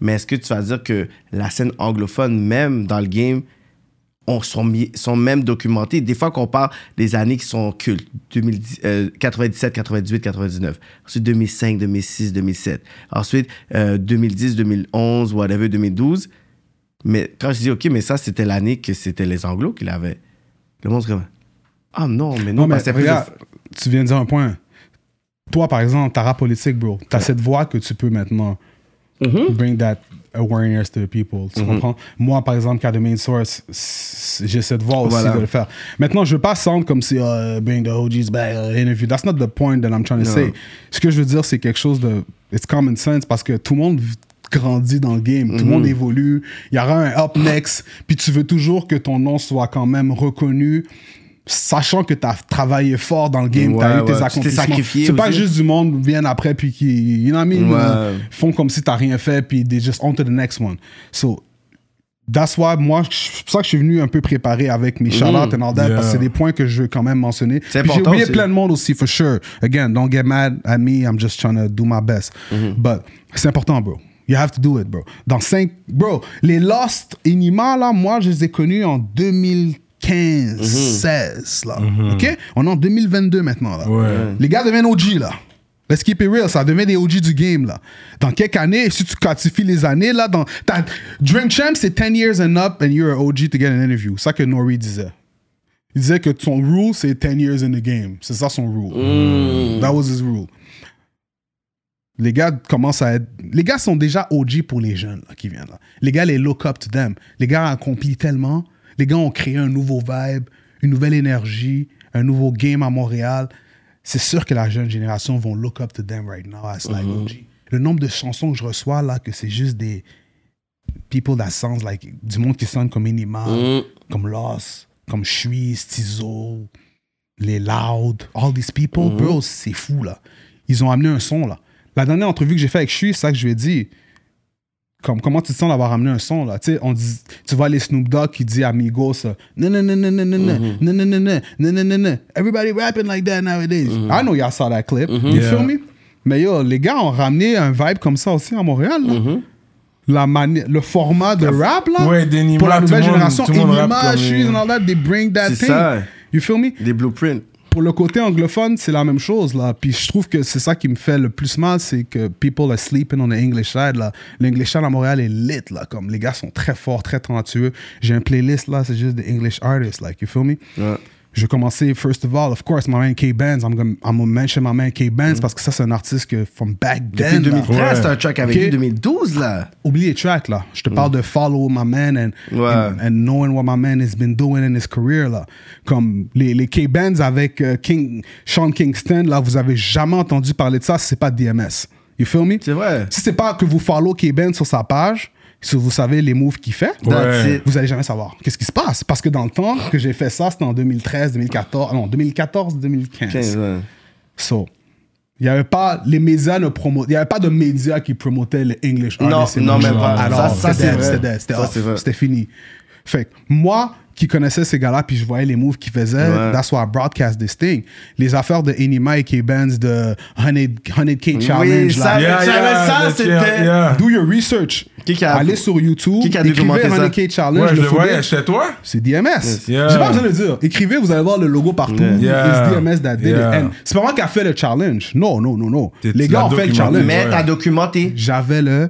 S2: Mais est-ce que tu vas dire que la scène anglophone, même dans le game, on sont, mis- sont même documentés. Des fois qu'on parle des années qui sont cultes, 2010, euh, 97, 98, 99, ensuite 2005, 2006, 2007, ensuite euh, 2010, 2011, whatever, 2012. Mais quand je dis, OK, mais ça, c'était l'année que c'était les Anglos qui l'avaient. Le monde se comme, ah non, mais non,
S3: Non, mais
S2: parce que après,
S3: regarde, tu viens de dire un point. Toi, par exemple, ta rap politique, bro, t'as cette voix que tu peux maintenant
S2: Mm-hmm.
S3: bring that awareness to the people. Tu comprends? Moi, par exemple, qui a de main source, c- j'ai cette voix aussi
S2: Voilà.
S3: de le faire. Maintenant, je veux pas sound comme si euh, being the OG's back, euh, interview. That's not the point that I'm trying to say. Ce que je veux dire, c'est quelque chose de. It's common sense parce que tout le monde v- grandit dans le game, tout le
S2: Mm-hmm.
S3: monde évolue. Il y aura un up next, puis tu veux toujours que ton nom soit quand même reconnu. Sachant que tu as travaillé fort dans le game, tu
S2: Ouais,
S3: as eu tes
S2: ouais. Tu t'es
S3: accomplissements.
S2: sacrifié
S3: C'est pas
S2: aussi.
S3: juste du monde viennent après puis qui, you know what I mean?
S2: Ouais.
S3: Ils font comme si t'as rien fait puis they just on to the next one. So that's why moi je- c'est pour ça que je suis venu un peu préparé avec mes shout and all that,
S1: Yeah.
S3: parce que c'est des points que je veux quand même mentionner.
S2: Mm. C'est
S3: Puis J'ai
S2: important
S3: oublié
S2: aussi.
S3: plein de monde aussi for sure. Again, don't get mad at me, I'm just trying to do my best. But c'est important bro. You have to do it, bro. Dans 5... Bro, les Lost Enima, là, moi, je les ai connus en 2015, 16, là. OK? On est en 2022 maintenant, là.
S1: Ouais.
S3: Les gars deviennent OG, là. Let's keep it real, ça devient des OG du game, là. Dans quelques années, si tu quantifies les années, là, dans... t'as- Drink Champ, c'est 10 years and up and you're an OG to get an interview. C'est ça que Nori disait. Il disait que son rule, c'est 10 years in the game. C'est ça son rule. That was his rule. Les gars commencent à être. Les gars sont déjà OG pour les jeunes là, qui viennent là. Les gars les look up to them. Les gars accomplissent tellement. Les gars ont créé un nouveau vibe, une nouvelle énergie, un nouveau game à Montréal. C'est sûr que la jeune génération vont look up to them right now as like OG. Le nombre de chansons que je reçois là, que c'est juste des people that sounds like du monde qui sonne comme Enima, comme Lost, comme Shuiz, Tizo, les Loud, all these people, bro, c'est fou là. Ils ont amené un son là. La dernière entrevue que j'ai fait avec Shuiz, c'est ça que je lui ai dit. Comme, comment tu te sens d'avoir amené un son là tu, sais, on dit, tu vois les Snoop Dogg qui dit Amigos euh, non non non non non non non non non non non non non non non everybody rapping like that nowadays I know y'all saw that clip you feel me mais yo les gars ont ramené un vibe comme ça aussi à Montréal là la mani- le format de rap là
S1: Ouais, d'Enima,
S3: pour la
S1: tout
S3: nouvelle
S1: le monde-
S3: génération
S1: tout le monde rappe
S3: Enima
S1: comme-
S3: Shuiz and all that they bring that
S2: C'est
S3: thing
S2: ça.
S3: you feel me
S2: des blueprints.
S3: pour le côté anglophone c'est la même chose là puis je trouve que c'est ça qui me fait le plus mal c'est que people are sleeping on the English side là l'English side à Montréal est lit là comme les gars sont très forts très talentueux j'ai un playlist là c'est juste des English artists like you feel me je vais commencer, first of all, of course, my man K-Benz. I'm gonna, I'm gonna mention my man
S1: Mm.
S3: K-Benz parce que ça, c'est un artiste que, from back
S2: Depuis
S3: then. là.
S2: 2013,
S1: Ouais.
S2: c'est un track avec
S3: Ben
S2: lui,
S3: Ok.
S2: 2012, là.
S3: oublie les tracks là. Je te parle de follow my man and,
S2: Mm. Ouais.
S3: and, and knowing what my man has been doing in his career là. Comme les, les K-Bands avec euh, King, Sean Kingston là, vous avez jamais entendu parler de ça si c'est pas DMS. You feel me?
S2: C'est vrai.
S3: Si c'est pas que vous follow K-Benz sur sa page, si vous savez les moves qu'il fait,
S2: That's
S1: Ouais.
S2: it.
S3: vous allez jamais savoir qu'est-ce qui se passe. Parce que dans le temps que j'ai fait ça, c'était en 2013, 2014, non, 2014, 2015.
S2: 15, ouais.
S3: So, il n'y avait pas, les médias ne promo, il y avait pas de médias qui promotaient les English
S2: Non,
S3: artists.
S2: non,
S3: English
S2: même pas. Ça,
S3: artists. Alors,
S2: ça,
S3: c'était
S2: c'est
S3: dead,
S2: vrai.
S3: c'était dead, c'était
S2: Ça,
S3: off,
S2: c'est vrai.
S3: c'était fini. Fait que moi, qui connaissais ces gars-là, puis je voyais les moves qu'ils faisaient,
S2: Ouais.
S3: that's why I broadcast this thing. Les affaires de Enima et K-Benz, de 100, 100K Challenge,
S2: ça,
S3: là.
S2: Yeah, yeah, ça,
S1: that's it,
S2: c'était-
S1: yeah.
S3: Do your research.
S2: Qui qui a-
S3: Allez sur YouTube,
S2: qui qui a
S3: écrivez
S2: documenté ça?
S3: 100K Challenge,
S1: Ouais, je
S3: le
S1: le
S3: footage.
S1: voyais, c'était toi?
S3: C'est DMS.
S1: Yeah.
S3: J'ai pas besoin de le dire. Écrivez, vous allez voir le logo partout.
S1: Yeah.
S3: It's DMS that did
S1: Yeah.
S3: it. And c'est pas moi qui a fait le challenge. Non, non, non, non.
S1: T'es-
S3: Les
S1: tu l'as
S3: gars ont fait le
S1: documenté.
S3: challenge.
S2: Mais
S1: Ouais.
S2: t'as documenté.
S3: J'avais le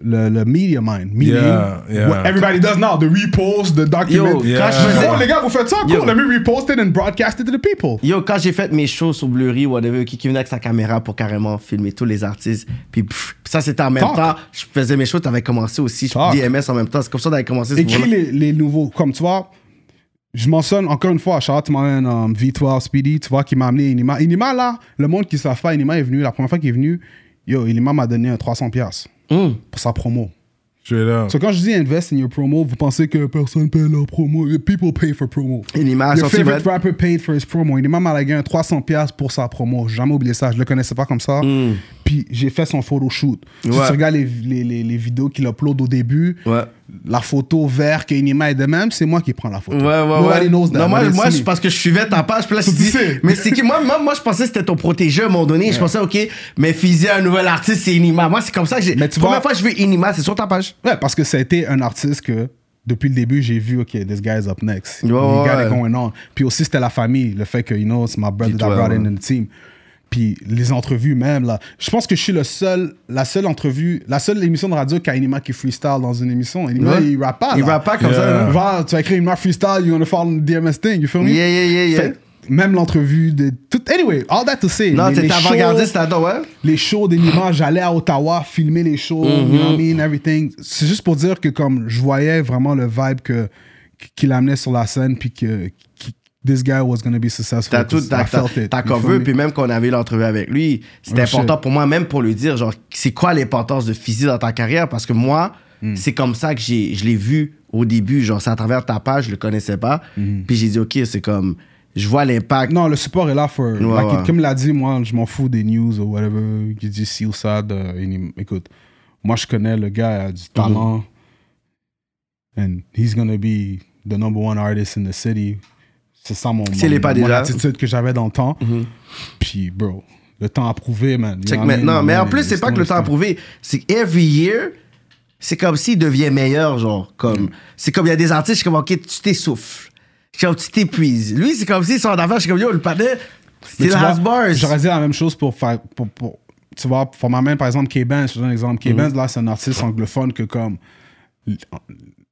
S3: le, le media mind. Meaning,
S1: Yeah, yeah.
S3: what everybody does now, the repost, the document.
S2: Yo,
S1: Yeah.
S2: quand je faisais-
S3: Oh, les gars, vous faites ça,
S2: Yo.
S3: cool, let me repost it and broadcast it to the people.
S2: Yo, quand j'ai fait mes shows sur Blurry, whatever, qui, qui venait avec sa caméra pour carrément filmer tous les artistes, puis pff, ça c'était en même
S3: Talk.
S2: temps, je faisais mes shows, t'avais commencé aussi, je
S3: Talk.
S2: DMS en même temps, c'est comme ça t'avais commencé. ce
S3: Écris
S2: mouvement-là.
S3: les, les nouveaux. Comme tu vois, je mentionne encore une fois, Charles, tu m'amènes um, V12 Speedy, tu vois, qui m'a amené Inima. Inima, là, le monde qui ne savent pas, Inima est venu, la première fois qu'il est venu, yo, Inima m'a donné un 300$ piastres pour sa promo.
S1: Je suis là.
S3: So, quand je dis invest in your promo, vous pensez que personne paye leur promo. People pay for promo.
S2: Inima a
S3: Your
S2: sorti
S3: favorite
S2: votre-
S3: rapper paid for his promo. Inima m'a lagué un 300$ piastres pour sa promo. J'ai Jamais oublié ça. Je le connaissais pas comme ça. Puis j'ai fait son photo shoot. Si
S2: Mm. Ouais.
S3: tu regardes les, les, les, les vidéos qu'il upload au début,
S2: Ouais.
S3: la photo vert que Inima est de même, c'est moi qui prends la photo.
S2: Ouais, ouais,
S3: Nobody
S2: ouais.
S3: knows that.
S2: Non, moi,
S3: but it's
S2: moi
S3: me.
S2: je, parce que je suivais ta page, puis là, je
S3: Tu
S2: dis,
S3: sais.
S2: mais c'est qui, moi, moi, moi, je pensais que c'était ton protégé à un moment donné, je pensais, ok, mais Fizzy, un nouvel artiste, c'est Inima. Moi, c'est comme ça que j'ai.
S3: Mais tu
S2: Première fois
S3: vois-
S2: que je veux Inima, c'est sur ta page.
S3: Ouais, parce que ça a été un artiste que, depuis le début, j'ai vu, OK, this guy is up next.
S2: Ouais,
S3: You got
S2: ouais.
S3: it going on. Puis aussi, c'était la famille, le fait que, you know, it's my brother that
S2: toi,
S3: brought in
S2: ouais.
S3: in the team. Puis les entrevues même, là. Je pense que je suis le seul, la seule entrevue, la seule émission de radio qu'a Inima qui freestyle dans une émission. Inima,
S2: Ouais.
S3: il rappe pas,
S2: Il
S3: là.
S2: rappe pas comme
S1: ça, là.
S3: Va, tu vas écrire Inima freestyle, you're gonna follow the DMS thing, you feel me?
S2: Yeah, yeah, yeah, yeah.
S3: Fait, même l'entrevue de tout. Anyway, all that to say.
S2: Non,
S3: les-
S2: t'étais
S3: les shows-
S2: avant-gardiste là-dedans, ouais.
S3: les shows d'Enima, j'allais à Ottawa filmer les shows, you know what
S2: Mm-hmm.
S3: I mean, everything. C'est juste pour dire que comme je voyais vraiment le vibe que qu'il amenait sur la scène, puis que qui- this guy was gonna be successful.
S2: T'as tout,
S3: 'cause
S2: t'as,
S3: I felt
S2: t'as-
S3: it,
S2: t'as
S3: you feel
S2: cover,
S3: me?
S2: puis même qu'on avait eu l'entrevue avec lui, c'était
S3: Oh,
S2: important
S3: shit.
S2: pour moi, même pour lui dire, genre, c'est quoi l'importance de Fizzy dans ta carrière, parce que moi,
S3: Hmm.
S2: c'est comme ça que j'ai, je l'ai vu au début, genre, c'est à travers ta page, je le connaissais pas,
S3: Hmm.
S2: puis j'ai dit, ok, c'est comme, je vois l'impact.
S3: Non, le support est là for. like,
S2: ouais.
S3: Comme il l'a dit, moi, je m'en fous des news ou whatever. Il dit ci ou ça. de- il- écoute, moi, je connais le gars, il a
S2: Mhm.
S3: du talent. And he's gonna be the number one artist in the city. C'est ça mon,
S2: S'il
S3: mon-
S2: est pas
S3: mon
S2: déjà. Mhm.
S3: attitude que j'avais dans le temps. Puis, bro, le temps a prouvé, man. You
S2: Check
S3: know what I mean?
S2: maintenant. Mais en
S3: Man,
S2: plus,
S3: it's
S2: c'est pas que le temps a
S3: still-
S2: prouvé, c'est que every year, c'est comme s'il devient meilleur, genre, comme, c'est comme, il y a des artistes, je suis comme, ok, tu t'essouffles. Je suis comme, tu t'épuises. Lui, c'est comme si son affaire, je suis comme, yo, le panel,
S3: Mais
S2: c'est
S3: tu vois,
S2: has bars.
S3: J'aurais dit la même chose pour faire. Pour, pour- tu vois, pour ma main, par exemple, K-Benz, je te donne un exemple.
S2: Mm.
S3: K-Benz, là, c'est un artiste anglophone que, comme. l-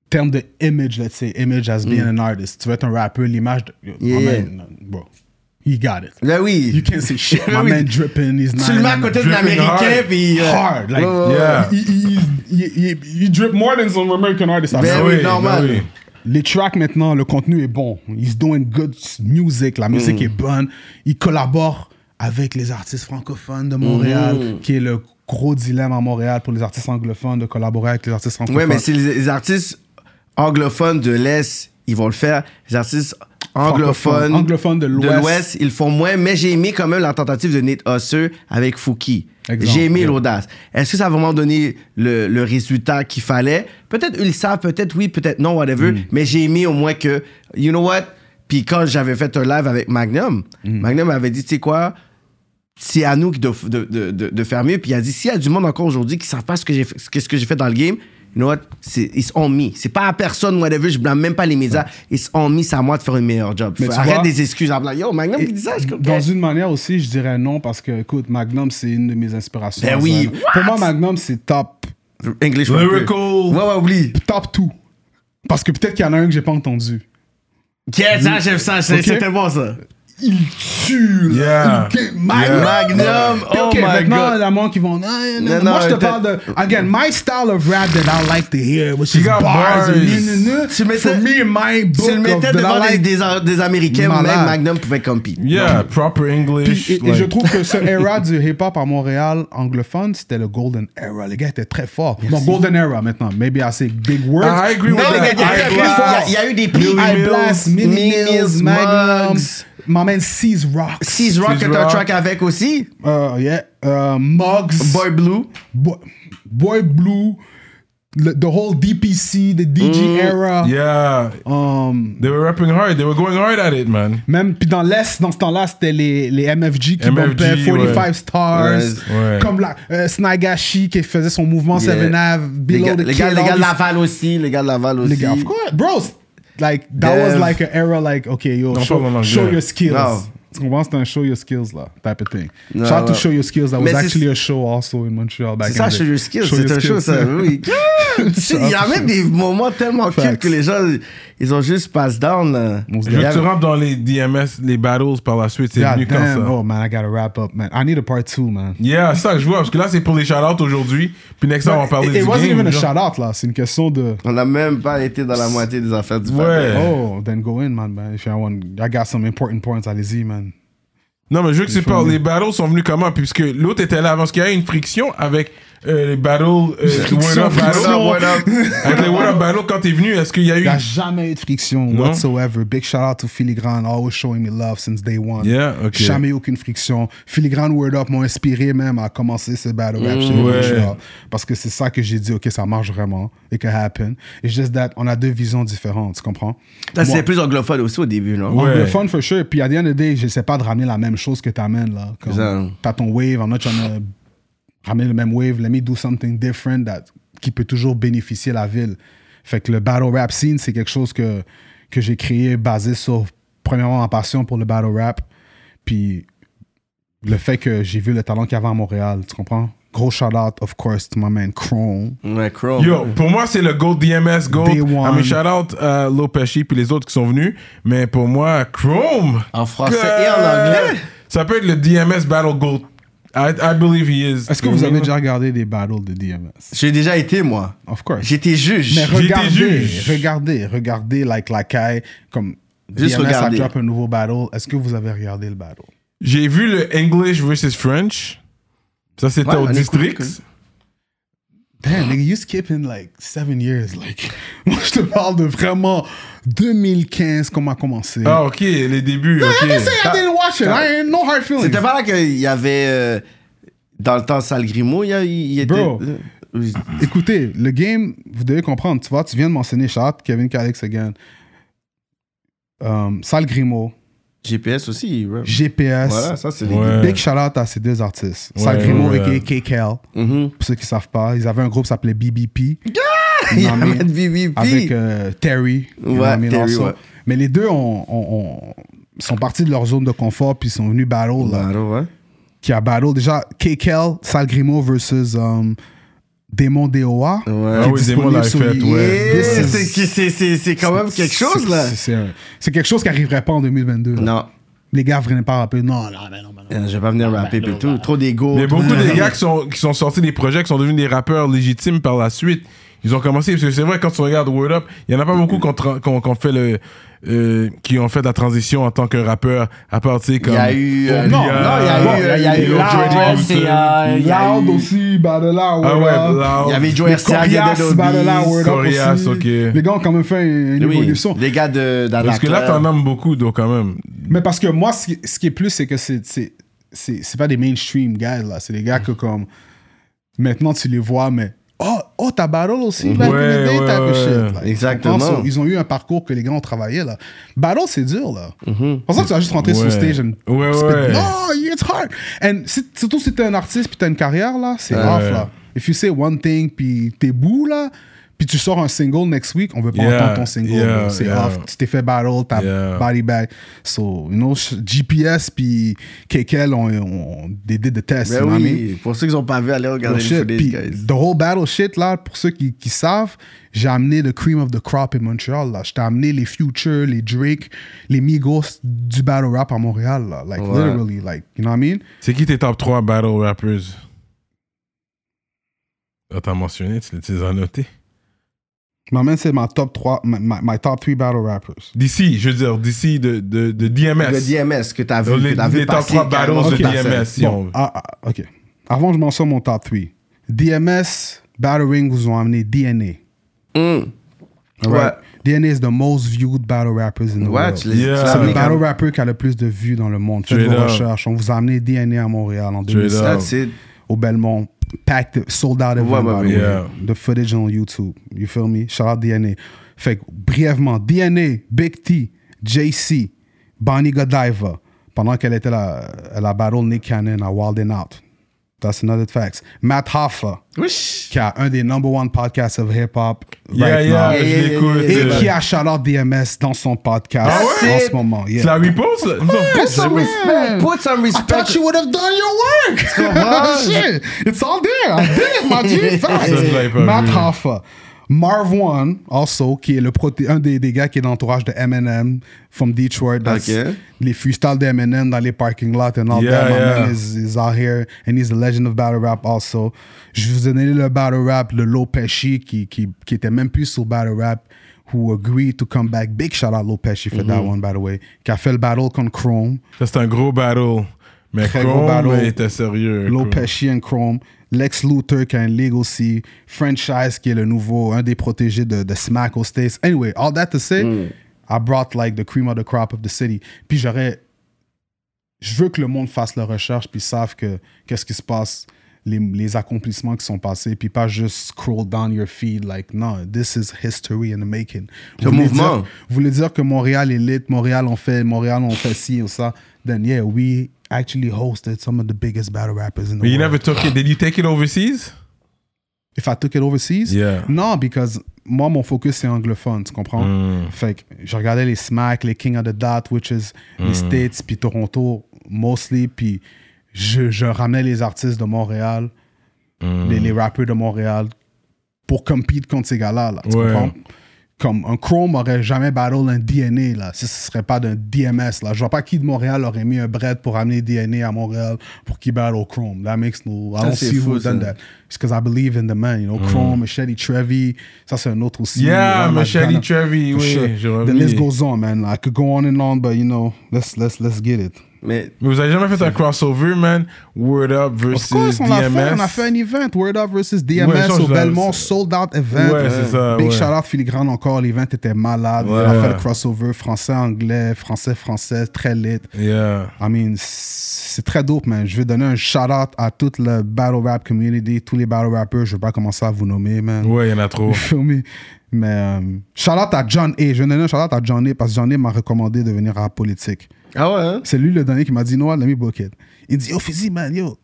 S3: En termes de image, let's say, image as being an artist. Tu veux être un rappeur, l'image de. yo, my
S2: Mm. Yeah.
S3: man, bro, he got it.
S2: Là, Ben oui. Ben
S3: You can't say shit. My
S2: Oui.
S3: man dripping, he's not.
S2: Tu le mets à côté de
S1: Dripping
S2: l'Américain,
S1: hard.
S2: puis. euh,
S3: Hard, like,
S2: ouais, ouais, ouais.
S1: Yeah.
S3: He, he- he- he- he- he drip more than some American artists. I've
S2: Ben
S3: seen.
S2: oui, normal.
S1: oui.
S3: Les tracks maintenant, le contenu est bon. He's doing good music. La
S2: Mm.
S3: musique est bonne. Il collabore avec les artistes francophones de Montréal,
S2: Mm.
S3: qui est le gros dilemme à Montréal pour les artistes anglophones de collaborer avec les artistes francophones.
S2: Ouais, mais c'est les, les artistes anglophones de l'Est, ils vont le faire. Les artistes anglophones,
S3: Francophones. Anglophones de l'Ouest.
S2: ils le font moins, mais j'ai aimé quand même la tentative de Nate Husseux avec Fouki.
S3: Exemple,
S2: J'ai aimé
S3: yeah.
S2: l'audace. Est-ce que ça a vraiment donné le, le résultat qu'il fallait? Peut-être eux le savent, peut-être oui, peut-être non, whatever,
S3: Mm.
S2: mais j'ai aimé au moins que, you know what? Puis quand j'avais fait un live avec Magnum,
S3: Mm.
S2: Magnum avait dit, tu sais quoi? c'est à nous de, de, de, de, de faire mieux. Puis il a dit, s'il y a du monde encore aujourd'hui qui ne savent pas ce que j'ai fait, ce que- ce que j'ai fait dans le game, you know what, c'est, it's on me. C'est pas à personne, whatever, je blâme même pas les médias. It's on me, c'est à moi de faire un meilleur job.
S3: Mais
S2: Faut-
S3: tu
S2: arrête
S3: vois-
S2: des excuses. en blanc. Yo, Magnum, il dit ça, je suis comme,
S3: Dans
S2: eh.
S3: une manière aussi, je dirais non, parce que, écoute, Magnum, c'est une de mes inspirations.
S2: Ben oui,
S3: Ça, Pour moi, Magnum, c'est top
S2: English
S1: Lyrical.
S2: rapper. Ouais, ouais, oublie.
S3: top tout. Parce que peut-être qu'il y en a un que j'ai pas entendu.
S2: Qu'est-ce ça, j'aime ça, c'est-
S3: Ok.
S2: c'était bon ça.
S3: Il tue.
S1: Yeah.
S3: là. Il- Magnum.
S2: Magnum,
S3: Puis,
S2: oh
S3: ok,
S2: my
S3: maintenant, il
S2: god.
S3: y a monde qui vont. Ah, non,
S2: Non,
S3: non, moi,
S2: non,
S3: je te
S2: t'as-
S3: parle de. Again, my style of rap that I like to hear, which
S1: You
S3: is
S1: got
S3: bars.
S1: bars.
S3: and you- you- you-
S2: Tu mettais-
S3: For me, my book
S2: Tu le
S3: of
S2: mettais
S3: that
S2: devant
S3: I
S2: les-
S3: like-
S2: des, des Américains,
S3: Malade.
S2: même Magnum pouvait compete.
S1: Yeah, proper English.
S3: Puis, et, et
S1: like-
S3: je trouve que ce era du hip-hop à Montréal anglophone, c'était le golden era. Les gars étaient très forts. Bon, golden era maintenant. Maybe I say big words.
S1: I agree with
S2: Non,
S1: that.
S2: mais il y a-
S1: I
S2: il y a- il y a eu des prix.
S3: I blast, Mini
S2: Mini
S3: Mills,
S2: Mills,
S3: Magnum.
S2: Muggs.
S3: My man Seas Rock.
S2: Seize Rock
S1: Seize
S2: est un
S1: Rock.
S2: track avec aussi.
S3: Euh, yeah. Euh, Muggs.
S2: Boy Blue.
S3: Boy, Boy Blue, le- the whole DPC, the DG
S2: Mm.
S3: era.
S1: Yeah,
S3: Um,
S1: they were rapping hard. They were going hard at it, man.
S3: même puis dans l'Est, dans ce temps-là, c'était les, les MFG qui
S1: MFG,
S3: pompaient 45
S1: ouais.
S3: Stars.
S1: Ouais.
S3: Comme la, euh, Snagashi qui faisait son mouvement
S2: Yeah.
S3: 7 Ave,
S2: Les
S3: Below
S2: gars,
S3: the
S2: les
S3: Kid,
S2: gars, les
S3: all
S2: gars de
S3: these-
S2: Laval aussi. Les gars de Laval aussi.
S3: les gars, of course. Bros, like, that
S2: Dev.
S3: was like an era like, okay, yo,
S1: Non,
S3: show,
S1: pas vraiment,
S3: show
S1: yeah.
S3: your skills.
S2: Non.
S3: Tu comprends? C'est un show your skills, là, type of thing.
S2: Ouais,
S3: Shout out to
S2: ouais.
S3: show your skills. That
S2: Mais
S3: was
S2: c'est-
S3: actually a show also in Montreal back
S2: C'est
S3: in
S2: ça,
S3: the
S2: show
S3: day.
S2: your skills,
S3: Show
S2: c'est
S3: your
S2: un show,
S3: skills.
S2: ça, oui. Tu sais, Il y a
S3: Shout out.
S2: même des moments tellement cute
S3: Facts.
S2: que les gens, ils ont juste pass down. là.
S3: On se
S2: Il y
S1: Je
S2: a-
S1: te rentre dans les DMS, les battles par la suite. C'est
S3: God
S1: venu comme
S3: damn.
S1: ça.
S3: Oh man, I gotta wrap up, man. I need a part two, man.
S1: Yeah, c'est ça que je vois. Parce que là, c'est pour les shout-outs aujourd'hui. Puis next time, on va parler
S3: it,
S1: du
S3: it wasn't
S1: game,
S3: even a
S1: genre.
S3: shout out, là. C'est une question de.
S2: On n'a même pas été dans la moitié des affaires du
S1: Ouais.
S2: panel.
S3: Oh, then go in, man, man. If you want, I got some important points. Allez-y, man.
S1: Non, mais je veux que tu parles. Les battles sont venus comment Puisque l'autre était là avant. Parce qu'il y a eu une friction avec euh, les battles. euh, le One Up
S3: friction.
S1: Battle.
S2: What up, what up?
S1: Avec les One Up Battle, quand t'es venu, est-ce qu'il y a
S3: Il
S1: eu.
S3: n'y a jamais eu de friction
S1: Non.
S3: whatsoever. Big shout out to Filigrane, always showing me love since day one.
S1: Yeah, ok.
S3: Jamais eu aucune friction. Filigrane Word Up m'ont inspiré même à commencer ce battle rap chez
S1: Mm, ouais.
S3: Montreal. Parce que c'est ça que j'ai dit, ok, ça marche vraiment. It can happen. It's just that on a deux visions différentes, tu comprends?
S2: Ça,
S3: Moi-
S2: C'est plus anglophone aussi au début, non?
S1: Ouais.
S3: Anglophone for sure. Puis à the end of the day, j'essaie pas de ramener la même chose que t'amènes là. Comme,
S2: Ça.
S3: T'as ton wave, I'm not trying to ramener le même wave. Let me do something different that, qui peut toujours bénéficier la ville. Fait que le battle rap scene, c'est quelque chose que, que j'ai créé basé sur, premièrement, ma passion pour le battle rap. Puis le fait que j'ai vu le talent qu'il y avait à Montréal, tu comprends? Gros shout out, of course, to my man Chrome.
S2: Ouais, Chrome.
S1: Yo, pour moi, c'est le Gold DMS Gold.
S3: Day one.
S1: Ah, mais shout out à Lopeshi puis les autres qui sont venus. Mais pour moi, Chrome.
S2: En français
S1: God.
S2: et en anglais.
S1: Ça peut être le DMS Battle Gold. I, I believe he is.
S3: Est-ce que vous avez déjà regardé des battles de DMS?
S2: J'ai déjà été, moi.
S3: Of course.
S2: J'étais juge.
S3: Mais
S1: J'étais
S3: regardez,
S1: juge.
S3: regardez, regardez, like la caille, comme
S2: Juste
S3: DMS a
S2: regardez.
S3: drop un nouveau battle. Est-ce que vous avez regardé le battle?
S1: J'ai vu le English versus French. Ça, c'était
S2: Ouais,
S1: au
S2: on écoute,
S1: district.
S2: écoute.
S3: Damn, nigga, you skipping like seven years. Like, moi, je te parle de vraiment 2015, comment a commencé. Ah,
S1: Ah, ok, les débuts. ok.
S3: I say I didn't watch it. I ain't no hard feelings.
S2: C'était pas là qu'il y avait. euh, dans le temps, Sal Grimaud, il y a- il y était.
S3: Bro.
S2: euh, oui.
S3: Écoutez, le game, vous devez comprendre. Tu vois, tu viens de mentionner Chat, Kevin Calix again. Um, Sal Grimaud,
S2: GPS aussi. ouais.
S3: GPS.
S2: Voilà, ça, c'est les
S1: Ouais.
S3: Big shout out à ces deux artistes. Sal
S1: Ouais,
S3: Grimaud
S1: ouais, ouais.
S3: et KKL.
S2: Mhm.
S3: Pour ceux qui savent pas, ils avaient un groupe qui s'appelait BBP.
S2: Il y
S3: Non, mais-
S2: avait de BBP.
S3: avec euh, Terry. you know
S2: Ouais,
S3: what I mean,
S2: Terry,
S3: also.
S2: ouais.
S3: Mais les deux ont- ont- ont- sont partis de leur zone de confort puis sont venus battle. là,
S2: Claro, ouais.
S3: qui a battle déjà KKL, Sal Grimo versus um, Démon DOA. qui
S2: Ouais.
S3: est
S1: Ah oui,
S3: disponible
S1: Démon l'a
S3: sur
S1: fait,
S3: les-
S1: ouais.
S3: This
S2: Yeah,
S3: is-
S2: c'est- c'est- c'est- C'est c'est quand même quelque chose, là.
S3: c'est- C'est un- c'est quelque chose qui n'arriverait pas en 2022. là.
S2: Non,
S3: Les gars venaient pas rappeler. Non, non, non, non, non.
S2: euh, je vais pas venir rapper et tout. Trop d'ego.
S1: Mais
S2: trop
S1: beaucoup
S2: de-
S1: des gars qui sont, qui sont sortis des projets, qui sont devenus des rappeurs légitimes par la suite, ils ont commencé. Parce que c'est vrai, quand tu regardes Word Up, il n'y en a pas beaucoup qui ont, tra- qui ont- qui ont fait le, euh, qui ont fait la transition en tant que rappeur, à part, tu sais,
S2: Il
S1: comme.
S2: y a eu. euh,
S3: Non,
S2: non, il y a
S3: bon,
S2: eu. euh, Il y a eu.
S1: Joey
S2: Loud,
S1: Dickinson.
S2: c'est, euh, il y a
S3: Loud
S2: eu-
S3: aussi, Battle Loud.
S1: Ah ouais,
S3: Loud.
S1: Loud.
S2: Il y avait Joe Arcia, il y avait
S3: Corias, Battle Hour,
S2: Adobe.
S3: donc
S1: Corias,
S3: aussi.
S1: ok.
S3: Les gars ont quand même fait une, une
S2: Oui,
S3: évolution.
S2: les gars de dans
S1: Parce que là,
S2: la
S1: t'en nommes beaucoup, donc quand même.
S3: Mais parce que moi, ce qui, ce qui est plus, c'est que c'est c'est- c'est c'est pas des mainstream guys là, c'est des gars que comme maintenant tu les vois, mais oh oh t'as Battle aussi, back in the
S1: Ouais,
S3: day,
S1: ouais,
S3: type of shit,
S1: ouais.
S3: là. Tu comprends?
S2: Exactement.
S3: So, ils ont eu un parcours que les gars ont travaillé là. Battle c'est dur là. Pour ça que tu vas juste rentrer sur
S1: Ouais.
S3: sur stage and
S1: Ouais,
S3: spit,
S1: ouais.
S3: oh it's hard. And si- surtout si t'es un artiste puis t'as une carrière là, c'est off là. If you say one thing puis t'es bout là. Puis tu sors un single next week, on veut pas
S1: Yeah,
S3: entendre ton single.
S1: yeah,
S3: bro. c'est
S1: yeah.
S3: off. Tu t'es fait battle, t'as
S1: Yeah.
S3: body bag. So, you know, sh- GPS puis KKL ont, ont- they did the test.
S2: Ben
S3: you know what I mean?
S2: oui, pour ceux qui n'ont pas vu, allez regarder les
S3: Oh, shit.
S2: footage,
S3: Puis,
S2: guys.
S3: the whole battle shit, là, pour ceux qui, qui savent, j'ai amené le cream of the crop in Montreal, là. J'étais amené les Future, les Drake, les Migos du battle rap à Montréal, là. Like,
S2: Ouais.
S3: literally, like, you know what I mean?
S1: C'est qui tes top 3 battle rappers Ah, t'as mentionné, tu les- tu les as notés.
S3: Ma main, c'est ma top 3, my, my- my top 3 battle rappers.
S1: D'ici, je veux dire, d'ici de, de, de DMS.
S2: Le DMS que t'as vu,
S1: Les-
S2: que t'as vu
S1: les top
S2: passer
S1: trois battles
S2: carrément
S1: de
S2: sur ta scène.
S1: DMS. Si on
S3: Bon,
S1: veut.
S3: ah, ah, OK. Avant, je mentionne mon top 3. DMS, Battle Ring vous ont amené DNA.
S2: Hum.
S3: All right? DNA is the most viewed battle rappers in the
S2: Ouais,
S3: world.
S2: tu les- tu
S1: Yeah.
S2: l'as
S3: C'est
S1: Ah,
S3: le
S1: mais
S2: mis
S3: battle
S2: comme-
S3: rapper qui a le plus de vues dans le monde. Faites
S1: Straight
S3: vos
S1: up.
S3: recherches. On vous a amené DNA à Montréal en
S1: Straight
S3: 2007.
S1: up.
S2: That's it.
S3: Au Belmont. Packed, sold out
S2: Ouais, ouais,
S3: everybody.
S1: ouais. Yeah.
S3: The footage on YouTube. You feel me? Shout out DNA. Fait que, brièvement, DNA, Big T, JC, Bonnie Godiva, pendant qu'elle était la, la battle Nick Cannon à Wild and Out. That's another facts. Matt Hoffa,
S2: Ouch.
S3: qui a un des number one podcasts of hip-hop right
S1: Yeah, yeah,
S3: now.
S2: Yeah, yeah,
S1: je l'écoute.
S2: yeah, yeah,
S3: Et
S1: euh,
S3: qui a shout-out DMS dans son podcast
S1: Ah
S2: ouais?
S3: en ce moment. yeah.
S1: C'est la réponse, là?
S2: Put some respect. Put some
S3: I thought
S2: respect.
S3: you would have done your work.
S2: what?
S3: Shit, it's all there. I did it, my G.
S1: Ça,
S3: Facts.
S1: je l'avais pas
S3: Matt
S1: vu.
S3: Hoffa. Marv One, also, qui est le proté- un des, des gars qui est dans l'entourage de Eminem from Detroit. That's
S2: Ok.
S3: Les freestyles d'Eminem dans les parking lots and all
S1: Yeah,
S3: that. My
S1: yeah.
S3: man is, is out here and he's a legend of battle rap also. Je vous ai donné le battle rap, le Low Pesci qui, qui, qui était même plus sur battle rap, who agreed to come back. Big shout out Low Pesci for
S1: Mm-hmm.
S3: that one, by the way. Qui a fait le battle contre Chrome.
S1: Ça, c'est un gros battle. Mais
S3: Très gros
S1: Chrome
S3: battle.
S1: il était sérieux.
S3: Low
S1: Chrome.
S3: Pesci and Chrome, Lex Luthor qui a un Legacy, Franchise qui est le nouveau, un des protégés de, de Smack aux States. Anyway, all that to say,
S2: Mm.
S3: I brought like the cream of the crop of the city. Puis j'aurais. Je veux que le monde fasse leur recherche puis savent que qu'est-ce qui se passe, les, les accomplissements qui sont passés, puis pas juste scroll down your feed like, non, this is history in the making.
S2: Le
S3: Vous voulez
S2: mouvement.
S3: dire- vous voulez dire que Montréal est lit, Montréal on fait, Montréal on fait ci ou ça, then yeah, we actually hosted some of the biggest battle rappers in the
S1: But you
S3: world.
S1: never took it. Did you take it overseas?
S3: If I took it overseas?
S1: Yeah.
S3: Non, because moi, mon focus, c'est anglophone, tu comprends?
S1: Mm.
S3: Fait que je regardais les Smack, les King of the Dot, which is
S1: Mm.
S3: les States, puis Toronto, mostly, puis je, je ramenais les artistes de Montréal,
S1: Mm.
S3: les, les rappeurs de Montréal, pour compete contre ces gars-là, là, tu
S1: Ouais.
S3: comprends? Comme un Chrome aurait jamais battle un DNA, là, si ce serait pas d'un DMS, là. Je vois pas qui de Montréal aurait mis un bread pour amener DNA à Montréal pour qu'il battle Chrome. That makes no... I
S2: Ça,
S3: don't
S2: c'est
S3: see who
S2: fou,
S3: would done
S2: ça.
S3: that. It's because I believe in the man, you know. Chrome, Machete Trevi, ça c'est un autre aussi.
S1: Mm. Yeah,
S3: Là, on a
S1: Machete
S3: Ghana.
S1: Trevi,
S3: For
S1: oui, j'aurais
S3: The
S1: oublié.
S3: list goes on, man. I could go on and on, but you know, let's let's let's get it.
S2: Mais
S1: Mais vous avez jamais fait un crossover, man? Word Up versus
S3: Of course, on
S1: DMS?
S3: a fait, on a fait un event, Word Up versus DMS
S1: Ouais, ça,
S3: au
S1: je l'ai-
S3: Belmont, sold out event.
S1: Ouais, c'est ça,
S3: Big
S1: ouais.
S3: shout out Filigrane encore, l'event était malade.
S1: Ouais.
S3: On a fait le crossover français-anglais, français-français, très lit.
S1: Yeah.
S3: I mean, c'est très dope, man. Je vais donner un shout out à toute le battle rap community, tous les battle rappers. Je vais pas commencer à vous nommer, man.
S1: Ouais, il y en a trop.
S3: You feel me? Mais euh, shout out à John A. Je vais donner un shout out à John A parce que John A m'a recommandé de venir à la politique.
S2: ah ouais. hein?
S3: C'est lui le dernier qui m'a dit, no, let me book it. Il dit, yo, Fizzy, man, yo,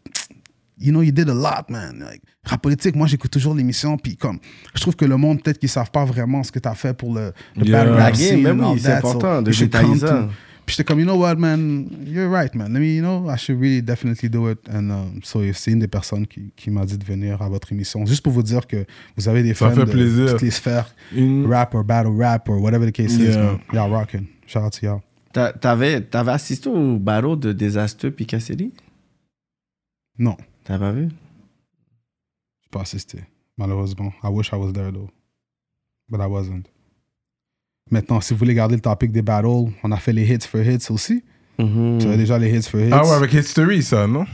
S3: you know, you did a lot, man. Like, rap politique, moi, j'écoute toujours l'émission. Puis, comme, je trouve que le monde, peut-être qu'ils savent pas vraiment ce que t'as fait pour le, le
S1: Yeah.
S3: battle
S1: La
S3: rap
S2: game,
S3: scene
S2: mais
S3: and oui,
S2: oui,
S3: all
S2: c'est
S3: that.
S2: important
S3: So,
S2: de
S3: you should
S2: détailler
S3: come
S2: ça.
S3: to- Puis j'étais comme, you know what, man, you're right, man. Let me, you know, I should really definitely do it. And um, so, c'est une des personnes qui, qui m'a dit de venir à votre émission. Juste pour vous dire que vous avez des
S1: Ça
S3: fans
S1: fait
S3: de
S1: plaisir.
S3: toutes les sphères,
S1: Une-
S3: rap or battle rap or whatever the case is,
S1: Yeah.
S3: man. Y'all rocking. Shout out to y'all.
S2: T'a- T'avais t'avais assisté au barreau de Désastreux puis Cassidy?
S3: Non.
S2: T'as pas vu?
S3: J'ai pas assisté, malheureusement. I wish I was there though. But I wasn't. Maintenant, si vous voulez garder le topic des battles, on a fait les hits for hits aussi.
S2: Hmm.
S3: Tu avais déjà les hits for hits.
S1: Ah ouais, avec History, ça, non?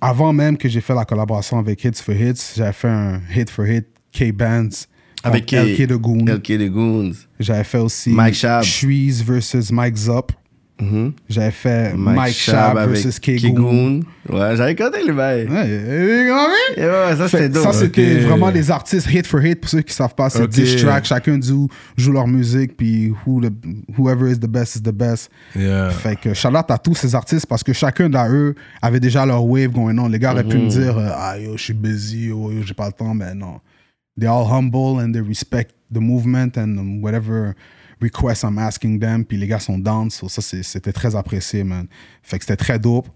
S3: Avant même que j'ai fait la collaboration avec Hits for Hits, j'avais fait un hit for hit K-Bands
S2: Avec
S3: contre
S2: K-
S3: LK de Goon.
S2: LK de Goons.
S3: J'avais fait aussi
S2: Mike Schaab.
S3: Shreeze versus Mike Zup.
S2: Mhm.
S3: J'avais fait Mike,
S2: Mike,
S3: Schaab
S2: Schaab avec
S3: versus
S2: K.
S3: K-Goon.
S2: Goon. Ouais, j'avais compté le bail.
S3: Ouais, you know what I mean?
S2: Et ouais, ça c'était
S3: Fait-
S2: dope.
S3: Ça, c'était
S1: Ok.
S3: vraiment les artistes hit for hit. Pour ceux qui savent pas, c'est
S1: Ok.
S3: 10 tracks. Chacun joue, joue leur musique. Puis who the- whoever is the best is the best.
S1: Yeah.
S3: Fait que shout out à tous ces artistes parce que chacun d'entre eux avait déjà leur wave going on. Les gars auraient pu
S1: Mhm.
S3: me dire euh, Ah yo, je suis busy, oh, yo, yo, j'ai pas le temps, mais non. They all humble and they respect the movement and um, whatever request I'm asking them. Puis les gars sont down. So ça, c'est- c'était très apprécié, man. Fait que c'était très dope.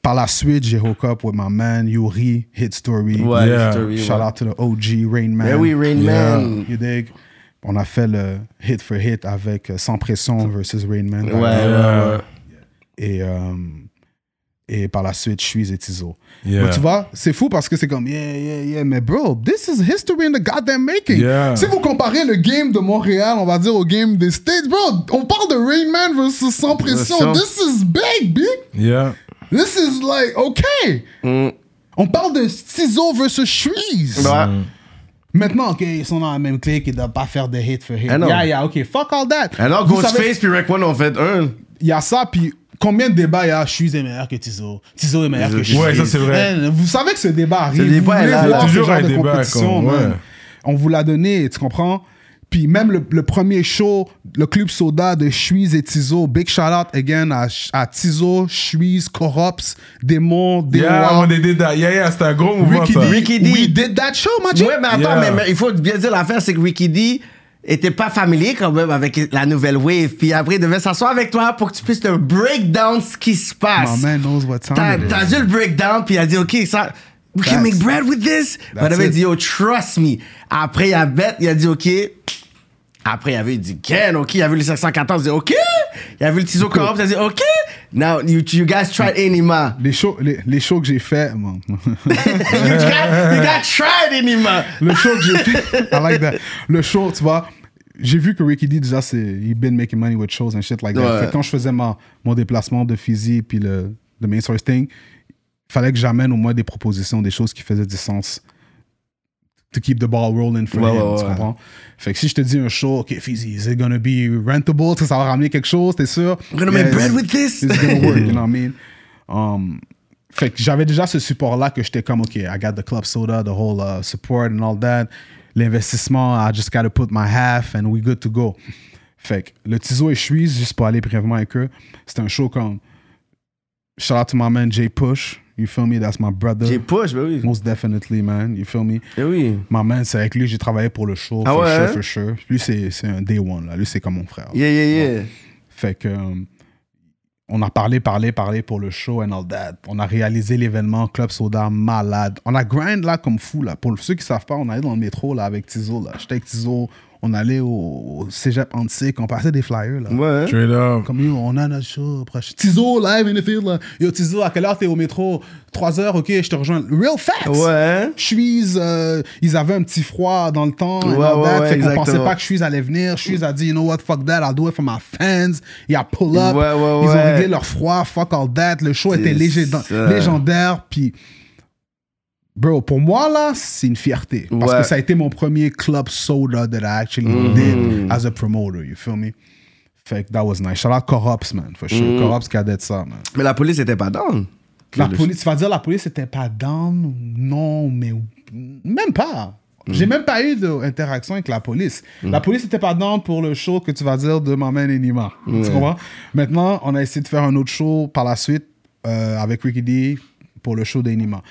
S3: Par la suite, j'ai hook up with my man Yuri, Hit Story.
S2: Ouais,
S1: Yeah.
S2: story, ouais.
S3: Shout out to the OG Rain Man.
S2: Mais oui, Rain
S1: Yeah.
S2: Man.
S3: You dig? On a fait le hit for hit avec euh, Sans Pression versus Rain Man.
S2: Ouais, ouais, ouais.
S1: Yeah.
S3: Et, euh, et par la suite, Shuiz et Tizo.
S1: Yeah.
S3: Mais tu vois, c'est fou parce que c'est comme, yeah, yeah, yeah, mais bro, this is history in the goddamn making.
S1: Yeah.
S3: Si vous comparez le game de Montréal, on va dire, au game des States, bro, on parle de Rain Man versus Sans Pression.
S2: Sans-
S3: This is big, big.
S1: Yeah.
S3: This is like, okay.
S2: Mm. Bah,
S3: On parle de Tizo versus Shuiz.
S2: Ouais.
S3: Maintenant qu'ils sont dans la même clique, ils ne doivent pas faire de hit for hit.
S2: Ah non.
S3: yeah, yeah, ok, fuck all that.
S2: Alors,
S3: Vous savez-
S2: Ghostface puis Rec One ont fait un.
S3: Il y a ça, puis combien de débats il y a Shuiz est meilleur que Tizo Tizo est meilleur que Shuiz.
S1: Ouais, ça, c'est vrai.
S3: Eh, Vous savez que ce débat arrive.
S2: débat
S3: vous
S2: est
S3: voulez
S2: là,
S3: voir
S1: là.
S3: ce
S1: Toujours
S3: genre
S1: un
S3: de
S1: débat,
S3: compétition,
S1: comme, ouais.
S3: man. On vous l'a donné, tu comprends Puis même le, le premier show, le club soda de Chuiz et Tizo, big shout out again à, Ch- à Tizo, Chuiz, Corrops, Démon, Démon.
S1: Yeah, on est déda. Yeah, yeah, c'est un gros mouvement,
S3: Ricky
S1: ça.
S3: D.
S2: Ricky D.
S3: We did that show, my G.
S2: Ouais, mais attends,
S1: Yeah.
S2: mais, mais il faut bien dire l'affaire, c'est que Ricky D était pas familier quand même avec la nouvelle wave. Puis après, il devait s'asseoir avec toi pour que tu puisses te breakdown ce qui se passe.
S3: My man knows what time
S2: T'as
S3: it is.
S2: t'as dû le breakdown, puis il a dit, OK, ça. We can
S3: Facts.
S2: make bread with this. Mais
S3: That's
S2: il avait
S3: it.
S2: dit, yo, trust me. Après, il a bête, il a dit, OK. Après, il avait dit, Ken, OK. Il a vu le 514, il a dit, OK. Il a vu le Tizo Corrupt, il a dit, OK. Now, you, you guys tried Enima.
S3: Les shows, les, les shows que j'ai fait, bon.
S2: you, got, you got tried Enima.
S3: le show que j'ai fait, I like that. Le show, tu vois, j'ai vu que Ricky D, déjà, c'est, he been making money with shows and shit like that.
S2: Ouais.
S3: Fait que quand je faisais ma, mon déplacement de Fizzy puis le, le main source thing, fallait que j'amène au moins des propositions, des choses qui faisaient du sens. To keep the ball rolling for
S2: Ouais,
S3: him,
S2: ouais,
S3: tu
S2: ouais.
S3: comprends? Fait que si je te dis un show, OK, Fizzy, is it gonna be rentable? Tu sais, Ça va ramener quelque chose, t'es sûr?
S2: I'm gonna make bread with this.
S3: It's gonna work, you know what I mean? Um, fait que j'avais déjà ce support-là que j'étais comme, OK, I got the club soda, the whole uh, support and all that. L'investissement, I just gotta put my half and we good to go. Fait que le Tizo et Chuise, juste pour aller brièvement avec eux, c'était un show comme shout out to my man Jay Push. You feel me? That's my brother.
S2: J'ai push, ben oui.
S3: Most definitely, man. You feel me?
S2: Ben oui.
S3: My man, c'est avec lui, j'ai travaillé pour le show.
S2: Ah
S3: for
S2: ouais, hein?
S3: sure, for sure. Lui, c'est c'est un day one, là. Lui, c'est comme mon frère.
S2: Yeah, yeah, yeah.
S3: Fait que euh, on a parlé, parlé, parlé pour le show and all that. On a réalisé l'événement Club Soda malade. On a grind là comme fou là. Pour ceux qui savent pas, on allait dans le métro là avec Tizo là. J'étais avec Tizo. On allait au, au Cégep Antique. On passait des flyers là.
S2: Ouais. hein.
S1: Straight up.
S3: Comme yo, on a notre show prochain. Tizo live in the field là. Yo Tizo, à quelle heure t'es au métro 3 heures, ok, je te rejoins. Real facts.
S2: Ouais. hein.
S3: Chuise, euh, ils avaient un petit froid dans le temps.
S2: Ouais,
S3: and all
S2: ouais,
S3: that.
S2: ouais,
S3: fait qu'on pensait
S2: exactement.
S3: pas que Chuise allait venir. Chuise a dit, you know what, fuck that, I'll do it for my fans. Il a pull up.
S2: Ouais, ouais,
S3: ils
S2: ouais.
S3: ont réglé leur froid, fuck all that. Le show était
S2: C'est
S3: légenda-
S2: ça.
S3: légendaire. Puis, bro, pour moi, là, c'est une fierté. Parce
S2: Ouais.
S3: que ça a été mon premier club soda that I actually
S2: Mm-hmm.
S3: did as a promoter, you feel me? Fait que that was nice. Shout out Corrups, man, for sure.
S2: Mm.
S3: Corrups qui a dit ça, man.
S2: Mais la police était pas down.
S3: La police, tu vas dire la police n'était pas down, non, mais même pas. J'ai même pas eu d'interaction avec la police. La police n'était pas down pour le show que tu vas dire de Maman et Nima. Tu comprends? Maintenant, on a essayé de faire un autre show par la suite euh, avec Ricky D pour le show d'Enima.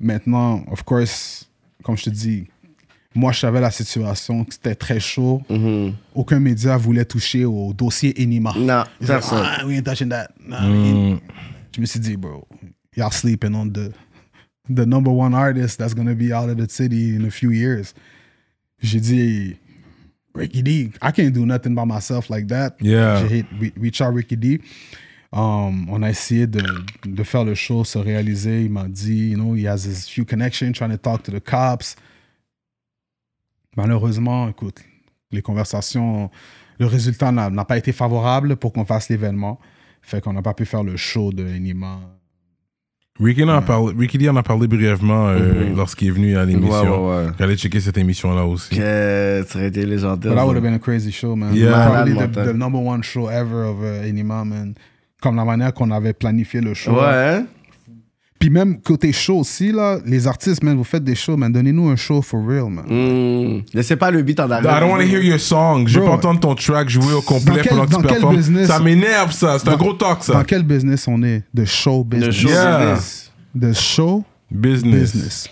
S3: Maintenant, of course, comme je te dis, moi, je savais la situation, que c'était très chaud. Aucun média voulait toucher au dossier Enima.
S2: Mm-hmm. Non,
S3: Ils disaient,
S2: personne.
S3: ah, we ain't touching that. Nah, we- Je me suis dit, bro, y'all sleeping on the, the number one artist that's gonna be out of the city in a few years. J'ai dit, Ricky D, I can't do nothing by myself like that.
S1: Yeah.
S3: J'ai hit Re- Reach Out Ricky D. Um, on a essayé de, de faire le show, se réaliser. Il m'a dit, you know, he has his few connections, trying to talk to the cops. Malheureusement, écoute, les conversations, le résultat n'a n'a pas été favorable pour qu'on fasse l'événement. Fait qu'on n'a pas pu faire le show de Enima.
S1: Ricky, en a parlé, Ricky Lee en a parlé brièvement euh,
S3: Mhm.
S1: lorsqu'il est venu à l'émission.
S2: Ouais, ouais, ouais.
S1: J'allais checker cette émission-là aussi.
S2: Que ça aurait été légendaire.
S3: But that would have been a crazy show, man.
S1: Yeah.
S3: Probably
S2: Malade
S3: the,
S2: mental.
S3: the number one show ever of uh, Enima, man. Comme la manière qu'on avait planifié le show.
S2: Ouais, hein?
S3: Puis même côté show aussi, là, les artistes, man, vous faites des shows, man. Donnez-nous un show for real, man.
S2: Hmm. Laissez pas le beat en arrière.
S1: I don't want to hear your song. Je veux
S3: Bro.
S1: pas entendre ton track jouer au complet
S3: Dans quel-
S1: pendant que tu
S3: dans quel
S1: performes.
S3: business-
S1: Ça m'énerve, ça. C'est un
S3: Dans-
S1: gros talk, ça.
S3: Dans quel business on est? The show
S2: Le
S3: business.
S2: show
S1: Yeah.
S2: business.
S3: The show
S1: Business.
S3: business.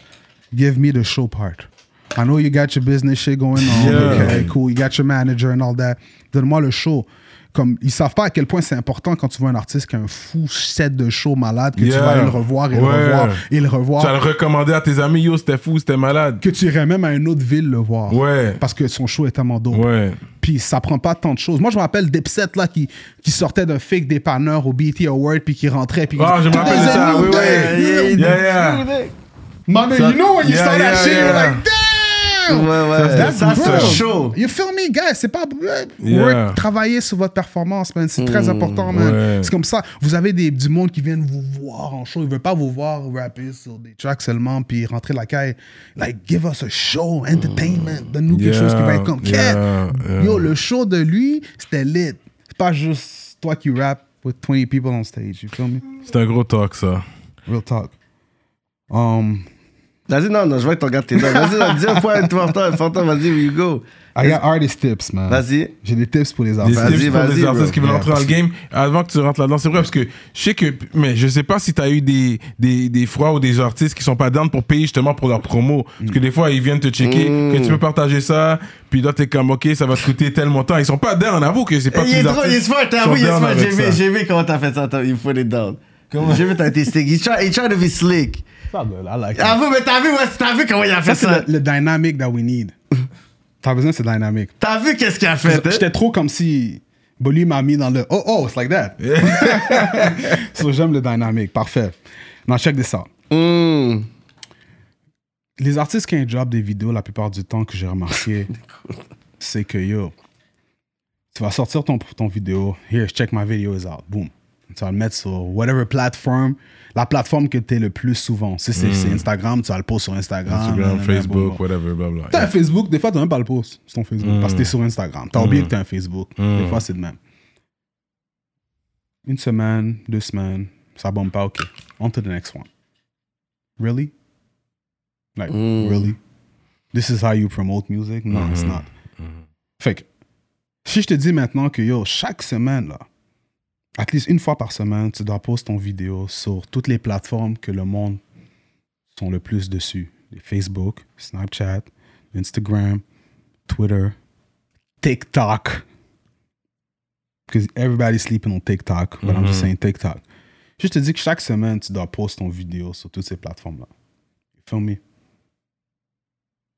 S3: Give me the show part. I know you got your business shit going on.
S1: Yeah.
S3: Okay, cool. You got your manager and all that. Donne-moi le show. Comme, ils savent pas à quel point c'est important quand tu vois un artiste qui a un fou set de show malade que tu
S1: Yeah.
S3: vas aller le revoir et le
S1: Ouais.
S3: revoir et le revoir.
S1: Tu as le recommandé à tes amis, yo, c'était fou, c'était malade.
S3: Que tu irais même à une autre ville le voir.
S1: Ouais.
S3: Parce que son show est tellement dope.
S1: Ouais.
S3: Puis ça prend pas tant de choses. Moi, je me rappelle Dipset, là, qui, qui sortait d'un fake dépanneur au BT Award, puis qui rentrait, puis qui
S1: Ah, je me
S3: Tous
S1: rappelle
S3: les
S1: de ça,
S3: amis,
S1: oui, oui.
S3: damn,
S2: Yeah,
S3: you-
S1: Yeah, yeah.
S3: Man, you know when you
S1: Yeah,
S3: start
S1: yeah,
S3: that shit,
S1: yeah.
S3: you're like,
S2: Ouais,
S3: damn!
S2: ouais.
S3: That's
S2: ça, c'est un
S3: real.
S2: show.
S3: You feel me, guys? C'est pas.
S1: Yeah.
S3: Work, travailler sur votre performance, man. C'est
S2: Hmm.
S3: très important, man.
S1: ouais.
S3: C'est comme ça. Vous avez des, du monde qui viennent vous voir en show. Ils veulent pas vous voir rapper sur des tracks seulement, puis rentrer la caille. Like, give us a show, entertainment. Donne-nous quelque chose qui va être comme.
S1: Hmm. Yeah,
S3: Cat,
S1: yeah.
S3: Yo, le show de lui, c'était lit. C'est pas juste toi qui rap with 20 people on stage. You feel me?
S1: C'est un gros talk, ça.
S3: Real talk. Um,
S2: Vas-y, non, non, je vois que tu regardes tes notes. Vas-y, non, dis un point important, important, vas-y, you go.
S3: I got artist tips, man.
S2: Vas-y.
S3: J'ai des tips pour les
S1: Des
S3: artistes.
S2: Vas-y,
S1: tips pour
S2: vas-y,
S1: les
S2: bro.
S1: artistes qui veulent
S3: Yeah,
S1: rentrer dans le
S3: parce que-
S1: game avant que tu rentres là-dedans. C'est vrai, parce que je sais que, mais je sais pas si tu as eu des, des, des fois ou des artistes qui sont pas down pour payer justement pour leur promo. Parce que des fois, ils viennent te checker,
S2: Mm.
S1: que tu peux partager ça, puis là, t'es comme, ok, ça va te coûter tel montant. Ils sont pas down, avoue que c'est pas tous
S2: Il est
S1: les
S2: trop, il est
S1: artistes
S2: smart,
S1: qui
S2: t'as
S1: sont
S2: vu, il est
S1: down
S2: smart.
S1: avec
S2: J'ai
S1: ça.
S2: vu, j'ai vu comment t'as fait ça, t'as- il faut les down. J'ai vu, t'as été stick. He try, he try to be slick.
S3: I like it.
S2: Avoue, mais t'as vu, ouais, t'as vu comment il a fait
S3: Ça, c'est
S2: ça.
S3: le, le dynamic that we need. T'as besoin de ce dynamic.
S2: T'as vu qu'est-ce qu'il a fait, hein?
S3: J'étais trop comme si Bolly m'a mis dans le oh oh, it's like that. so j'aime le dynamic, parfait. Non, check this out.
S2: Hmm.
S3: Les artistes qui ont job des vidéos, la plupart du temps que j'ai remarqué, c'est que yo, tu vas sortir ton, ton vidéo, here, check my videos out, boom. Tu vas le mettre sur whatever platform, la plateforme que tu es le plus souvent. Si c'est c'est Instagram, tu vas le poster sur Mm. Instagram.
S1: Instagram,
S3: nanana,
S2: Ah,
S3: boom, boom.
S1: Facebook, whatever, blablabla.
S3: T'as un Facebook, des fois, t'as même pas le post sur ton Facebook parce que t'es sur Instagram. T'as oublié que t'as un Facebook. Des fois, c'est de même. Une semaine, deux semaines, ça bombe pas, ok. On to the next one. Really? Like, really? This is how you promote music? No, it's not. Fait que, si je te dis maintenant que yo, chaque semaine, là, at least une fois par semaine, tu dois poster ton vidéo sur toutes les plateformes que le monde sont le plus dessus. Les Facebook, Snapchat, Instagram, Twitter, TikTok. Because everybody's sleeping on TikTok, but I'm just saying TikTok. Je te dis que chaque semaine, tu dois poster ton vidéo sur toutes ces plateformes-là. You feel me?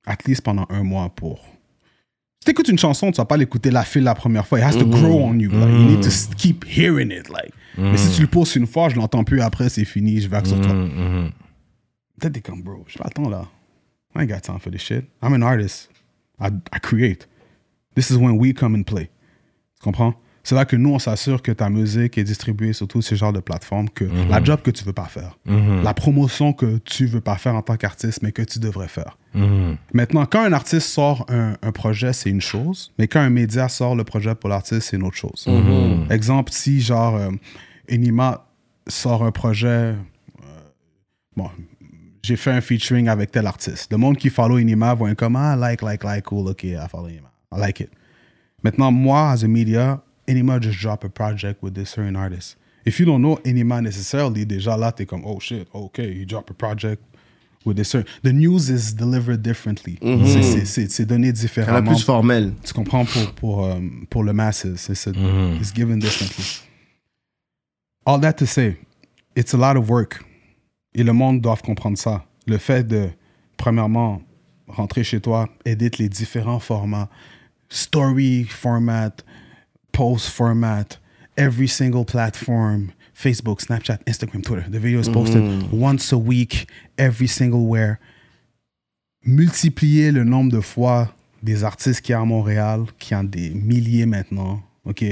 S3: At least pendant un mois pour. Si t'écoutes une chanson, tu vas pas l'écouter la file la première fois. It has to grow on you. Like, You need to s- keep hearing it. Like. Mais si tu le poses une fois, je l'entends plus après, c'est fini, je vais sur toi. Peut-être t'es comme, bro, j'ai pas le temps là. I ain't got time for this shit. I'm an artist. I, I create. This is when we come and play. Tu comprends? C'est là que nous, on s'assure que ta musique est distribuée sur tous ces genres de plateformes, que la job que tu veux pas faire, la promotion que tu veux pas faire en tant qu'artiste, mais que tu devrais faire. Maintenant, quand un artiste sort un, un projet, c'est une chose, mais quand un média sort le projet pour l'artiste, c'est une autre chose. Exemple, si genre euh, Enima sort un projet, bon, j'ai fait un featuring avec tel artiste. Le monde qui follow Inima va être comme, ah, like, like, like, cool, ok, I follow Inima. I like it. Maintenant, moi, as a media, Inima just drop a project with this certain artist. If you don't know Inima necessarily, déjà là, t'es comme, oh shit, okay, you drop a project with this certain... The news is delivered differently. C'est- c'est- C'est c'est donné
S2: Elle est
S3: différemment
S2: plus formelle.
S3: tu comprends pour, pour, euh, pour le masses. C'est c'est- It's given differently. All that to say, it's a lot of work. Et le monde doit comprendre ça. Le fait de, premièrement, rentrer chez toi, edit les différents formats, story format, post format, every single platform, Facebook, Snapchat, Instagram, Twitter. The video is posted once a week, every single where multiplier le nombre de fois des artistes qu'il y a à Montréal, qui en des milliers maintenant, OK?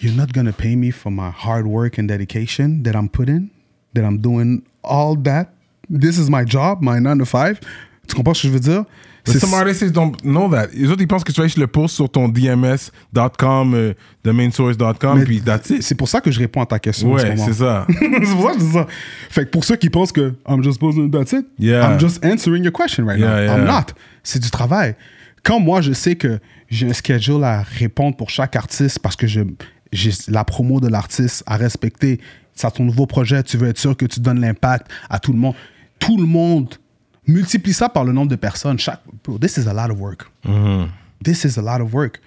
S3: You're not gonna pay me for my hard work and dedication that I'm putting, that I'm doing all that. This is my job, my 9 to 5. Tu comprends ce que je veux dire?
S1: But
S3: C'est-
S1: Some artists don't know that. Les autres, ils pensent que tu vas juste le post sur ton DMS.com, euh, domainsource.com,
S3: mais
S1: puis that's it.
S3: C'est pour ça que je réponds à ta question en ce
S1: Ouais,
S3: moment.
S1: c'est ça.
S3: c'est pour ça que je dis ça. Fait que pour ceux qui pensent que I'm just posing, that's it.
S1: Yeah.
S3: I'm just answering your question right now.
S1: Yeah, yeah.
S3: I'm not. C'est du travail. Quand moi, je sais que j'ai un schedule à répondre pour chaque artiste parce que je- j'ai la promo de l'artiste à respecter, c'est à ton nouveau projet, tu veux être sûr que tu donnes l'impact à tout le monde. Tout le monde, multiplie ça par le nombre de personnes. Chaque, bro, this is a lot of work. This is a lot of work.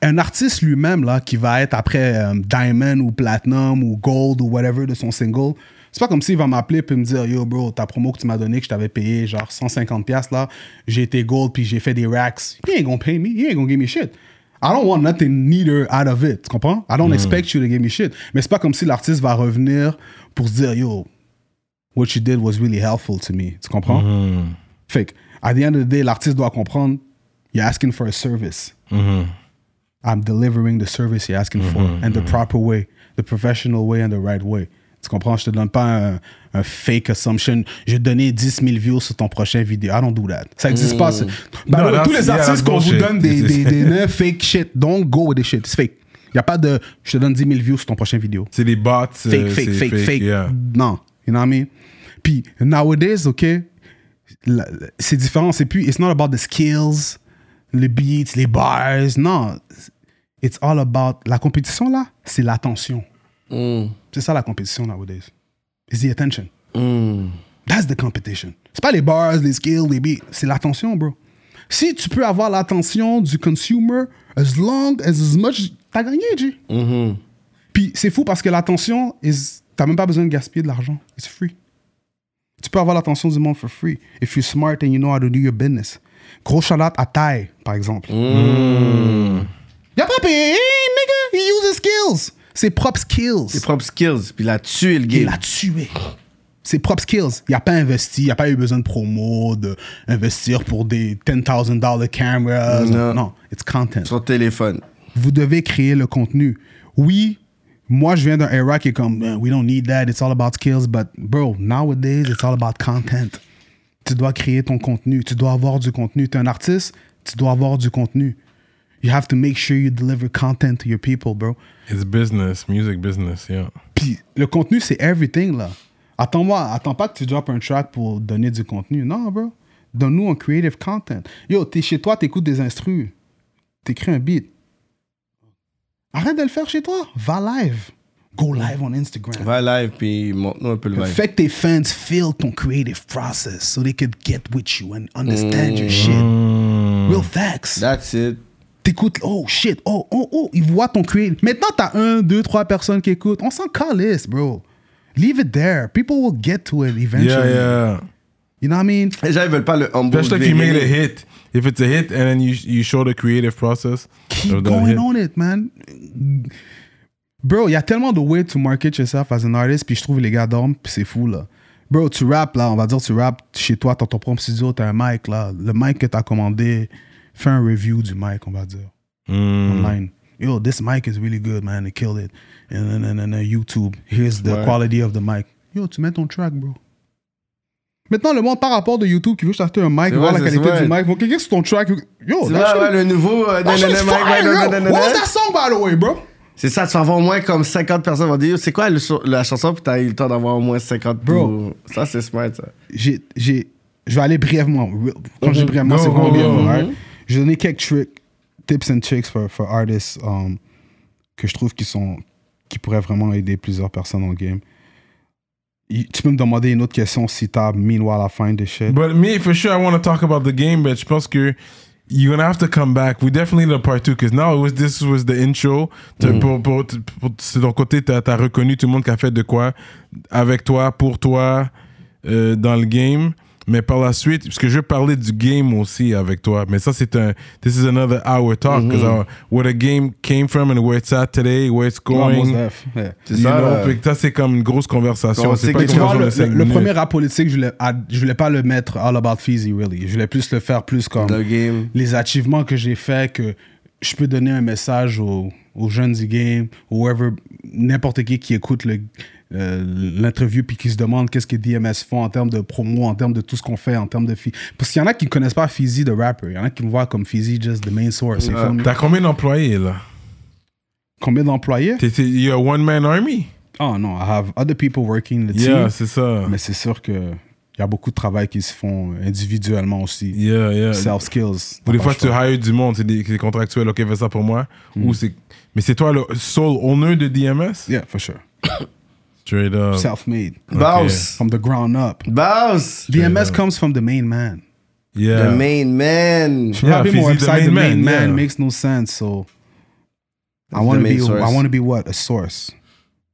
S3: Un artiste lui-même, là, qui va être après euh, Diamond ou Platinum ou Gold ou whatever de son single, c'est pas comme s'il va m'appeler puis me dire Yo, bro, ta promo que tu m'as donnée, que je t'avais payé genre 150$, là, j'ai été Gold puis j'ai fait des racks. He ain't gonna pay me. He ain't gonna give me shit. I don't want nothing neither out of it. Tu comprends? I don't expect you to give me shit. Mais c'est pas comme si l'artiste va revenir pour se dire Yo, what you did was really helpful to me. Tu comprends? Fait que, at the end of the day, l'artiste doit comprendre, you're asking for a service. I'm delivering the service you're asking for, and the proper way, the professional way and the right way. Tu comprends? Je te donne pas un, un fake assumption. Je vais te donner 10 000 views sur ton prochain vidéo. I don't do that. Ça existe pas. c'est- By the
S1: No,
S3: way,
S1: that's-
S3: tous les
S1: yeah, that's
S3: artistes qu'on vous
S1: bullshit.
S3: donne
S1: This
S3: des, des,
S1: is-
S3: des- des fake shit, don't go with the shit. It's fake. Il n'y a pas de je te donne 10 000 views sur ton prochain vidéo
S1: C'est des bots. euh,
S3: fake, fake,
S1: c'est
S3: fake, fake.
S1: yeah.
S3: Non, you know what I mean? Puis, nowadays, OK, la- la- c'est différent. C'est plus, it's not about the skills, les beats, les bars. Non. It's all about. La compétition, là, c'est l'attention. C'est ça la compétition nowadays. It's the attention. That's the competition. C'est pas les bars, les skills, les beats. C'est l'attention, bro. Si tu peux avoir l'attention du consumer, as long as, as much, t'as gagné, G. Puis c'est fou parce que l'attention, is- t'as même pas besoin de gaspiller de l'argent. It's free. Tu peux avoir l'attention du monde for free if you're smart and you know how to do your business. Gros shout à Ty, par exemple. Il a pas payé, nigga. He uses his skills. Ses propres skills.
S2: Ses propres skills, puis il a tué le
S3: Il
S2: game.
S3: l'a tué. Ses propres skills. Il n'a pas investi, il n'a pas eu besoin de promo, d'investir pour des $10,000 cameras.
S2: Non.
S3: Non. it's content.
S2: Sur le téléphone.
S3: Vous devez créer le contenu. Oui, moi, je viens d'un era qui est comme, Man, we don't need that, it's all about skills, but bro, nowadays, it's all about content. Tu dois créer ton contenu, tu dois avoir du contenu. Tu es un artiste, tu dois avoir du contenu. You have to make sure you deliver content to your people, bro.
S1: It's business, music business, yeah.
S3: Puis le contenu, c'est everything, là. Attends-moi, attends pas que tu droppes un track pour donner du contenu. Non, bro. Donne-nous un creative content. Yo, t'es chez toi, t'écoutes des instrus. T'écris un beat. Arrête de le faire chez toi. Va live. Go live on Instagram.
S2: Va live, puis montre-nous un peu le vibe.
S3: Fais que tes fans feel ton creative process so they could get with you and understand your shit. Real facts.
S2: That's it.
S3: T'écoutes, oh shit, oh, oh, oh, ils voient ton creative. Maintenant, t'as un, deux, trois personnes qui écoutent. On s'en calisse, bro. Leave it there. People will get to it eventually.
S1: Yeah, yeah.
S3: You know what I mean?
S2: Les gens, ils veulent pas le humble.
S1: Especially if you made a hit. If it's a hit and then you you show the creative process
S3: Keep
S1: of the
S3: going
S1: hit.
S3: on it, man. Bro, il y a tellement de ways to market yourself as an artist, puis je trouve les gars dorment, puis c'est fou, là. Bro, tu rappes, là, on va dire tu rappes chez toi, t'as ton propre studio, t'as un mic, là. Le mic que t'as commandé, fais un review du mic, on va dire.
S2: Hmm.
S3: online. Yo, this mic is really good, man. It killed it. And then and, then, uh, YouTube, here's the quality of the mic. Yo, tu mets ton track, bro. Maintenant, le monde par rapport de YouTube qui veut s'acheter un mic,
S2: C'est
S3: voir
S2: vrai,
S3: la
S2: c'est
S3: qualité
S2: vrai.
S3: du mic, vont cliquer sur ton track. Yo,
S2: Tu
S3: that
S2: vois,
S3: shit-
S2: ouais, le nouveau. euh,
S3: that shit is
S2: nanana,
S3: fire,
S2: nanana,
S3: yo.
S2: nanana.
S3: What was that song, by the way, bro?
S2: C'est ça, tu vas avoir au moins comme 50 personnes vont dire c'est quoi le cho- la chanson, puis t'as eu le temps d'avoir au moins 50
S3: Bro.
S2: pour- Ça, c'est smart, ça.
S3: j'ai, j'ai, je vais aller brièvement. Re- Quand je dis brièvement,
S1: Go,
S3: c'est vraiment
S1: go,
S3: brièvement.
S1: go.
S3: right? Je vais donner quelques tricks, tips and tricks for, for artists um, que je trouve qui, sont, qui pourraient vraiment aider plusieurs personnes dans le game. Y- Tu peux me demander une autre question si t'as meanwhile I find this shit.
S1: But me, for sure, I want to talk about the game, but je pense que you're gonna have to come back. We definitely need a part two because now it was this was the intro. T'as-
S3: Mm.
S1: Pour, pour, pour- c'est ton côté, t'as as reconnu tout le monde qui a fait de quoi avec toi, pour toi, euh, dans le game. Mais par la suite, parce que je parlais du game aussi avec toi, mais ça c'est un. This is another hour talk because
S3: Mm-hmm.
S1: where the game came from and where it's at today, where it's going.
S3: Almost euh, F, yeah.
S2: C'est
S1: you
S2: ça,
S1: know,
S2: là.
S1: puis que ça c'est comme une grosse conversation.
S2: On
S1: C'est
S2: sait
S1: pas
S2: que
S1: une
S3: Tu vois,
S1: conversation de
S3: le,
S1: cinq
S3: le- le
S1: minutes.
S3: premier rap politique, je voulais, ad- je voulais pas le mettre all about Feezy, really. Je voulais plus le faire plus comme
S2: The game.
S3: les achievements que j'ai faits, que je peux donner un message aux, aux jeunes du game, whoever, n'importe qui qui écoute le- euh, l'interview puis qui se demande qu'est-ce que DMS font en termes de promo, en termes de tout ce qu'on fait, en termes de... fi- Parce qu'il y en a qui ne connaissent pas Feezy, the rapper. Il y en a qui me voient comme Feezy, just the main source. You feel me?
S1: T'as combien d'employés là?
S3: Combien d'employés?
S1: T'es, t'es- you're a one man army?
S3: Oh non, I have other people working the team.
S1: Yeah, c'est ça.
S3: Mais c'est sûr que il y a beaucoup de travail qui se font individuellement aussi.
S1: Yeah, yeah.
S3: Self skills.
S1: Ou des fois, tu hires du monde, c'est des c'est contractuel, ok, fais ça pour moi. Ou c'est... Mais c'est toi le sole owner de DMS?
S3: Mm. Yeah, for sure.
S1: Straight up.
S3: Self made.
S2: Bounce.
S3: From the ground up.
S2: Bounce.
S3: DMS comes from the main man.
S1: Yeah.
S2: The main man.
S3: Je peux
S1: Yeah,
S3: rappeler mon
S1: physique, the
S3: website, the
S1: main
S3: main,
S1: man,
S3: man
S1: yeah.
S3: makes no sense. So I
S2: The
S3: want to
S2: main
S3: be
S2: source.
S3: I want to be what? A source.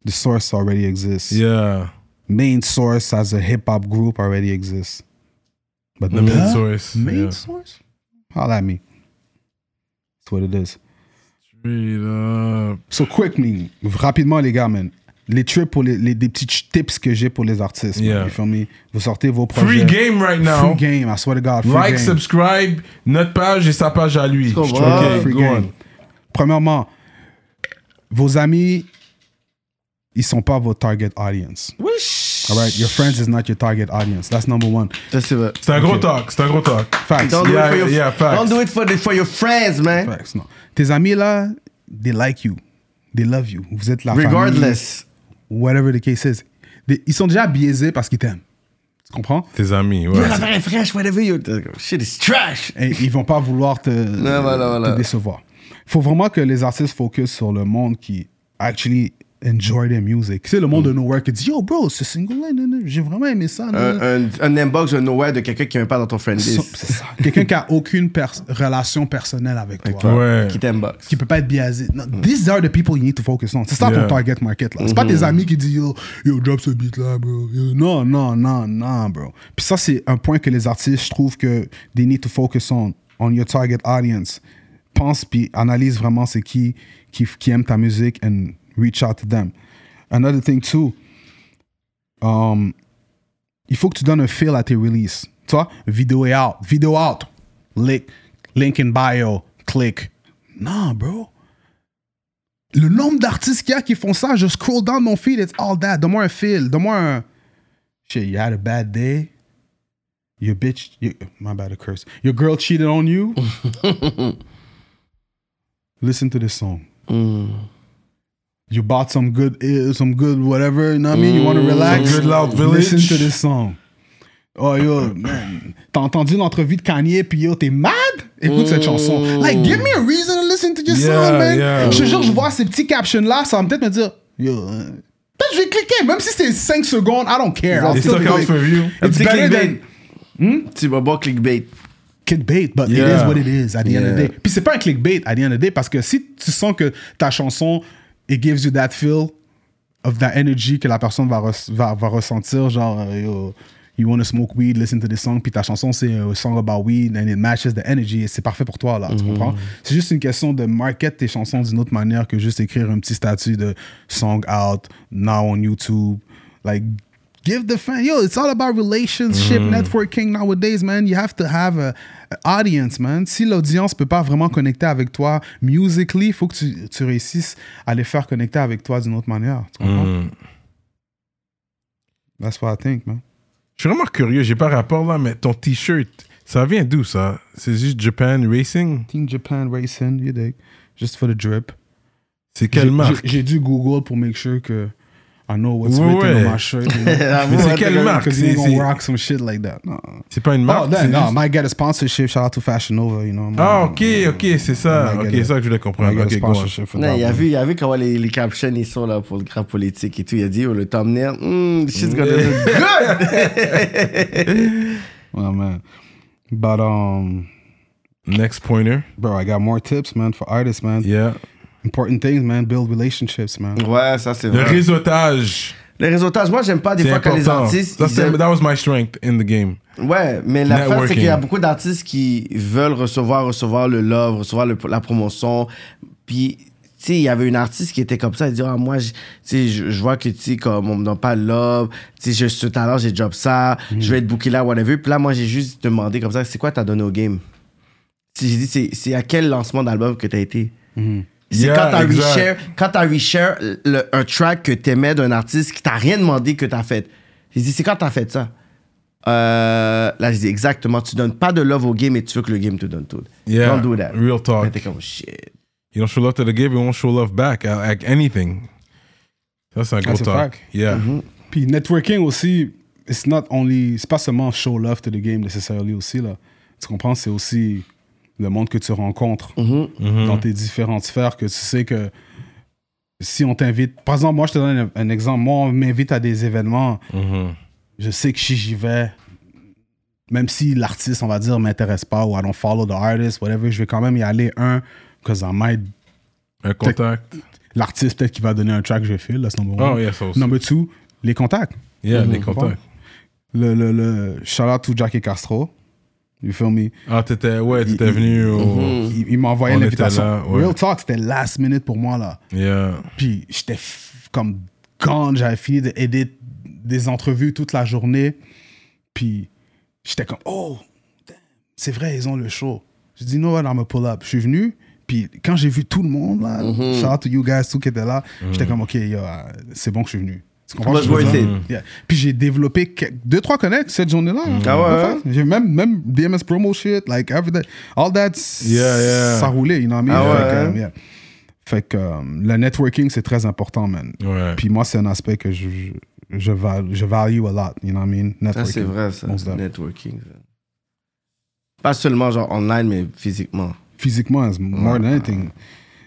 S3: The source already exists.
S1: Yeah.
S3: Main source as a hip hop group already exists. But
S1: The main source,
S3: Main
S1: yeah.
S3: source? Holla at me. That's what it is.
S1: Straight up.
S3: So quick me, rapidement les gars, man. Les trips pour les, les des petits tips que j'ai pour les artistes. man.
S1: Yeah.
S3: You feel me? Vous sortez vos projets.
S1: Free game right now.
S3: Free game, I swear to God. Free
S1: like,
S3: game.
S1: subscribe, notre page et sa page à lui.
S2: Let's go,
S1: Ok,
S2: bro.
S3: Free
S1: go
S3: game.
S1: on.
S3: Premièrement, vos amis, ils sont pas votre target audience. All right, your friends is not your target audience. That's number one.
S2: Ça, c'est vrai.
S1: C'est un gros talk, c'est un gros talk.
S3: Facts.
S2: Don't do
S1: Yeah,
S2: it for your,
S1: yeah, facts.
S2: don't do it for, the, for your friends, man.
S3: Facts, non. Tes amis là, they like you, they love you. Vous êtes la famille.
S2: Regardless.
S3: whatever the case is, Des- ils sont déjà biaisés parce qu'ils t'aiment. Tu comprends?
S1: Tes amis,
S2: Yo,
S1: ouais.
S2: l'affaire est fraîche, whatever, yo. Shit is trash.
S3: Et ils vont pas vouloir te,
S2: voilà, voilà.
S3: te décevoir. Il faut vraiment que les artistes focus sur le monde qui actually enjoy their music. C'est le monde de Nowhere qui dit Yo, bro, ce single-là, nan, nan, j'ai vraiment aimé ça. nan, nan.
S2: Un, un, un inbox de nowhere de quelqu'un qui n'est même pas dans ton friend
S3: So-
S2: list.
S3: Euh, C'est ça. Quelqu'un qui a aucune pers- relation personnelle avec toi. Mm.
S1: Ouais.
S2: Qui t'inbox.
S3: Qui peut pas être biaisé. Non, These are the people you need to focus on. C'est ça
S1: Yeah.
S3: ton target market. là. C'est pas tes amis qui disent yo, yo, drop ce beat là, bro. Yo, non, non, non, non, bro. Puis ça, c'est un point que les artistes, je trouve que they need to focus on, on your target audience. Pense puis analyse vraiment c'est qui, qui qui aime ta musique and reach out to them. Another thing too, um, il faut que tu donnes un feel à tes releases. Tu vois, vidéo est out, vidéo out, link, link in bio, click. Non, bro. Le nombre d'artistes qu'il y a qui font ça, je scroll down mon feed, it's all that. Donne-moi un feel, donne-moi un. Shit, you had a bad day. Your bitch, you- my bad, a curse. Your girl cheated on you. Listen to this song.
S1: Mm.
S3: You bought some good, eh, some good whatever. You know what I mean? You want to relax?
S1: Mm. Some good loud village.
S3: Listen to this song. Oh yo, man. T'as entendu l'entrevue de Kanye, puis yo, t'es mad? Écoute
S2: Oh.
S3: cette chanson. Like, give me a reason to listen to your
S1: Yeah,
S3: song, man.
S1: yeah.
S3: Je te jure, je vois ces petits captions-là, ça va peut-être me dire, yo, euh, peut-être je vais cliquer, même si c'est 5 secondes, I don't care. I'll
S1: It's
S3: still
S1: still
S3: do
S1: counts
S3: it.
S1: for you.
S2: Un
S3: It's
S2: petit
S3: better than
S2: clickbait. Tu vas voir clickbait.
S3: clickbait, but it
S1: Yeah.
S3: is what it is at the end of the
S2: Yeah.
S3: day. Puis c'est pas un clickbait at the end of the day, parce que si tu sens que ta chanson, it gives you that feel of that energy que la personne va, res- va, va ressentir, genre, euh, yo, you want to smoke weed, listen to this song, puis ta chanson, c'est a song about weed, and it matches the energy, et c'est parfait pour toi, là, tu comprends? C'est juste une question de market tes chansons d'une autre manière que juste écrire un petit statut de song out, now on YouTube, like... Give the fan, yo, it's all about relationship,
S1: Mm.
S3: networking nowadays, man. You have to have a, a audience, man. Si l'audience peut pas vraiment connecter avec toi musically, il faut que tu, tu réussisses à les faire connecter avec toi d'une autre manière. Tu comprends?
S1: Mm.
S3: That's what I think, man.
S1: Je suis vraiment curieux, j'ai pas rapport là, mais ton t-shirt, ça vient d'où ça C'est juste Japan Racing
S3: Team Japan Racing, you dig? Just for the drip.
S1: C'est quelle
S3: J'ai-
S1: marque
S3: J'ai j'ai dû Google pour make sure que I know what's
S1: Ouais,
S3: written
S1: ouais.
S3: on my shirt. you know?
S1: Mais c'est quelle marque
S3: Because you
S1: C'est
S3: ain't gonna
S1: c'est-
S3: rock some shit like that. No.
S1: c'est pas une
S3: Oh,
S1: marque
S3: no,
S1: c'est
S3: no,
S1: juste-
S3: might get a sponsorship. Shout out to Fashion Nova, you know.
S1: Ah, ok, ok, c'est ça.
S3: Oh my
S1: Ok,
S3: God.
S1: c'est ça que je voulais
S3: Might
S1: comprendre.
S3: get a
S1: Ok, go on.
S3: sponsorship for
S2: Non,
S3: that,
S2: il, a
S3: man.
S2: vu, il a vu comment les, les captions ils sont là pour le graphe politique et tout. Il a dit, oh, le thumbnail, hmm, shit's gonna look good.
S3: Oh, man. But, um,
S1: Next pointer.
S3: bro, I got more tips, man, for artists, man.
S1: Yeah.
S3: Important things, man. Build relationships, man.
S2: Ouais, ça c'est
S1: Le
S2: vrai.
S1: réseautage.
S2: Les réseautages, moi j'aime pas des
S1: C'est
S2: fois quand les
S1: important.
S2: artistes.
S1: Ça,
S2: ils
S1: c'est-
S2: aiment-
S1: That was my strength in the game.
S2: Ouais, mais la face, c'est
S1: Networking.
S2: qu'il y a beaucoup d'artistes qui veulent recevoir, recevoir le love, recevoir le- la promotion. Puis, tu sais, il y avait une artiste qui était comme ça, elle dit, ah, moi, je- tu sais, je, je vois que, tu sais, comme on me donne pas le love, tu sais, j'ai ce talent, j'ai job ça, je vais être booké là, whatever. Puis là, moi, j'ai juste demandé comme ça, c'est quoi t'as donné au game? Tu sais, J'ai dit, c'est- c'est à quel lancement d'album que t'as été? C'est
S1: Mm-hmm. Yeah,
S2: quand t'as
S1: exact.
S2: reshare, quand t'as reshare le- un track que t'aimais d'un artiste qui t'a rien demandé que t'as fait. J'ai dit, c'est quand t'as fait ça? Euh, là, je dis exactement, tu donnes pas de love au game et tu veux que le game te donne tout.
S1: Yeah.
S2: Don't do that.
S1: Real
S2: Là,
S1: talk.
S2: t'es comme oh, shit.
S1: You don't show love to the game, you won't show love back. uh, Like anything. Ça, c'est un gros
S3: That's a
S1: talk.
S3: fact.
S1: Yeah.
S2: Mm-hmm.
S3: Puis networking aussi, it's not only, c'est pas seulement show love to the game nécessairement aussi là. Tu comprends, c'est aussi le monde que tu rencontres
S1: Mm-hmm.
S3: dans tes différentes sphères que tu sais que si on t'invite, par exemple, moi je te donne un, un exemple, moi on m'invite à des événements,
S1: Mm-hmm.
S3: je sais que si j'y vais, même si l'artiste on va dire m'intéresse pas ou I don't follow the artist, whatever, je vais quand même y aller un, cause I might
S1: Un contact.
S3: l'artiste peut-être qui va donner un track, je file, that's number one.
S1: Oh, yeah, ça aussi.
S3: number two, les contacts.
S1: Yeah,
S2: Mm-hmm.
S1: les
S3: comprends?
S1: contacts.
S3: Le, le, le shout out to Jackie Castro. You feel me?
S1: Ah, t'étais, ouais,
S2: Mm-hmm.
S1: t'étais venu au.
S3: Il, il m'a envoyé
S1: Oh. On était là,
S3: l'invitation.
S1: ouais.
S3: Real talk, c'était last minute pour moi là.
S1: Yeah.
S3: Puis j'étais f- comme quand j'avais fini d'aider des entrevues toute la journée. Puis j'étais comme, oh, damn, c'est vrai, ils ont le show. J'ai dit, no, I'm a pull up. Je suis venu. Puis quand j'ai vu tout le monde là,
S2: Mhm.
S3: shout out to you guys, tout qui était là,
S1: Mhm.
S3: j'étais comme, ok, yo, euh, c'est bon que je suis venu. Tu comprends
S2: But
S3: ce que je veux
S2: worth
S3: dire?
S2: it.
S3: Yeah. Puis j'ai développé que- deux, trois connects cette journée-là.
S2: Ah ouais,
S3: En
S2: ouais.
S3: fait, J'ai même, même DMS promo shit, like everything. All that,
S1: Yeah, yeah.
S3: ça roulait, you know what I mean?
S2: Ah
S3: Fait que,
S2: ouais,
S3: um,
S2: hein?
S3: yeah. Fait que euh, le networking, c'est très important, man.
S1: Ouais.
S3: Puis moi, c'est un aspect que je, je- je, val- je value a lot, you know what I mean?
S2: Ça, c'est
S3: Networking,
S2: vrai, ça.
S3: most definitely.
S2: Networking. ça. Pas seulement genre online, mais physiquement.
S3: physiquement, it's more than anything.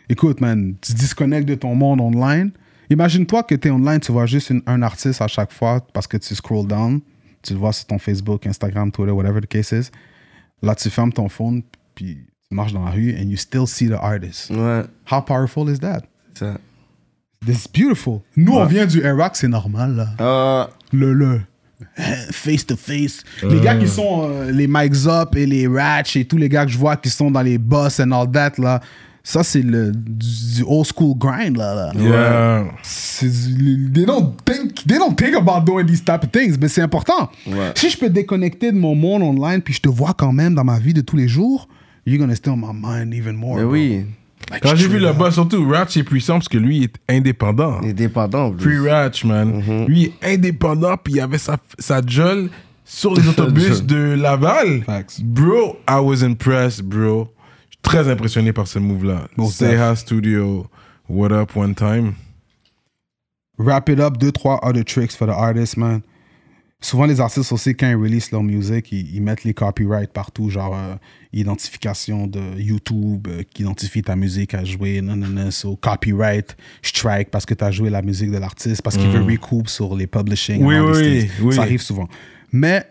S3: Écoute, man, tu te disconnectes de ton monde online. Imagine-toi que tu es online, tu vois juste une- un artiste à chaque fois parce que tu scroll down, tu le vois sur ton Facebook, Instagram, Twitter, whatever the case is. Là, tu fermes ton phone, puis tu marches dans la rue, and you still see the artist.
S2: Ouais,
S3: How powerful is that?
S2: ça.
S3: It's beautiful. Nous, on vient du Iraq, c'est normal, là.
S2: Ah,
S3: Le, le. hein, Face to face. Les gars qui sont euh, les Mike Zop et les Ratch et tous les gars que je vois qui sont dans les boss and all that, là. Ça, c'est le, du, du old school grind, là. là.
S1: Yeah.
S3: C'est du- They, don't think, they don't think about doing these type of things, mais c'est important.
S2: Ouais.
S3: Si je peux déconnecter de mon monde online puis je te vois quand même dans ma vie de tous les jours, you're gonna stay on my mind even more.
S2: mais
S3: bro.
S2: oui,
S3: Like,
S1: Quand j'ai vu
S3: straight
S1: le
S3: up.
S1: boss, surtout Ratch est puissant parce que lui il est indépendant.
S2: il est dépendant. en plus.
S1: Free Ratch, man.
S3: Mhm.
S1: Lui il est indépendant, puis il avait sa, sa gueule sur les autobus
S2: gueule.
S1: de Laval.
S3: Facts.
S1: Bro, I was impressed, bro. Je suis très impressionné par ce move-là.
S3: Most
S1: Seha Studio, what up one time?
S3: wrap it up, deux, trois other tricks for the artist, man. Souvent, les artistes aussi, quand ils release leur musique, ils, ils mettent les copyrights partout, genre euh, identification de YouTube euh, qui identifie ta musique à jouer, non, non, non, so copyright, strike parce que tu as joué la musique de l'artiste, parce qu'il veut recoup sur les publishing.
S1: Mm. Oui,
S3: and all these
S1: oui,
S3: things.
S1: oui.
S3: Ça arrive souvent. Mais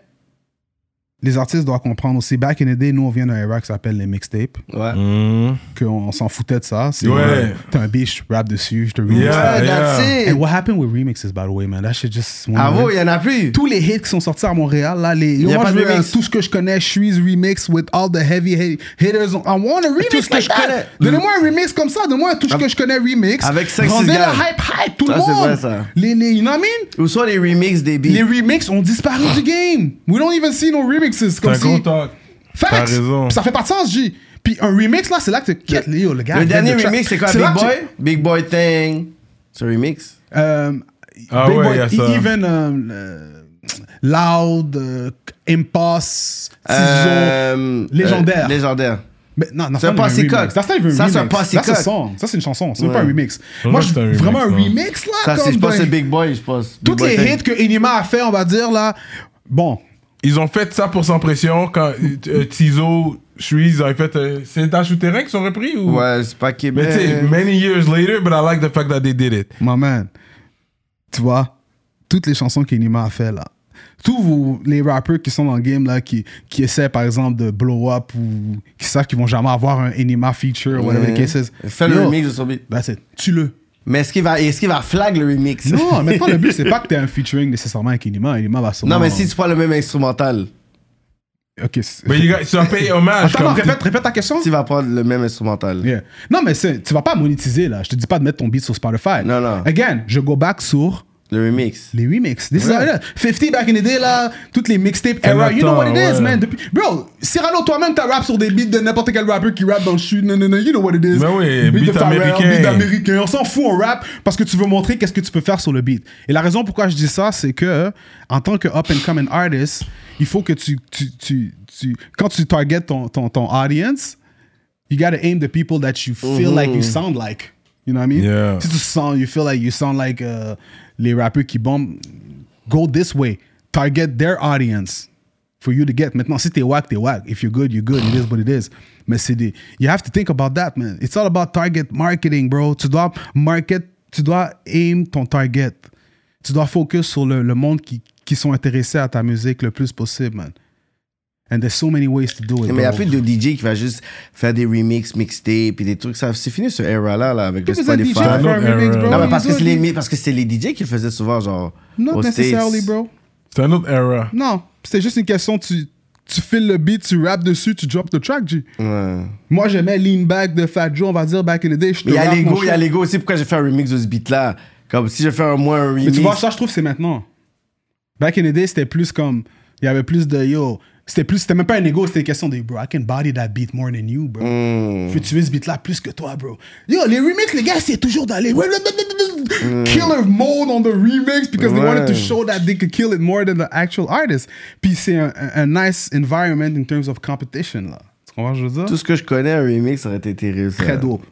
S3: les artistes doivent comprendre aussi, back in the day, nous, on vient d'un era qui s'appelle les mixtapes
S2: Ouais.
S3: Mhm. qu'on s'en foutait de ça. C'est
S1: Ouais.
S3: euh, t'as un bitch, je rap dessus, je te remix.
S1: Yeah,
S2: Ouais, that's
S1: yeah.
S2: it.
S3: And what happened with remixes, by the way, man? That shit just.
S2: Ah bon, il y en a plus.
S3: Tous les hits qui sont sortis à Montréal, là, les.
S2: y a
S3: moi,
S2: pas
S3: je
S2: de
S3: veux un
S2: remix.
S3: tout ce que je connais, Shree's remix with all the heavy hit- hitters. I want a remix
S2: Tout ce que
S3: like
S2: je
S3: that.
S2: connais.
S3: Donnez-moi un remix comme ça, donnez-moi un tout ce que je connais remix.
S2: Avec cinq, six
S3: Rendez
S2: gars.
S3: le hype, hype, tout le
S2: Ça,
S3: monde.
S2: c'est vrai, ça.
S3: Les, les, you know what I mean?
S2: Ou soit les remixes des beats.
S3: Les remixes ont disparu du game. We don't even see no remixes.
S1: C'est
S3: Comme
S1: un
S3: si...
S1: gros talk.
S3: Facts.
S1: T'as raison.
S3: Ça fait pas de sens, J. Puis un remix, là, c'est là que tu quittes, Léo, le gars.
S2: le
S3: il vient
S2: dernier
S3: de tra-
S2: remix, c'est quoi Big
S3: là que tu-
S2: Boy Big Boy Thing. Ce remix
S3: Euh,
S1: Ah
S3: Big
S1: ouais,
S3: Boy,
S1: y a ça.
S3: Even euh, euh, Loud, euh, Impasse, Ciseaux.
S2: Euh,
S3: Légendaire.
S2: euh, légendaire.
S3: Mais non, non,
S2: C'est
S3: ça,
S2: un
S3: pas
S2: passé coq.
S3: Ça, c'est un remix.
S2: Ça, c'est un passé
S3: Ça, c'est un
S2: coq.
S3: song. Ça, c'est une chanson. C'est même
S2: Ouais.
S3: pas un remix.
S1: Ouais,
S3: Moi,
S1: c'est
S3: je,
S1: un remix, hein.
S3: vraiment un
S1: ouais.
S3: remix, là.
S2: Ça, c'est-
S3: comme
S2: je pense que
S3: dans-
S2: c'est Big Boy, je pense. Big
S3: Toutes
S2: Boy
S3: les
S2: Thing.
S3: hits que Enima a fait, on va dire, là. Bon,
S1: Ils ont fait ça pour Sans Pression quand euh, euh, Tizo, Shreeze, ils ont fait. euh, c'est Dash ou Terrain qui sont repris ou.
S2: Ouais, c'est pas Québec.
S1: Mais tu sais, many years later, but I like the fact that they did it.
S3: my man, tu vois, toutes les chansons qu'Enima a fait là, tous vos, les rappers qui sont dans le game là, qui, qui essaient par exemple de blow up ou qui savent qu'ils vont jamais avoir un Enima feature ou whatever the case is.
S2: Euh, Fais le
S3: Yo,
S2: remix de son beat.
S3: That's it. Tue-le.
S2: Mais est-ce qu'il va, est qu'il va flag le remix
S3: Non, maintenant le but c'est pas que t'aies un featuring nécessairement avec Enima. Enima va sûrement.
S2: Non, mais si tu prends le même instrumental,
S3: Ok. c'est-
S1: Mais you guys- tu as payé hommage.
S3: Attends, non,
S1: comme-
S3: répète, répète ta question.
S2: tu vas prendre le même instrumental.
S3: Yeah. Non, mais c'est- tu vas pas monétiser là. Je te dis pas de mettre ton beat sur Spotify.
S2: Non, non.
S3: Again, je go back sur
S2: Le remix.
S3: Les remixes. This is
S2: Ouais.
S3: how it is. 50 back in the day, là, toutes les mixtapes
S1: Jonathan,
S3: era. You know what it is,
S1: ouais.
S3: man. Depuis- bro, Cyrano, toi-même, t'as rap sur des beats de n'importe quel rappeur qui rappe dans le shoot. Non, non, non, you know what it is.
S1: Ben oui,
S3: beat,
S1: beat
S3: de Pharrell,
S1: américain.
S3: Beat américain. On s'en fout, on rap parce que tu veux montrer qu'est-ce que tu peux faire sur le beat. Et la raison pourquoi je dis ça, c'est que en tant que up-and-coming artist, il faut que tu, tu, tu, tu- quand tu target ton, ton, ton audience, you gotta aim the people that you feel like you sound like. You know what I mean?
S1: Yeah.
S3: Si tu sens, you feel like you sound like euh, les rappeurs qui bombent, go this way. Target their audience for you to get. Maintenant, si t'es whack, t'es whack. If you're good, you're good. It is what it is. Mais c'est des... You have to think about that, man. It's all about target marketing, bro. Tu dois market, tu dois aim ton target. Tu dois focus sur le, le monde qui, qui sont intéressés à ta musique le plus possible, man. And there's so many ways to do it,
S2: Mais il n'y a
S3: bro.
S2: plus de DJ qui va juste faire des remixes, mixtapes et des trucs. Ça, c'est fini ce era-là là, avec le
S3: Plus un DJ
S2: Spotify.
S3: va faire un
S1: Non,
S3: remix,
S1: euh,
S3: bro.
S2: Non, mais
S3: Ils
S2: parce que,
S3: ont
S2: c'est
S3: dit-
S2: les, parce que c'est les DJ qui le faisaient souvent, genre.
S3: Not
S2: aux States.
S3: necessarily, bro.
S1: C'est un autre era.
S3: Non, c'était juste une question, tu, tu files le beat, tu rappes dessus, tu drops le track, G.
S2: Ouais.
S3: Moi, j'aimais Lean Back de Fat Joe, on va dire, back in the day. je te
S2: Mais il y a
S3: rappe mon
S2: l'ego, il y a
S3: shit.
S2: l'ego aussi. Pourquoi j'ai fait un remix de ce beat-là Comme si je fais un, moi un remix.
S3: Mais tu vois, ça, je trouve, c'est maintenant. Back in the day, c'était plus comme, il y avait plus de, yo, c'était plus, c'était même pas un ego, c'était une question de, bro, I can body that beat more than you, bro. Je vais tuer ce beat-là plus que toi, bro. Yo, les remixes, les gars, c'est toujours d'aller killer mode on the remix because they wanted to
S2: Ouais.
S3: show that they could kill it more than the actual artist. Puis c'est un, un- un nice environment in terms of competition, là. Tu comprends ce que je veux
S2: Tout
S3: dire?
S2: ce que je connais, un remix, ça aurait été terrible. ça.
S3: Très dope.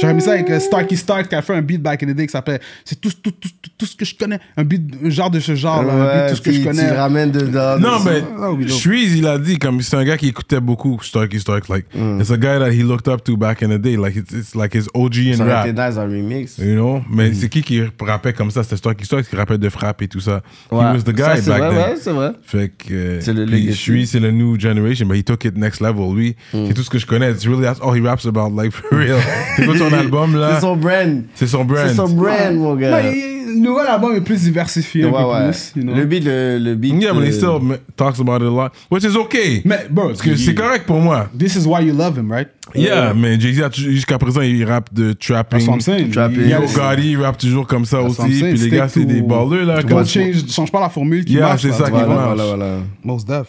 S3: J'aurais mis ça avec euh, Starky Stark qui a fait un beat back in the day qui s'appelait. C'est tout, tout, tout, tout, tout ce que je connais. Un beat, un genre de ce genre, là, un beat,
S2: Ouais,
S3: tout ce que
S2: tu-
S3: je connais.
S2: Tu ramènes dedans.
S1: Non, mais
S3: Ah oui, donc.
S1: Shreeze, il a dit, comme c'est un gars qui écoutait beaucoup Starky Stark. Like,
S2: Mm.
S1: it's a guy that he looked up to back in the day. Like, it's, it's like his OG in
S2: Ça aurait
S1: rap.
S2: été Mm. nice un remix.
S1: You know? Mais c'est qui qui rappait comme ça? C'était Starky Stark qui rappait de frappe et tout ça. He
S2: Ouais.
S1: was the
S2: Ça,
S1: guy
S2: c'est
S1: back
S2: vrai,
S1: then.
S2: ouais, c'est vrai.
S1: Fait que. euh,
S2: C'est le
S1: puis
S2: legacy. Mm.
S1: Shreeze, c'est le new generation, but he took it next level. Lui, c'est tout ce que je connais. It's really that's all he raps about, like, for real. Écoute son album, là.
S2: C'est son brand.
S1: C'est son brand.
S2: C'est son brand, mon gars.
S3: Ouais, il- le nouvel album est plus diversifié, un
S2: Ouais,
S3: peu
S2: ouais.
S3: plus. you know.
S2: Le beat, le, le beat.
S1: Yeah, but he
S2: euh,
S1: still ma- talks about it a lot, which is okay.
S3: Mais bon,
S1: Parce que c'est correct pour moi.
S3: This is why you love him, right?
S1: Yeah, mais Jay-Z, a toujours- jusqu'à présent, il rappe de
S3: That's
S1: trapping.
S3: what I'm saying.
S2: Trapping.
S3: Il y a-
S1: Yo Gotti, il rappe toujours comme ça
S3: That's what I'm
S1: aussi.
S3: saying.
S1: Puis les
S3: Stick
S1: gars, c'est
S3: to-
S1: des balleux, là.
S3: Don't
S1: comme-
S3: change, change pas la formule qui
S1: Yeah,
S3: marche.
S1: c'est
S3: là,
S1: ça
S3: tu
S1: qui
S3: vois,
S2: Voilà,
S3: là.
S1: marche.
S2: voilà, voilà.
S3: Most Def.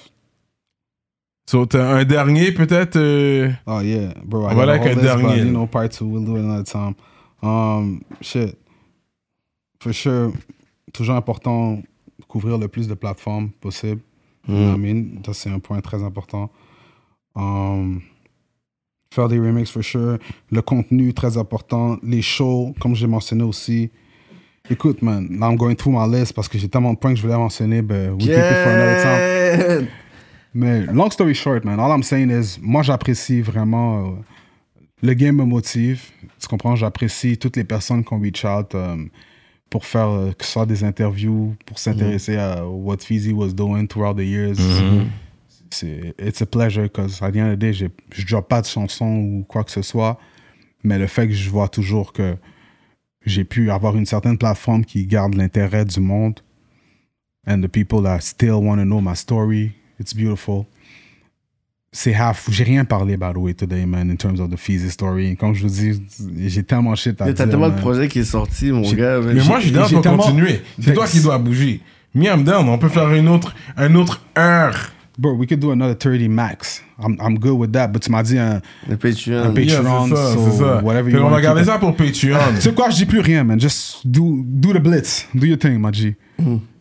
S1: So, t'as un dernier, peut-être euh,
S3: Oh yeah, bro.
S1: On
S3: I
S1: va
S3: got
S1: like
S3: all
S1: un
S3: this, but,
S1: dernier,
S3: You
S1: là.
S3: know, part two. We'll do it another time. Um, shit. For sure, toujours important couvrir le plus de plateformes possible. You know what I
S1: Mm-hmm.
S3: mean? Ça c'est un point très important. Um, faire des remixes for sure. Le contenu très important. Les shows, comme j'ai mentionné aussi. Écoute, man, now I'm going through my list parce que j'ai tellement de points que je voulais mentionner, but we'll keep it for another time.
S2: Yeah.
S3: Mais long story short, man, all I'm saying is, moi j'apprécie vraiment. euh, le game me motive. Tu comprends? J'apprécie toutes les personnes qu'on reach out euh, pour faire euh, que ce soit des interviews, pour s'intéresser à what Fizzy was doing throughout the years. C'est It's a pleasure, cause à the end of the day, j'ai- je drop pas de chanson ou quoi que ce soit. Mais le fait que je vois toujours que j'ai pu avoir une certaine plateforme qui garde l'intérêt du monde. And the people that still want to know my story, it's beautiful. C'est half. J'ai rien parlé, by the way, today, man, in terms of the Fizzy story. Comme je vous dis, j'ai tellement shit à
S2: Yo,
S3: dire.
S2: T'as tellement de
S3: man.
S2: projets qui est sorti, mon gars. man.
S1: Mais moi, je suis down
S3: j'ai
S1: pour
S3: tellement-
S1: continuer. C'est
S3: Fait-
S1: toi qui dois bouger. Me, I'm down. On peut faire une autre, un autre heure.
S3: Bro, we could do another 30 max. I'm, I'm good with that. But tu m'as dit un.
S2: Le Patreon.
S3: Un Patreon.
S1: Yeah, c'est ça,
S3: so
S1: c'est ça. Fait
S3: whatever you
S1: qu'on
S3: wanna
S1: va garder
S3: keep
S1: ça pour Patreon.
S3: Tu sais quoi, je dis plus rien, man. Just do, do the blitz. Do your thing, Maji.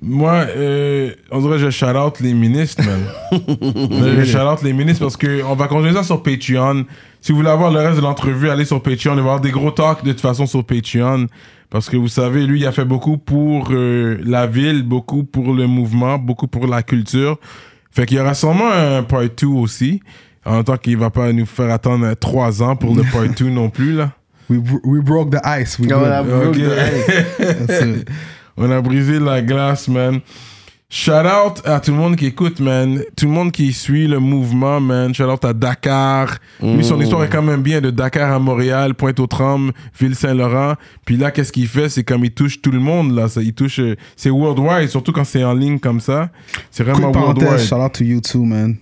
S1: Moi, euh, on dirait que je shout-out les ministres, man. je shout-out les ministres parce qu'on va continuer ça sur Patreon. Si vous voulez avoir le reste de l'entrevue, allez sur Patreon. Il va y avoir des gros talks de toute façon sur Patreon. Parce que vous savez, lui, il a fait beaucoup pour euh, la ville, beaucoup pour le mouvement, beaucoup pour la culture. Fait qu'il y aura sûrement un part 2 aussi. En tant qu'il va pas nous faire attendre euh, trois ans pour le part 2 non plus, là.
S3: We, bro- we broke the ice. We
S2: Yeah,
S3: good.
S2: voilà.
S1: Ok.
S3: That's it.
S1: On a brisé la glace, man. Shout out à tout le monde qui écoute, man. Tout le monde qui suit le mouvement, man. Shout out à Dakar. Lui, son histoire est quand même bien de Dakar à Montréal, Pointe-aux-Trembles, Ville-Saint-Laurent. Puis là, qu'est-ce qu'il fait C'est comme il touche tout le monde, là. Ça, il touche. euh, C'est worldwide, surtout quand c'est en ligne comme ça. C'est vraiment
S3: Quick parenthèse,
S1: worldwide.
S3: shout out to you too, man.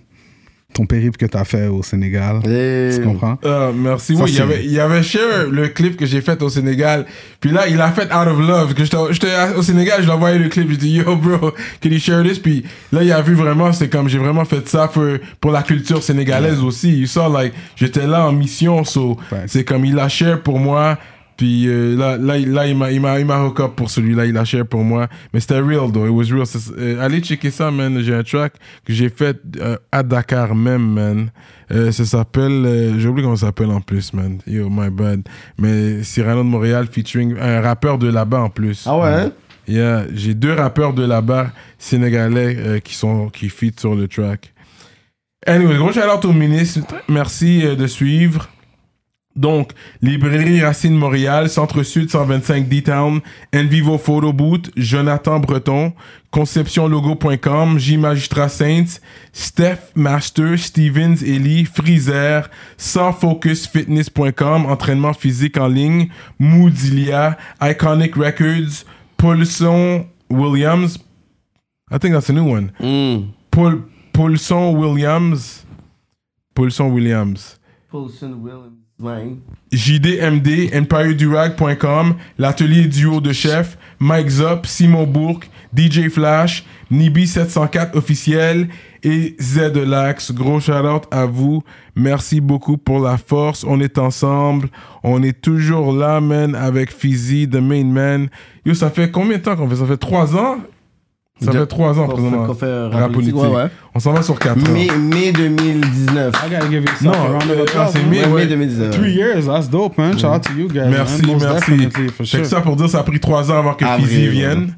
S3: Ton périple que t'as fait au Sénégal.
S2: Yeah.
S3: Tu comprends?
S1: Ah, merci.
S3: hein. Ça,
S1: oui, il y,
S3: c'est-
S1: avait, il y avait Cher, le clip que j'ai fait au Sénégal. Puis là, il a fait Out of Love. Que j'étais- j'étais au Sénégal, je lui ai envoyé le clip. J'ai dit, yo, bro, can you share this? Puis là, il a vu vraiment, c'est comme j'ai vraiment fait ça pour, pour la culture sénégalaise aussi. You saw, like, j'étais là en mission. So,
S3: Thanks.
S1: c'est comme il a Cher pour moi. Puis euh, là, là, il- là, il m'a, il m'a, il m'a hook up pour celui-là, il a cher pour moi. Mais c'était real, though. It was real. C'est- euh, allez checker ça, man. J'ai un track que j'ai fait euh, à Dakar même, man. Euh, ça s'appelle, euh, j'ai oublié comment ça s'appelle en plus, man. Yo, my bad. Mais Cyrano de Montréal featuring un rappeur de là-bas en plus.
S2: Ah ouais, hein?
S1: Yeah, j'ai deux rappeurs de là-bas sénégalais euh, qui sont qui fit sur le track. Anyway, gros shout out au ministre. Merci euh, de suivre. Donc, Librairie Racine Montréal, Centre-Sud 125 D-Town, Envivo Photo Boot, Jonathan Breton, ConceptionLogo.com, J Magistrat Saints, Steph Master, Stevens Ellie, Freezer, SansFocusFitness.com, entraînement physique en ligne, Moodilia, Iconic Records, Paulson Williams. I think that's a new one.
S2: Mm.
S1: Paul, Paulson Williams. Paulson Williams. JDMD, EmpireDurag.com, l'atelier duo de chef, Mike Zop, Simon Bourque, DJ Flash, Nibi704 officiel et Zelax. Gros shout-out à vous. Merci beaucoup pour la force. On est ensemble. On est toujours là, man, avec Fizzy, The Main Man. Yo, ça fait combien de temps qu'on fait ça? Ça fait trois ans? Ça
S2: De-
S1: fait trois ans,
S2: qu'on
S1: présentement.
S2: fait- qu'on fait rap
S1: Rap
S2: politique,
S1: politique.
S2: ouais, ouais.
S1: On s'en va sur quatre
S2: Mai,
S1: ans.
S2: mai 2019.
S3: I gotta give you
S1: Non,
S3: a round of
S1: euh,
S3: applause,
S1: c'est
S3: man.
S1: mai,
S2: Ouais, mai
S1: ouais.
S2: 2019.
S3: Three years, that's dope, man. Shout out to you guys.
S1: Merci,
S3: man. Most
S1: merci.
S3: definitely, for
S1: Fait
S3: sure.
S1: que ça pour dire, ça a pris trois ans avant que
S2: Avril,
S1: Fizzy vienne.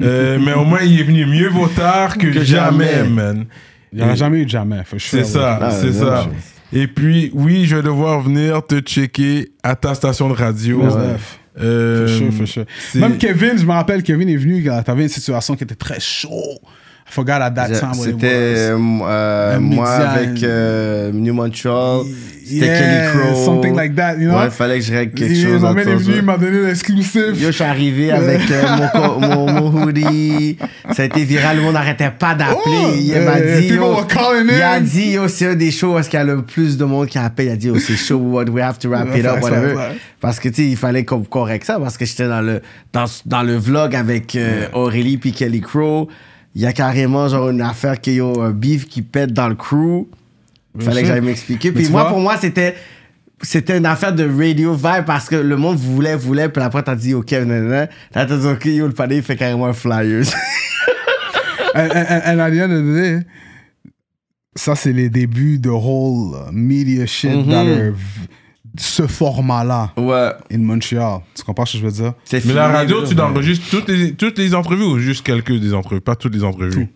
S1: Euh, mais au moins, il est venu mieux vaut tard que,
S2: Que
S1: jamais,
S2: jamais.
S1: man.
S3: Il n'y en a jamais eu jamais, for sure.
S1: C'est ça,
S2: Ah,
S1: c'est
S2: ouais,
S1: ça.
S2: ouais.
S1: Et puis, oui, je vais devoir venir te checker à ta station de radio.
S3: Ouais. Neuf.
S1: Euh,
S3: For sure, for sure.
S1: c'est-
S3: Même Kevin, je me rappelle, Kevin est venu, gars, t'avais une situation qui était très chaud. I forgot at that
S2: Je-
S3: time what it
S2: C'était
S3: was.
S2: euh, euh,
S3: Un
S2: moi
S3: média,
S2: avec
S3: un-
S2: euh, New Montreal, c'était
S3: Yeah,
S2: Kelly Crow.
S3: something like that, you know?
S2: Ouais, fallait que je règle quelque
S3: Il-
S2: chose.
S3: mon man
S2: attends,
S3: est venu,
S2: je-
S3: il m'a donné l'exclusif.
S2: Yo, je suis arrivé avec euh, mon, co- mon, mon hoodie. Ça a été viral, le monde n'arrêtait pas d'appeler.
S3: Oh,
S2: il
S3: euh,
S2: m'a dit,
S3: people
S2: yo,
S3: were calling
S2: il a
S3: in.
S2: dit, yo, c'est un des shows parce qu'il y a le plus de monde qui appelle. Il a dit, oh, c'est chaud, what, we have to wrap it
S3: Ouais,
S2: up, whatever.
S3: ouais, ouais.
S2: Parce que, tu sais, il fallait qu'on correcte ça parce que j'étais dans le, dans, dans le vlog avec euh, Aurélie puis Kelly Crow. Il y a carrément, genre, une affaire qui, yo, un beef qui pète dans le crew. Fallait que
S3: sûr.
S2: j'aille m'expliquer.
S3: Mais
S2: Puis
S3: tu
S2: moi,
S3: vois-
S2: pour moi, c'était c'était une affaire de radio vibe parce que le monde voulait, voulait, puis après t'as dit ok, nanana, là t'as dit ok, yo, le palais il fait carrément un flyer.
S3: and, and, and at the end of the day, ça c'est les débuts de whole media shit
S2: Mm-hmm.
S3: dans le- ce format-là
S2: ouais,
S3: in Montreal. Tu comprends ce que je veux dire?
S2: c'est
S1: Mais
S2: fini,
S1: la radio,
S2: là.
S1: tu enregistres toutes les, toutes les entrevues ou juste quelques des entrevues Pas toutes les entrevues.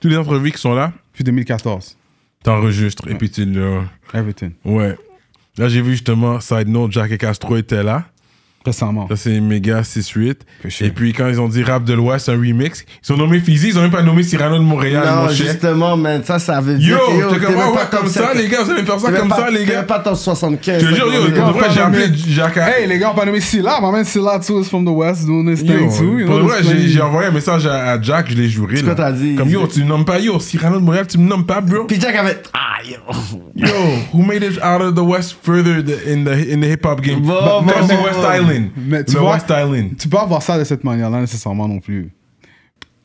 S1: Toutes les entrevues qui sont là,
S3: Depuis 2014,
S1: t'enregistres et puis tu le...
S3: everything.
S1: Ouais. Là, j'ai vu justement, side note, Jack et Castro étaient là.
S3: Récemment.
S1: Ça, c'est méga 6-8.
S3: For sure.
S1: Et puis, quand ils ont dit Rap de l'Ouest, un remix, ils ont nommé Fizzy, ils ont même pas nommé Cyrano de Montréal,
S2: Non,
S1: mon cher.
S2: justement, man, ça, ça veut
S1: Yo,
S2: dire. que,
S1: t'es comme,
S2: même
S1: ah
S2: pas
S1: ouais, comme ça, les gars, vous allez me faire ça
S2: t'es même
S1: comme
S2: pas-
S1: ça, les
S2: t'es
S1: gars.
S2: même pas ton 75.
S1: Je te jure, yo,
S2: les
S1: pour
S2: gars.
S1: de vrai, j'ai
S3: pas
S1: appelé
S3: nommé.
S1: Jack. à-
S3: Hey, les gars, on va nommer Silla. My man Silla, too, is from the West, doing his
S1: Yo,
S3: thing, too. You
S1: pour
S3: know,
S1: de vrai,
S3: this
S1: j'ai
S3: thing.
S1: j'ai envoyé un message à, à Jack, je l'ai juré.
S2: quoi
S1: là.
S2: t'as dit?
S1: Comme yo, tu me nommes pas, yo, Cyrano de Montréal, tu me nommes pas, bro.
S2: Puis Jack avait. Ah, yo.
S1: Yo, who made it out of the West further the- in the, in the hip-hop game?
S2: Bon,
S1: Bah,
S2: bon,
S1: quand c'est
S2: bon,
S1: West
S2: bon.
S1: Island.
S3: Mais tu
S1: le
S3: vois-
S1: West Island.
S3: Tu peux avoir ça de cette manière-là nécessairement non plus.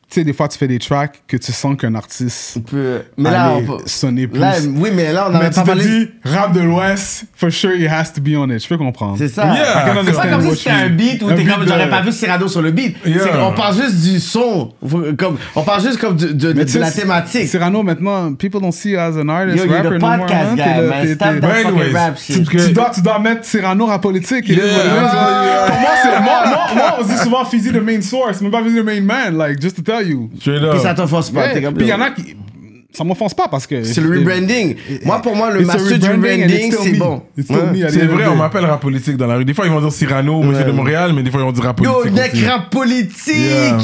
S3: Tu sais, des fois, tu fais des tracks que tu sens qu'un artiste.
S2: Peu- Mais là,
S3: Allez,
S2: on peut-
S3: sonnez plus.
S2: Là, oui, mais là, on avait
S3: Mais tu
S2: pas
S3: te
S2: parlé.
S3: dis, rap de l'Ouest, for sure, it has to be on it. Je peux comprendre.
S2: C'est ça.
S1: Yeah. I can
S2: c'est pas
S3: understand
S2: comme
S3: what
S2: si c'était
S3: you
S2: un
S3: mean.
S2: beat où
S3: Un
S2: t'es
S3: beat
S2: comme
S3: de-
S2: j'aurais pas vu Cyrano sur le beat.
S1: Yeah.
S2: C'est qu'on parle juste du son. Faut- Comme, on parle juste comme de, de, de,
S3: Mais
S2: de
S3: tu sais,
S2: la thématique.
S3: Cyrano, maintenant, people don't see you as an
S2: Yo,
S3: artist,
S2: you're
S3: rapper
S2: the
S3: no more,
S2: podcast
S3: hein.
S2: guy,
S3: T'es le-
S2: man.
S3: t'es-
S2: Stop
S3: t'es-
S2: that
S1: Ouais,
S2: fucking
S1: anyways,
S2: rap shit.
S1: tu-
S3: Tu dois, tu dois mettre Cyrano à politique. et
S1: Yeah.
S3: tout, voilà.
S1: Yeah.
S3: Pour moi, c'est, moi, moi, moi, on dit souvent Fizzy the main source, mais pas Fizzy the main man, like, just to tell you.
S1: Straight
S2: Puis
S1: up.
S2: ça t'offense pas.
S3: Ouais.
S2: t'es comme-
S3: Puis il y en a qui. Ça m'offense pas parce que.
S2: C'est le rebranding. Moi, pour moi, le
S3: It's a
S2: master du
S3: rebranding and
S2: rebranding,
S3: it's still
S2: c'est
S3: me.
S2: bon.
S3: It's still me.
S2: Ouais.
S1: C'est vrai, on m'appelle rap politique dans la rue. Des fois, ils vont dire Cyrano ou Monsieur de Montréal, mais des fois, ils vont dire rap
S2: Yo,
S1: politique.
S2: nec
S1: aussi.
S2: rap politique.
S1: Yeah.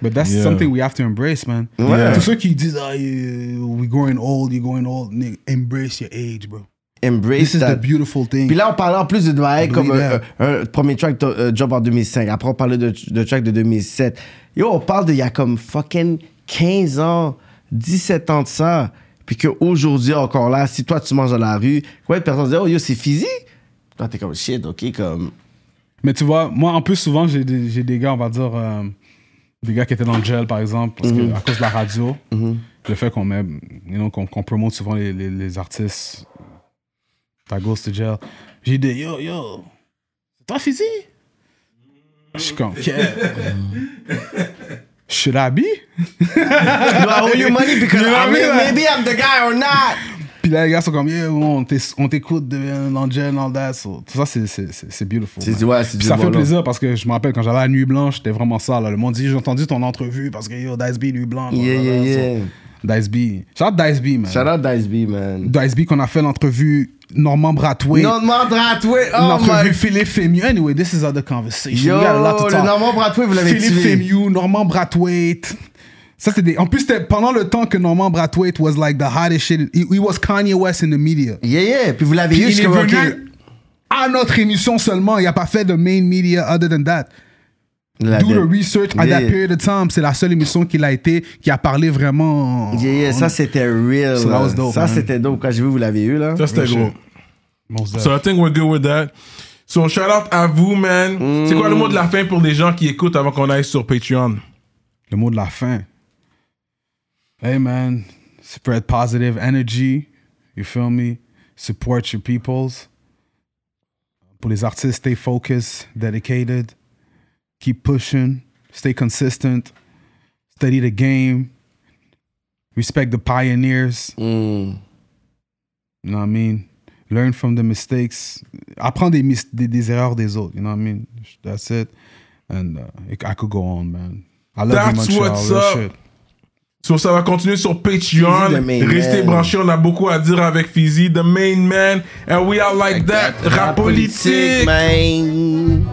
S3: But that's
S1: Yeah.
S3: something we have to embrace, man.
S2: Ouais.
S3: Tous ceux qui disent, ah, you- we growing old, you growing old, nigga, embrace your age, bro. This
S2: Embrace
S3: is the
S2: that.
S3: beautiful thing.
S2: Puis là, on parlait en plus de Dwaï
S3: I
S2: comme
S3: believe
S2: euh, euh, un premier track de euh, Job en 2005. Après, on parlait de, de track de 2007. Yo, on parle d'il y a comme fucking 15 ans, 17 ans de ça. Puis qu'aujourd'hui, encore là, si toi, tu manges dans la rue, ouais, personne se dit, oh, yo, c'est physique. Toi, t'es comme shit, ok, comme.
S3: Mais tu vois, moi, en plus, souvent, j'ai des, j'ai des gars, on va dire, euh, des gars qui étaient dans le gel, par exemple, parce que, à cause de la radio, le fait qu'on met, you know, qu'on, qu'on promote souvent les, les, les artistes, ta goes to jail. J'ai dit, yo, yo, c'est toi, Fizzy? Je suis comme, yeah. Should I be?
S2: Do I owe you money because
S3: You know
S2: I
S3: what I
S2: mean,
S3: mean, like-
S2: maybe I'm the guy or not?
S3: Puis là, les gars sont comme, yeah, on t'éc- on t'écoute de- dans le gel, dans le that. So, tout ça, c'est, c'est, c'est, c'est beautiful.
S2: C'est-
S3: man.
S2: ouais, c'est
S3: Puis
S2: du
S3: ça
S2: bon
S3: fait
S2: lore.
S3: plaisir parce que je me rappelle quand j'allais à Nuit Blanche, c'était vraiment ça. Là. Le monde dit J'ai entendu ton entrevue parce que yo, Dice B, Nuit Blanche.
S2: Yeah,
S3: blablabla.
S2: yeah, yeah.
S3: So, Dice B. Shout out Dice B, man.
S2: Shout out Dice B, man.
S3: Dice B qu'on a fait l'entrevue Normand Bratway.
S2: Normand Bratway, oh
S3: l'entrevue
S2: my
S3: Philippe Fémieux. Anyway, this is other conversation.
S2: Yo,
S3: We got a lot to
S2: le
S3: talk.
S2: Normand Bratway, vous l'avez
S3: Philippe
S2: tué.
S3: Fémieux, Normand Bratway. Ça, c'est des... En plus, c'était pendant le temps que Normand Bratway was like the hottest shit. He, he was Kanye West in the media.
S2: Yeah, yeah. Puis vous l'avez
S3: Puis
S2: eu, je
S3: il
S2: suis
S3: est
S2: comme, ok.
S3: venu à notre émission seulement. Il n'a pas fait de main media other than that.
S2: La
S3: Do the
S2: dette.
S3: research at
S2: Yeah,
S3: that
S2: yeah.
S3: period of time. C'est la seule émission qu'il a été, qui a parlé vraiment.
S2: Yeah, yeah, ça c'était real.
S3: So that
S2: là.
S3: was dope,
S2: ça
S3: man.
S2: c'était dope. Quand j'ai vu, vous l'avez eu là.
S1: Ça, c'était gros. So I think we're good with that. So shout out à vous, man. C'est quoi le mot de la fin pour les gens qui écoutent avant qu'on aille sur Patreon?
S3: Le mot de la fin. Hey man, spread positive energy. You feel me? Support your peoples. Pour les artistes, stay focused, dedicated. Keep pushing. Stay consistent. study the game, respect the pioneers. You know what I mean? Learn from the mistakes. Apprends des, mis- des, des erreurs des autres. You know what I mean? That's it. And uh, I could go on, man. I love you,
S1: That's
S3: Montreal.
S1: what's
S3: real
S1: up.
S3: shit.
S1: So ça va continuer sur
S2: Fizzy,
S1: Patreon.
S2: the main
S1: Restez
S2: man.
S1: branchés, on a beaucoup à dire avec Fizzy, the main man. And we are like, that. Rap politique.
S2: man.